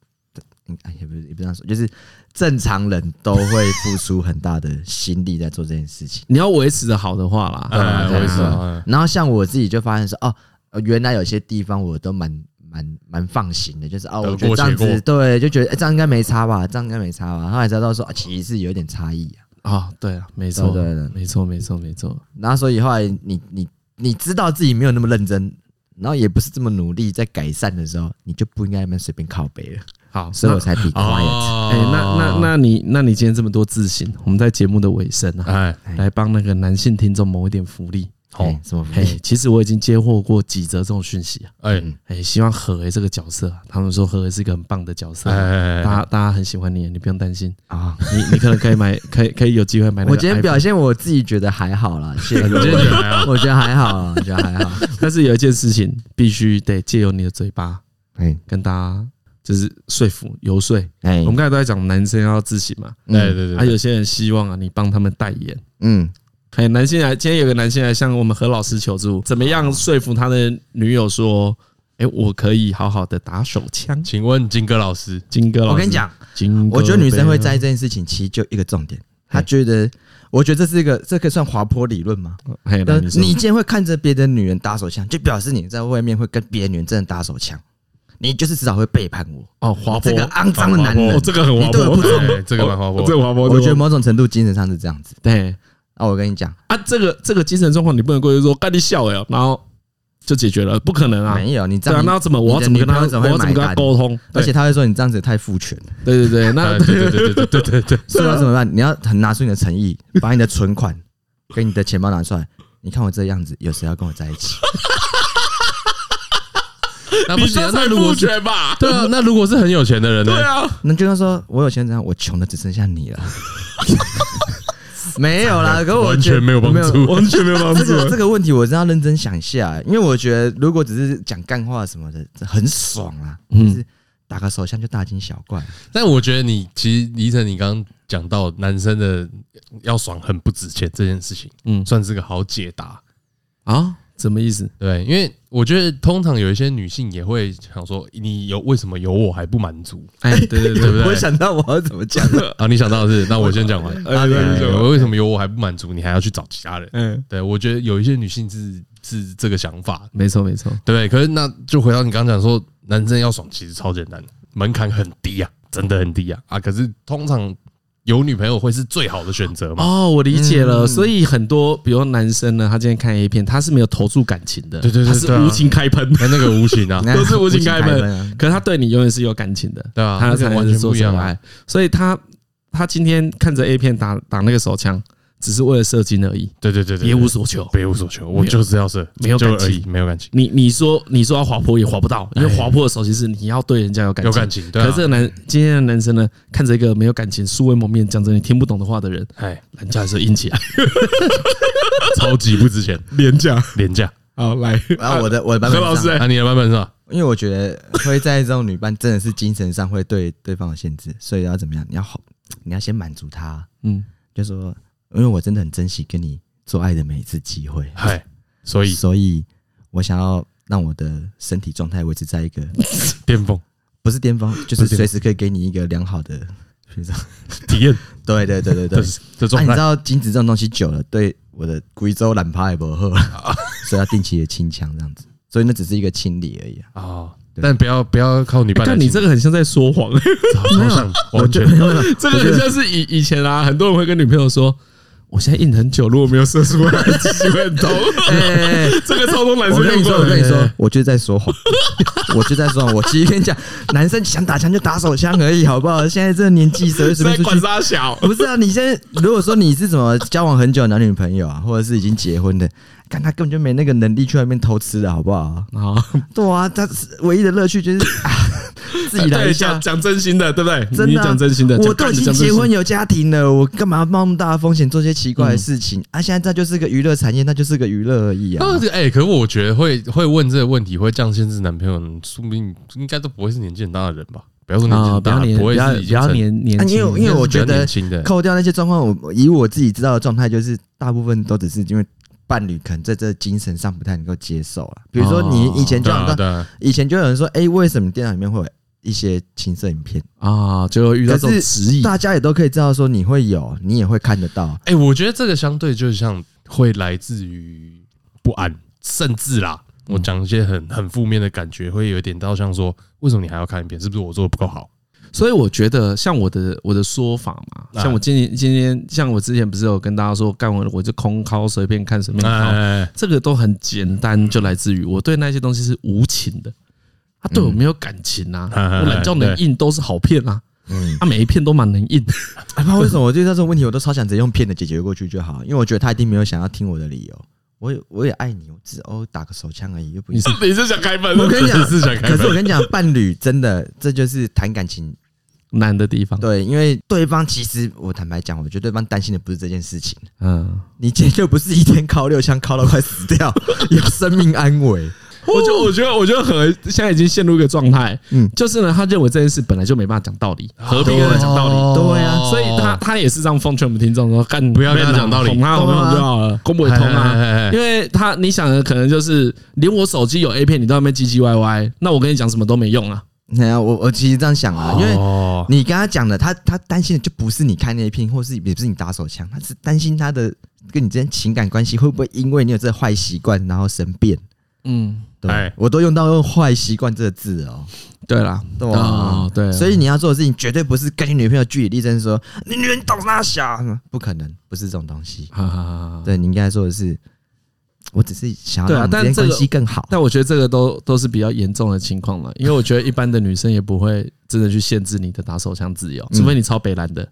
Speaker 1: 哎，也不是也不这样说，就是正常人都会付出很大的心力在做这件事情。
Speaker 3: 你要维持的好的话啦，
Speaker 1: 嗯
Speaker 2: 哎，我也是啊，哎
Speaker 1: 然后像我自己就发现说，哦，呃原来有些地方我都蛮蛮蛮放心的，就是哦，
Speaker 2: 得
Speaker 1: 我觉得
Speaker 2: 过
Speaker 1: 这样
Speaker 2: 且过
Speaker 1: 子对，就觉得、哎这样应该没差吧，这样应该没差吧。后来才知道说，啊、其实是有点差异啊。
Speaker 3: 啊，对啊，没错，
Speaker 1: 对对对
Speaker 3: 没错，没错，没错。
Speaker 1: 然后所以后来你你你知道自己没有那么认真，然后也不是这么努力在改善的时候，你就不应该那么随便靠背了。
Speaker 3: 好，
Speaker 1: 所以我才比 quiet。
Speaker 2: 哦
Speaker 3: 哎，那那那你那你今天这么多自信，我们在节目的尾声啊，
Speaker 2: 哎，
Speaker 3: 来帮那个男性听众谋一点福利。
Speaker 1: 好、
Speaker 2: 好，
Speaker 1: 什么福
Speaker 3: 哎
Speaker 1: 利？，
Speaker 3: 其实我已经接获过几则这种讯息啊，
Speaker 2: 哎
Speaker 3: 哎，希望何为这个角色啊，他们说何为是一个很棒的角色
Speaker 2: 哎，哎，
Speaker 3: 大
Speaker 2: 哎
Speaker 3: 家大家很喜欢你，你不用担心，
Speaker 1: 啊、
Speaker 3: 你你可能可以买，可以可以有机会买那个 iPhone。
Speaker 1: 我今天表现我自己觉得还好 啦，谢谢各
Speaker 2: 你今天
Speaker 1: 位
Speaker 2: 觉。得还好
Speaker 1: 我觉得还好啊，我觉得还 好。
Speaker 3: 但是有一件事情必须得借由你的嘴巴
Speaker 1: 哎
Speaker 3: 跟大家就是说服游说。
Speaker 1: 哎，
Speaker 3: 我们刚才都在讲男生要自信嘛，
Speaker 1: 嗯
Speaker 2: 对对对
Speaker 3: 啊，
Speaker 2: 对，
Speaker 3: 有些人希望啊你帮他们代言。
Speaker 1: 嗯，
Speaker 3: 哎，男性来，今天有个男性来向我们何老师求助，怎么样说服他的女友说，哎，我可以好好的打手枪。
Speaker 2: 请问金哥老师，
Speaker 3: 金哥老师，
Speaker 1: 我跟你讲，
Speaker 2: 嗯
Speaker 3: 金哥，
Speaker 1: 我觉得女生会在意这件事情，其实就一个重点，她觉得，我觉得这是一个，这个算滑坡理论吗？
Speaker 3: 嘿，
Speaker 1: 但
Speaker 3: 来你
Speaker 1: 你
Speaker 3: 说
Speaker 1: 今天会看着别的女人打手枪，就表示你在外面会跟别的女人真的打手枪，你就是迟早会背叛我，
Speaker 3: 哦，滑坡
Speaker 1: 这个肮脏的男
Speaker 2: 哦
Speaker 1: 人。
Speaker 2: 这个很滑
Speaker 1: 你对我
Speaker 2: 坡，
Speaker 1: 不尊
Speaker 2: 哎这个蛮滑坡，
Speaker 3: 个滑坡
Speaker 1: 我觉得某种程度精神上是这样子。
Speaker 3: 对
Speaker 1: 啊，我跟你讲，
Speaker 3: 啊，这个这个精神状况你不能过去说干你笑哎，然后就解决了，不可能啊，
Speaker 1: 没有，你这
Speaker 3: 对啊，
Speaker 1: 样，
Speaker 3: 那怎么我要怎么跟他，
Speaker 1: 你的女朋友怎么会
Speaker 3: 我要怎么跟他
Speaker 1: 买单
Speaker 3: 沟通？
Speaker 1: 而且他会说你这样子太父权了，
Speaker 3: 对对对，那
Speaker 2: 哎对对对对对对对，
Speaker 3: 啊
Speaker 1: 所以要怎么办？你要很拿出你的诚意，把你的存款跟你的钱包拿出来。你看我这样子，有谁要跟我在一起？
Speaker 2: 那
Speaker 3: 你
Speaker 2: 不行啊，
Speaker 3: 这
Speaker 2: 那
Speaker 3: 才
Speaker 2: 如
Speaker 3: 父
Speaker 2: 果是
Speaker 3: 权吧？
Speaker 2: 对啊，那如果是很有钱的人呢
Speaker 3: 对？ 啊，
Speaker 1: 那就像说，我有钱这样，我穷的只剩下你了。 没有 啦，可我
Speaker 2: 完
Speaker 1: 觉得
Speaker 2: 全没有帮助，完全没有帮
Speaker 1: 这个这个问题我真的要认真想一下、因为我觉得如果只是讲干话什么的，这很爽啊，就是打个手枪就大惊小怪。
Speaker 2: 但我觉得你其实李晨，你刚刚讲到男生的要爽很不值钱这件事情，
Speaker 3: 嗯
Speaker 2: 算是个好解答。
Speaker 3: 啊，什么意思？
Speaker 2: 对，因为我觉得通常有一些女性也会想说，你有为什么有我还不满足
Speaker 3: 哎，对对
Speaker 2: 对 不对
Speaker 1: 我想到我要怎么讲，
Speaker 2: 啊？你想到的是，那我先讲完。
Speaker 3: 对，哎对对
Speaker 2: 对
Speaker 3: 对
Speaker 2: 我为什么有我还不满足，你还要去找其他人？
Speaker 3: 嗯，
Speaker 2: 对，我觉得有一些女性是是这个想法，
Speaker 3: 没错没错，
Speaker 2: 对。可是那就回到你刚刚讲说，男生要爽其实超简单，门槛很低啊，真的很低啊啊！可是通常有女朋友会是最好的选择嘛？
Speaker 3: 哦，我理解了。
Speaker 1: 嗯
Speaker 3: 所以很多，比如男生呢，他今天看 A 片，他是没有投注感情的，
Speaker 2: 对对对
Speaker 3: 他是
Speaker 2: 对啊
Speaker 3: 无情开喷，
Speaker 2: 那那个无情啊，
Speaker 3: 都是无情开
Speaker 1: 无
Speaker 3: 喷
Speaker 1: 情开喷啊。
Speaker 3: 可是他对你永远是有感情的，
Speaker 2: 对啊
Speaker 3: 他才
Speaker 2: 那个完
Speaker 3: 能
Speaker 2: 全
Speaker 3: 说
Speaker 2: 不一
Speaker 3: 出
Speaker 2: 样啊
Speaker 3: 来。所以他他今天看着 A 片打打那个手枪，只是为了射精而已，
Speaker 2: 对对对对，
Speaker 3: 别无所求。
Speaker 2: 别无所求，我就是要射，
Speaker 3: 没有
Speaker 2: 就
Speaker 3: 感情
Speaker 2: 而已，没有感情，
Speaker 3: 你你说你说要滑坡也滑不到，因为滑坡的手其实你要对人家有感
Speaker 2: 哎
Speaker 3: 情。
Speaker 2: 有感情，对
Speaker 3: 可
Speaker 2: 啊
Speaker 3: 是这，个男今天的男生呢，看着一个没有感情、素未谋面、讲着你听不懂的话的人，
Speaker 2: 哎，
Speaker 3: 人家还是硬起来，
Speaker 2: 超级不值钱，
Speaker 3: 廉价。
Speaker 2: 廉价。
Speaker 3: 好，来，
Speaker 1: 然啊后我的我的版本是这样，
Speaker 2: 啊，你的版本是吧？
Speaker 1: 因为我觉得会在意这种女伴真的是精神上会对对方有限制，所以要怎么样？你要好，你要先满足她，
Speaker 3: 嗯，
Speaker 1: 就说因为我真的很珍惜跟你做爱的每一次机会，
Speaker 2: 嗨，哎所以
Speaker 1: 所以我想要让我的身体状态维持在一个
Speaker 2: 巅峰
Speaker 1: 不是巅峰，就是随时可以给你一个良好的学长。
Speaker 2: 体验
Speaker 1: 对对对对对
Speaker 2: 的。的
Speaker 1: 那、
Speaker 2: 状
Speaker 1: 你知
Speaker 2: 态，
Speaker 1: 道精子这种东西久了，对我的贵州懒趴也不喝，所以要定期的清腔这样子。所以那只是一个清理而已 啊。
Speaker 2: 啊，但不要不要靠女伴来
Speaker 3: 但
Speaker 2: 亲，
Speaker 3: 哎你这个很像在说谎，
Speaker 2: 超超像完全
Speaker 3: 这个很像是以以前啊，很多人会跟女朋友说。我现在印很久，如果没有射出来，机会很痛。
Speaker 1: 哎
Speaker 3: 这个超多男
Speaker 1: 我
Speaker 3: 生
Speaker 1: 跟
Speaker 3: 用
Speaker 1: 你说，
Speaker 3: 过
Speaker 1: 我
Speaker 3: 的，
Speaker 1: 跟你说，我就是在说谎， 我就在说谎。我其实跟你讲，男生想打枪就打手枪而已，好不好？现在这个年纪，谁会随
Speaker 3: 在
Speaker 1: 便出
Speaker 3: 管
Speaker 1: 去？
Speaker 3: 他小。
Speaker 1: 不是啊，你现在如果说你是什么交往很久的男女朋友啊，或者是已经结婚的，看他根本就没那个能力去外面偷吃的，好不好？
Speaker 3: 好，
Speaker 1: 对啊，他是唯一的乐趣就是 啊，自己来一
Speaker 3: 对，
Speaker 1: 下
Speaker 3: 讲。讲真心的，对不对？
Speaker 1: 真
Speaker 3: 你
Speaker 1: 的啊、
Speaker 3: 讲真心的，
Speaker 1: 我
Speaker 3: 讲
Speaker 1: 都已
Speaker 3: 讲
Speaker 1: 经
Speaker 3: 真心
Speaker 1: 结婚有家庭了，我干嘛冒那么大的风险做些奇怪的事情、
Speaker 2: 嗯
Speaker 1: 啊？现在这就是个娱乐产业，那就是个娱乐而已啊。
Speaker 2: 那这个哎，可是我觉得会会问这个问题，会这样限制男朋友，说明应该都不会是年纪很大的人吧？不要说年纪很
Speaker 3: 啊，不
Speaker 2: 大，
Speaker 3: 要年，
Speaker 2: 不
Speaker 3: 不
Speaker 2: 会
Speaker 3: 要
Speaker 2: 是已
Speaker 3: 不
Speaker 2: 经
Speaker 3: 要
Speaker 2: 成
Speaker 3: 年年
Speaker 1: 啊
Speaker 3: 轻，
Speaker 1: 因为因为我觉
Speaker 2: 比较
Speaker 1: 得
Speaker 2: 年轻的
Speaker 1: 扣掉那些状况，我以我自己知道的状态，就是大部分都只是因为伴侣可能在这精神上不太能够接受了。比如说你
Speaker 3: 哦
Speaker 1: 以前就
Speaker 2: 对
Speaker 1: 有
Speaker 2: 啊
Speaker 1: 人
Speaker 2: 对啊，
Speaker 1: 以前就有人说，哎，为什么电脑里面会有一些情色影片？
Speaker 3: 啊，就会遇到这种
Speaker 1: 可是
Speaker 3: 质
Speaker 2: 嗯
Speaker 3: 疑。
Speaker 1: 大家也都可以知道说你会有，你也会看得到。
Speaker 2: 哎、我觉得这个相对就像会来自于不安，甚至啦，
Speaker 1: 嗯
Speaker 2: 我讲一些很很负面的感觉，会有一点到像说，为什么你还要看一遍？是不是我做的不够好？
Speaker 3: 所以我觉得，像我的我的说法嘛，
Speaker 2: 啊
Speaker 3: 像我今天今天，像我之前不是有跟大家说，干我我就空靠随便看随便靠，
Speaker 2: 哎，
Speaker 3: 这个都很简单，就来自于我对那些东西是无情的，他对我没有感情啊，
Speaker 2: 嗯
Speaker 3: 我懒觉能印都是好片啊，
Speaker 1: 嗯，
Speaker 3: 他每一片都蛮能印，
Speaker 1: 哎，不知道为什么我对这种问题我都超想直接用骗的解决过去就好，因为我觉得他一定没有想要听我的理由。我也我也爱你，我只哦打个手枪而已，又不
Speaker 3: 你是
Speaker 2: 你是想开 门？
Speaker 1: 我跟你讲
Speaker 2: 是想开
Speaker 1: 可是我
Speaker 2: 门。
Speaker 1: 跟你讲，伴侣真的这就是谈感情
Speaker 3: 难的地方。
Speaker 1: 对，因为对方其实我坦白讲，我觉得对方担心的不是这件事情，
Speaker 3: 嗯，
Speaker 1: 你今天又不是一天敲六枪敲到快死掉，有生命安危。
Speaker 3: 我就我觉得我觉得很现在已经陷入一个状态，
Speaker 1: 嗯
Speaker 3: 就是呢，他认为这件事本来就没办法讲道理，何必
Speaker 1: 对
Speaker 3: 跟他讲道理？
Speaker 1: 对啊
Speaker 2: 哦
Speaker 3: 所以他他也是这样奉劝我们听众说，干
Speaker 2: 不要跟他讲道理
Speaker 3: 哄他哄他就好了，公不会通
Speaker 2: 哎哎哎
Speaker 3: 啊
Speaker 2: 哎。
Speaker 3: 因为他你想的可能就是，连我手机有 A 片，你都在那边唧唧歪歪，那我跟你讲什么都没用啊。
Speaker 1: 那样我我其实这样想啊，因为
Speaker 2: 哦，
Speaker 1: 你跟他讲的，他他担心的就不是你看那一片，或是也不是你打手枪，他是担心他的跟你之间情感关系会不会因为你有这个坏习惯然后生变。
Speaker 3: 嗯，
Speaker 2: 哎
Speaker 1: 对，我都用到用坏习惯这个字哦。
Speaker 3: 对啦，
Speaker 1: 对啊
Speaker 3: 啊，对啊，
Speaker 1: 所以你要做的事情绝对不是跟你女朋友据理力争说你女人懂啥小，不可能，不是这种东西。
Speaker 3: 哈哈哈哈。
Speaker 1: 对你应该说的是，我只是想
Speaker 3: 对
Speaker 1: 要
Speaker 3: 啊
Speaker 1: 让
Speaker 3: 但
Speaker 1: 我们之
Speaker 3: 这
Speaker 1: 间
Speaker 3: 个
Speaker 1: 关系更好。
Speaker 3: 但我觉得这个都都是比较严重的情况了，因为我觉得一般的女生也不会真的去限制你的打手枪自由，除非你超北蓝的，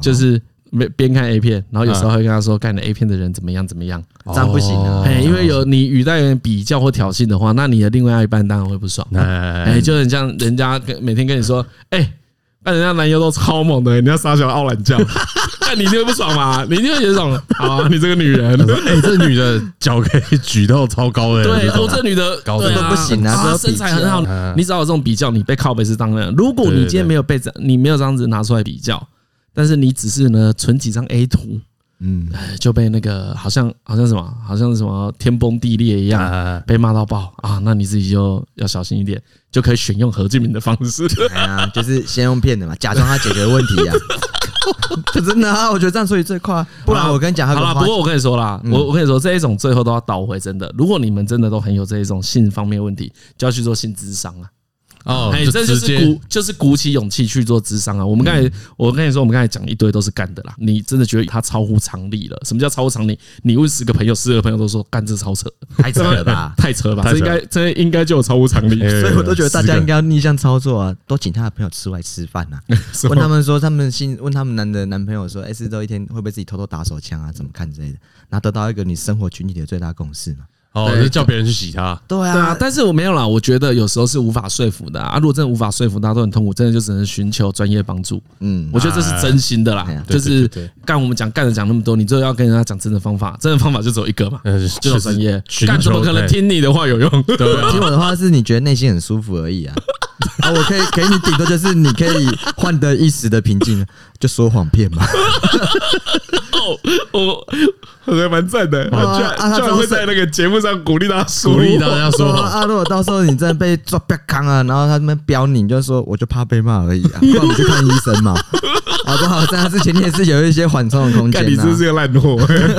Speaker 3: 就是没边看 A 片，然后有时候会跟他说，干你 A 片的人怎么样怎么样，
Speaker 1: 这样不行啊
Speaker 3: 哎，因为有你语带有点比较或挑衅的话，那你的另外一半当然会不爽，哎，
Speaker 2: 哎，
Speaker 3: 就很像人家跟每天跟你说，哎。那人家男优都超猛的、人家傻小傲懒叫，那你一定会不爽嘛？你一定会觉得爽 啊！你这个女人，
Speaker 2: 哎，这女的脚可以举到超高的，
Speaker 3: 对，哦
Speaker 2: 这
Speaker 3: 我
Speaker 2: 种
Speaker 3: 这女的
Speaker 2: 高
Speaker 3: 对
Speaker 2: 的
Speaker 1: 都不行啊
Speaker 3: 她
Speaker 1: 这都
Speaker 3: 身材
Speaker 1: 比较
Speaker 3: 很好
Speaker 2: 啊，
Speaker 3: 你只要有这种比较，你被靠背是当然的。如果
Speaker 2: 对
Speaker 3: 你
Speaker 2: 对
Speaker 3: 今天
Speaker 2: 对
Speaker 3: 没有被这，你没有这样子拿出来比较，但是你只是呢存几张 A 图，
Speaker 1: 嗯，
Speaker 3: 哎就被那个好像好像什么，好像什么天崩地裂一样。
Speaker 2: 啊
Speaker 3: 被骂到爆啊！那你自己就要小心一点，就可以选用何俊明的方式。
Speaker 1: 哎呀，就是先用骗的嘛，假装他解决问 题啊。真的啊，我觉得这样处理最快啊。不然我跟你讲，他
Speaker 3: 好啦，
Speaker 1: 跟
Speaker 3: 不过我跟你说啦，我我跟你说，这一种最后都要倒回真的。如果你们真的都很有这一种性方面问题，就要去做性智商啊。
Speaker 2: 哦
Speaker 3: 哎，，这
Speaker 2: 就
Speaker 3: 就
Speaker 2: 直
Speaker 3: 是
Speaker 2: 接
Speaker 3: 鼓，就是鼓起勇气去做智商啊！我们刚才，我跟你说，我们刚才讲一堆都是干的啦。你真的觉得他超乎常理了？什么叫超乎常理？你问十个朋友，十个朋友都说干这超扯，
Speaker 1: 太扯 了吧？
Speaker 3: 太扯了吧？
Speaker 2: 太
Speaker 3: 这
Speaker 2: 扯
Speaker 3: 应该这应该就有超乎常理。
Speaker 2: 哎
Speaker 1: 所以我都觉得大
Speaker 2: 四
Speaker 1: 家
Speaker 2: 个
Speaker 1: 应该要逆向操作啊，多请他的朋友出来吃饭啊，
Speaker 3: 什么
Speaker 1: 问他们说他们性，问他们男的男朋友说，哎，四周一天会不会自己偷偷打手枪啊，怎么看之类的，然后得到一个你生活群体的最大共识嘛。
Speaker 2: 哦，就叫别人去洗她。
Speaker 1: 对
Speaker 3: 对啊，但是我没有啦。我觉得有时候是无法说服的啊。啊如果真的无法说服，大家都很痛苦，真的就只能寻求专业帮助。
Speaker 1: 嗯，
Speaker 3: 我觉得这是真心的啦
Speaker 1: 哎呀，
Speaker 3: 就
Speaker 2: 对
Speaker 3: 是
Speaker 2: 对对对
Speaker 3: 干我们讲干了讲那么多，你最后要跟人家讲真的方法，真的方法就只有一个嘛，
Speaker 2: 呃就
Speaker 3: 就
Speaker 2: 是
Speaker 3: 是专业。
Speaker 2: 寻
Speaker 3: 干怎么
Speaker 2: 求
Speaker 3: 可能
Speaker 2: 哎
Speaker 3: 听你的话有用？
Speaker 2: 对啊
Speaker 1: 听我的话是你觉得内心很舒服而已 啊。啊，我可以给你顶多就是你可以换得一时的平静，就说谎骗 嘛。
Speaker 3: 哦，我我觉得蛮赞的，
Speaker 1: 哇
Speaker 3: 哦居
Speaker 1: 啊他
Speaker 3: 然居
Speaker 1: 真
Speaker 3: 然
Speaker 1: 的
Speaker 3: 会
Speaker 1: 是
Speaker 3: 在那个节目上鼓励大家说
Speaker 2: 鼓励大家说
Speaker 1: 啊
Speaker 2: 谎。
Speaker 1: 啊，如果到时候你真的被抓被康啊，然后他们标你，你就说我就怕被骂而已啊，不然你去看医生嘛，好不好？在他之前你也是有一些缓冲的空间
Speaker 3: 干你
Speaker 1: 啊。
Speaker 3: 真是个烂货，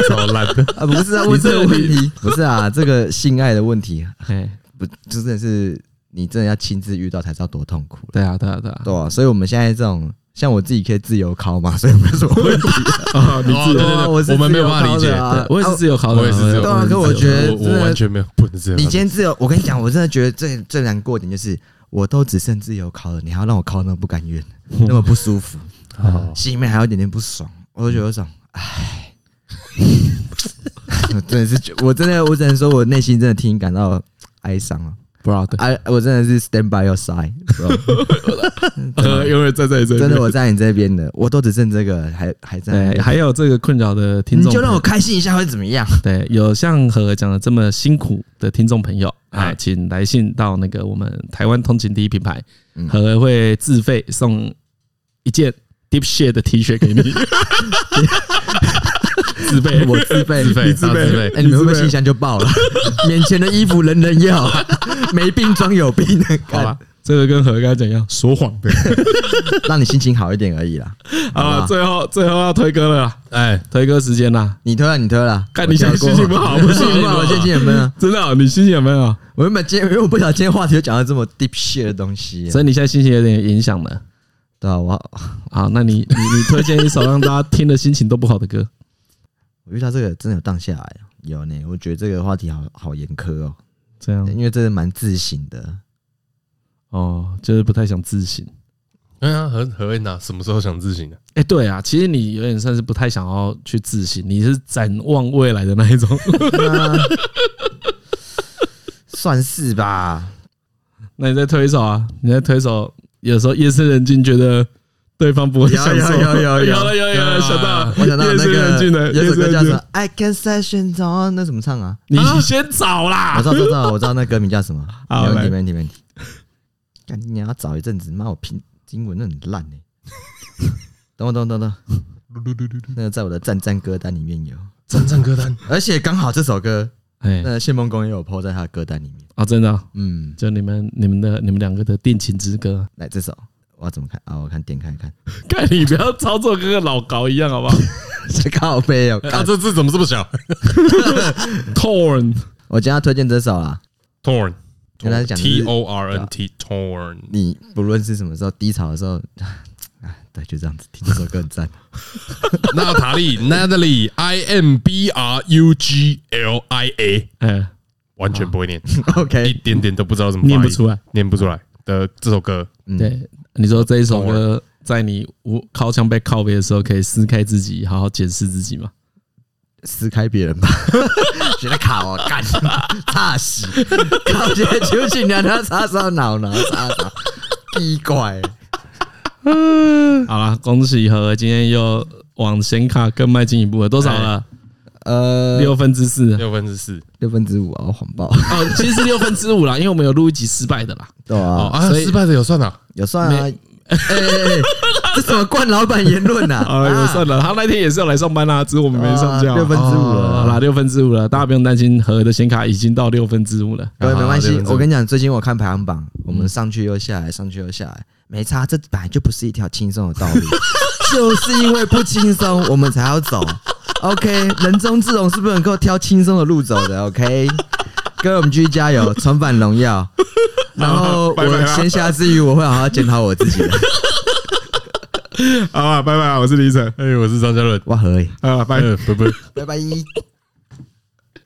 Speaker 2: 超 烂的。
Speaker 1: 啊，不是啊，问这个问题不是啊，这个性爱的问题啊
Speaker 3: 哎，
Speaker 1: 不就真的是你真的要亲自遇到才知道多痛苦了，
Speaker 3: 对啊，对啊，对啊，
Speaker 1: 对啊，所以我们现在这种像我自己可以自由考嘛，所以没有什么问题。
Speaker 2: 啊，你自己
Speaker 1: 对啊我是
Speaker 2: 我们没有办法理
Speaker 1: 自由
Speaker 2: 解
Speaker 1: 靠的，啊
Speaker 3: 我也是自由考的，
Speaker 2: 我也是自由
Speaker 1: 对啊可我觉得
Speaker 2: 我
Speaker 1: 真
Speaker 2: 我
Speaker 1: 的
Speaker 2: 完全没有不能这样。
Speaker 1: 你今天自由，我跟你讲，我真的觉得最最难过的点就是，我都只剩自由考了，你还要让我考那么不甘愿，那么不舒 服，
Speaker 2: 啊，
Speaker 1: 心里面还有一点点不爽，我都觉得有一种，唉，我 真的是觉，我真的，我只能说我内心真的替你感到哀伤了。
Speaker 3: brother，
Speaker 1: 哎、我真的是 stand by your side，bro
Speaker 3: 永远站在这
Speaker 1: 真的我在你这边的，我都只剩这个，还还在
Speaker 3: 对，，还有这个困扰的听
Speaker 1: 你
Speaker 3: 众朋友，
Speaker 1: 就让我开心一下会怎么样？
Speaker 3: 对有像何讲的这么辛苦的听众朋友啊
Speaker 2: 哎，
Speaker 3: 请来信到那个我们台湾通勤第一品牌
Speaker 1: 嗯，
Speaker 3: 何会自费送一件 Deep Shit 的 T 恤给你，哎自 备。
Speaker 1: 我自备，
Speaker 2: 自费，自
Speaker 1: 哎、
Speaker 2: 费，
Speaker 1: 你们会不会信箱就爆了？ 免钱的衣服人人要，啊没病装有病，
Speaker 3: 好
Speaker 1: 干
Speaker 3: 吧，这个跟何刚讲一样，
Speaker 2: 说谎的。
Speaker 1: 让你心情好一点而已啦。好
Speaker 3: 啊，
Speaker 1: 吧，
Speaker 3: 最后最后要推歌了啦，
Speaker 2: 哎，
Speaker 3: 推歌时间啦！
Speaker 1: 你推了，你推了，
Speaker 3: 看你现在
Speaker 1: 我跳过
Speaker 3: 心情不好，不
Speaker 1: 我心情不好，我现在心情闷啊。
Speaker 3: 真的哦、你心情有没有？
Speaker 1: 我原本今天因为我不小心今天话题就讲到这么 deep shit 的东西，啊
Speaker 3: 所以你现在心情有点影响了。
Speaker 1: 对啊，我
Speaker 3: 好，那你你你推荐一首让大家听的心情都不好的歌，
Speaker 1: 我遇到这个真的有荡下来，有呢。我觉得这个话题好好严苛哦，
Speaker 3: 这样
Speaker 1: 因为真的蛮自省的。
Speaker 3: 哦，就是不太想自省。
Speaker 2: 哎呀，何何恩呐，什么时候想自省的？
Speaker 3: 哎、对啊，其实你有点算是不太想要去自省，你是展望未来的那一种。
Speaker 1: 那 算是吧，
Speaker 3: 那你再推一首啊，你再推一首，有时候夜深人静觉得对方不会
Speaker 1: 有
Speaker 3: 享受，
Speaker 1: 有有有有
Speaker 3: 有了有有有想到了，
Speaker 1: 我想到那
Speaker 3: 夜深人静
Speaker 1: 个
Speaker 3: 的
Speaker 1: 有一首歌叫什
Speaker 3: 夜深人静
Speaker 1: 么《I Can Session》，on，那怎么唱啊？
Speaker 3: 你先找啦
Speaker 1: 我知，道，我知道，我知道那歌名叫什么。
Speaker 3: 啊 好
Speaker 1: 没问
Speaker 3: 来
Speaker 1: 题，没问题，没问题。干你娘要找一阵子，妈我拼英文真的很烂 哎、等我，等我，等我，等我那个在我的赞赞歌单里面有，
Speaker 2: 真正歌 单，
Speaker 1: 而且刚好这首歌，
Speaker 3: 哎、
Speaker 1: 那谢梦工也有 PO 在他的歌单里面。
Speaker 3: 哦，真的哦、
Speaker 1: 嗯，
Speaker 3: 就你们、你们的、你们两个的恋情之歌，
Speaker 1: 来这首我要怎么看啊？我看点开看，
Speaker 3: 看你不要操作跟个老高一样，好不好
Speaker 1: 这靠背哦。
Speaker 2: 啊，这字怎么这么 小
Speaker 3: ？Torn，
Speaker 1: 我今天要推荐这首啊啦，
Speaker 2: ？Torn，
Speaker 1: 跟大家讲的是
Speaker 2: T O R N T，Torn。
Speaker 1: 你不论是什么时候低潮的时候， 啊，对，就这样子听这首歌很赞。
Speaker 2: 娜塔莉 Natalie I M B R U G L I A，
Speaker 3: 哎、
Speaker 2: 完全不会念， 一
Speaker 1: OK，
Speaker 2: 点点都不知道怎么发音
Speaker 3: 念不出来。
Speaker 2: 念不出来的这首歌，
Speaker 1: 嗯，
Speaker 3: 对，你说这一首歌在你无靠墙被靠背的时候，可以撕开自己，好好检视自己吗？
Speaker 1: 撕开别人吧， 觉得卡我干， 差死，靠些求请人他插烧脑脑插烧，奇怪，嗯
Speaker 3: 好啦，恭喜何今天又往显卡更迈进一步了，多少了？
Speaker 1: 呃，
Speaker 3: 六分之四
Speaker 2: 六分之四。
Speaker 1: 六分之五啊，我谎报，
Speaker 3: 哦，其实是六分之五啦，因为我们有录一集失败的 啦。
Speaker 1: 对
Speaker 2: 哦
Speaker 1: 啊，
Speaker 2: 啊，
Speaker 3: 所以
Speaker 2: 失败的有算 啊，
Speaker 1: 有算啊，哎哎，哎这什么冠老板言论呐？
Speaker 3: 啊，有算了，他那天也是要来上班啦，只是我们没上架。
Speaker 1: 啊六分之五了
Speaker 3: 哦好啦，六分之五了，大家不用担心，何的显卡已经到六分之五了。
Speaker 1: 各位没关
Speaker 2: 啊
Speaker 1: 系
Speaker 2: 六分，之五
Speaker 1: 我跟你讲，最近我看排行榜，我们上去又下来，上去又下来，没差，这本来就不是一条轻松的道路， 就是因为不轻松，我们才要走。OK，人中之龙是不能够挑轻松的路走的。OK，各位我们继续加油，重返荣耀。 然后
Speaker 2: 拜拜
Speaker 1: 我
Speaker 2: 啦
Speaker 1: 闲暇之余，我会好好检讨我自 己的。
Speaker 2: 啊好啊，拜拜，我是李晨，哎，我是张嘉伦，
Speaker 1: 哇，可以，
Speaker 2: 啊，拜拜拜。
Speaker 1: 拜拜。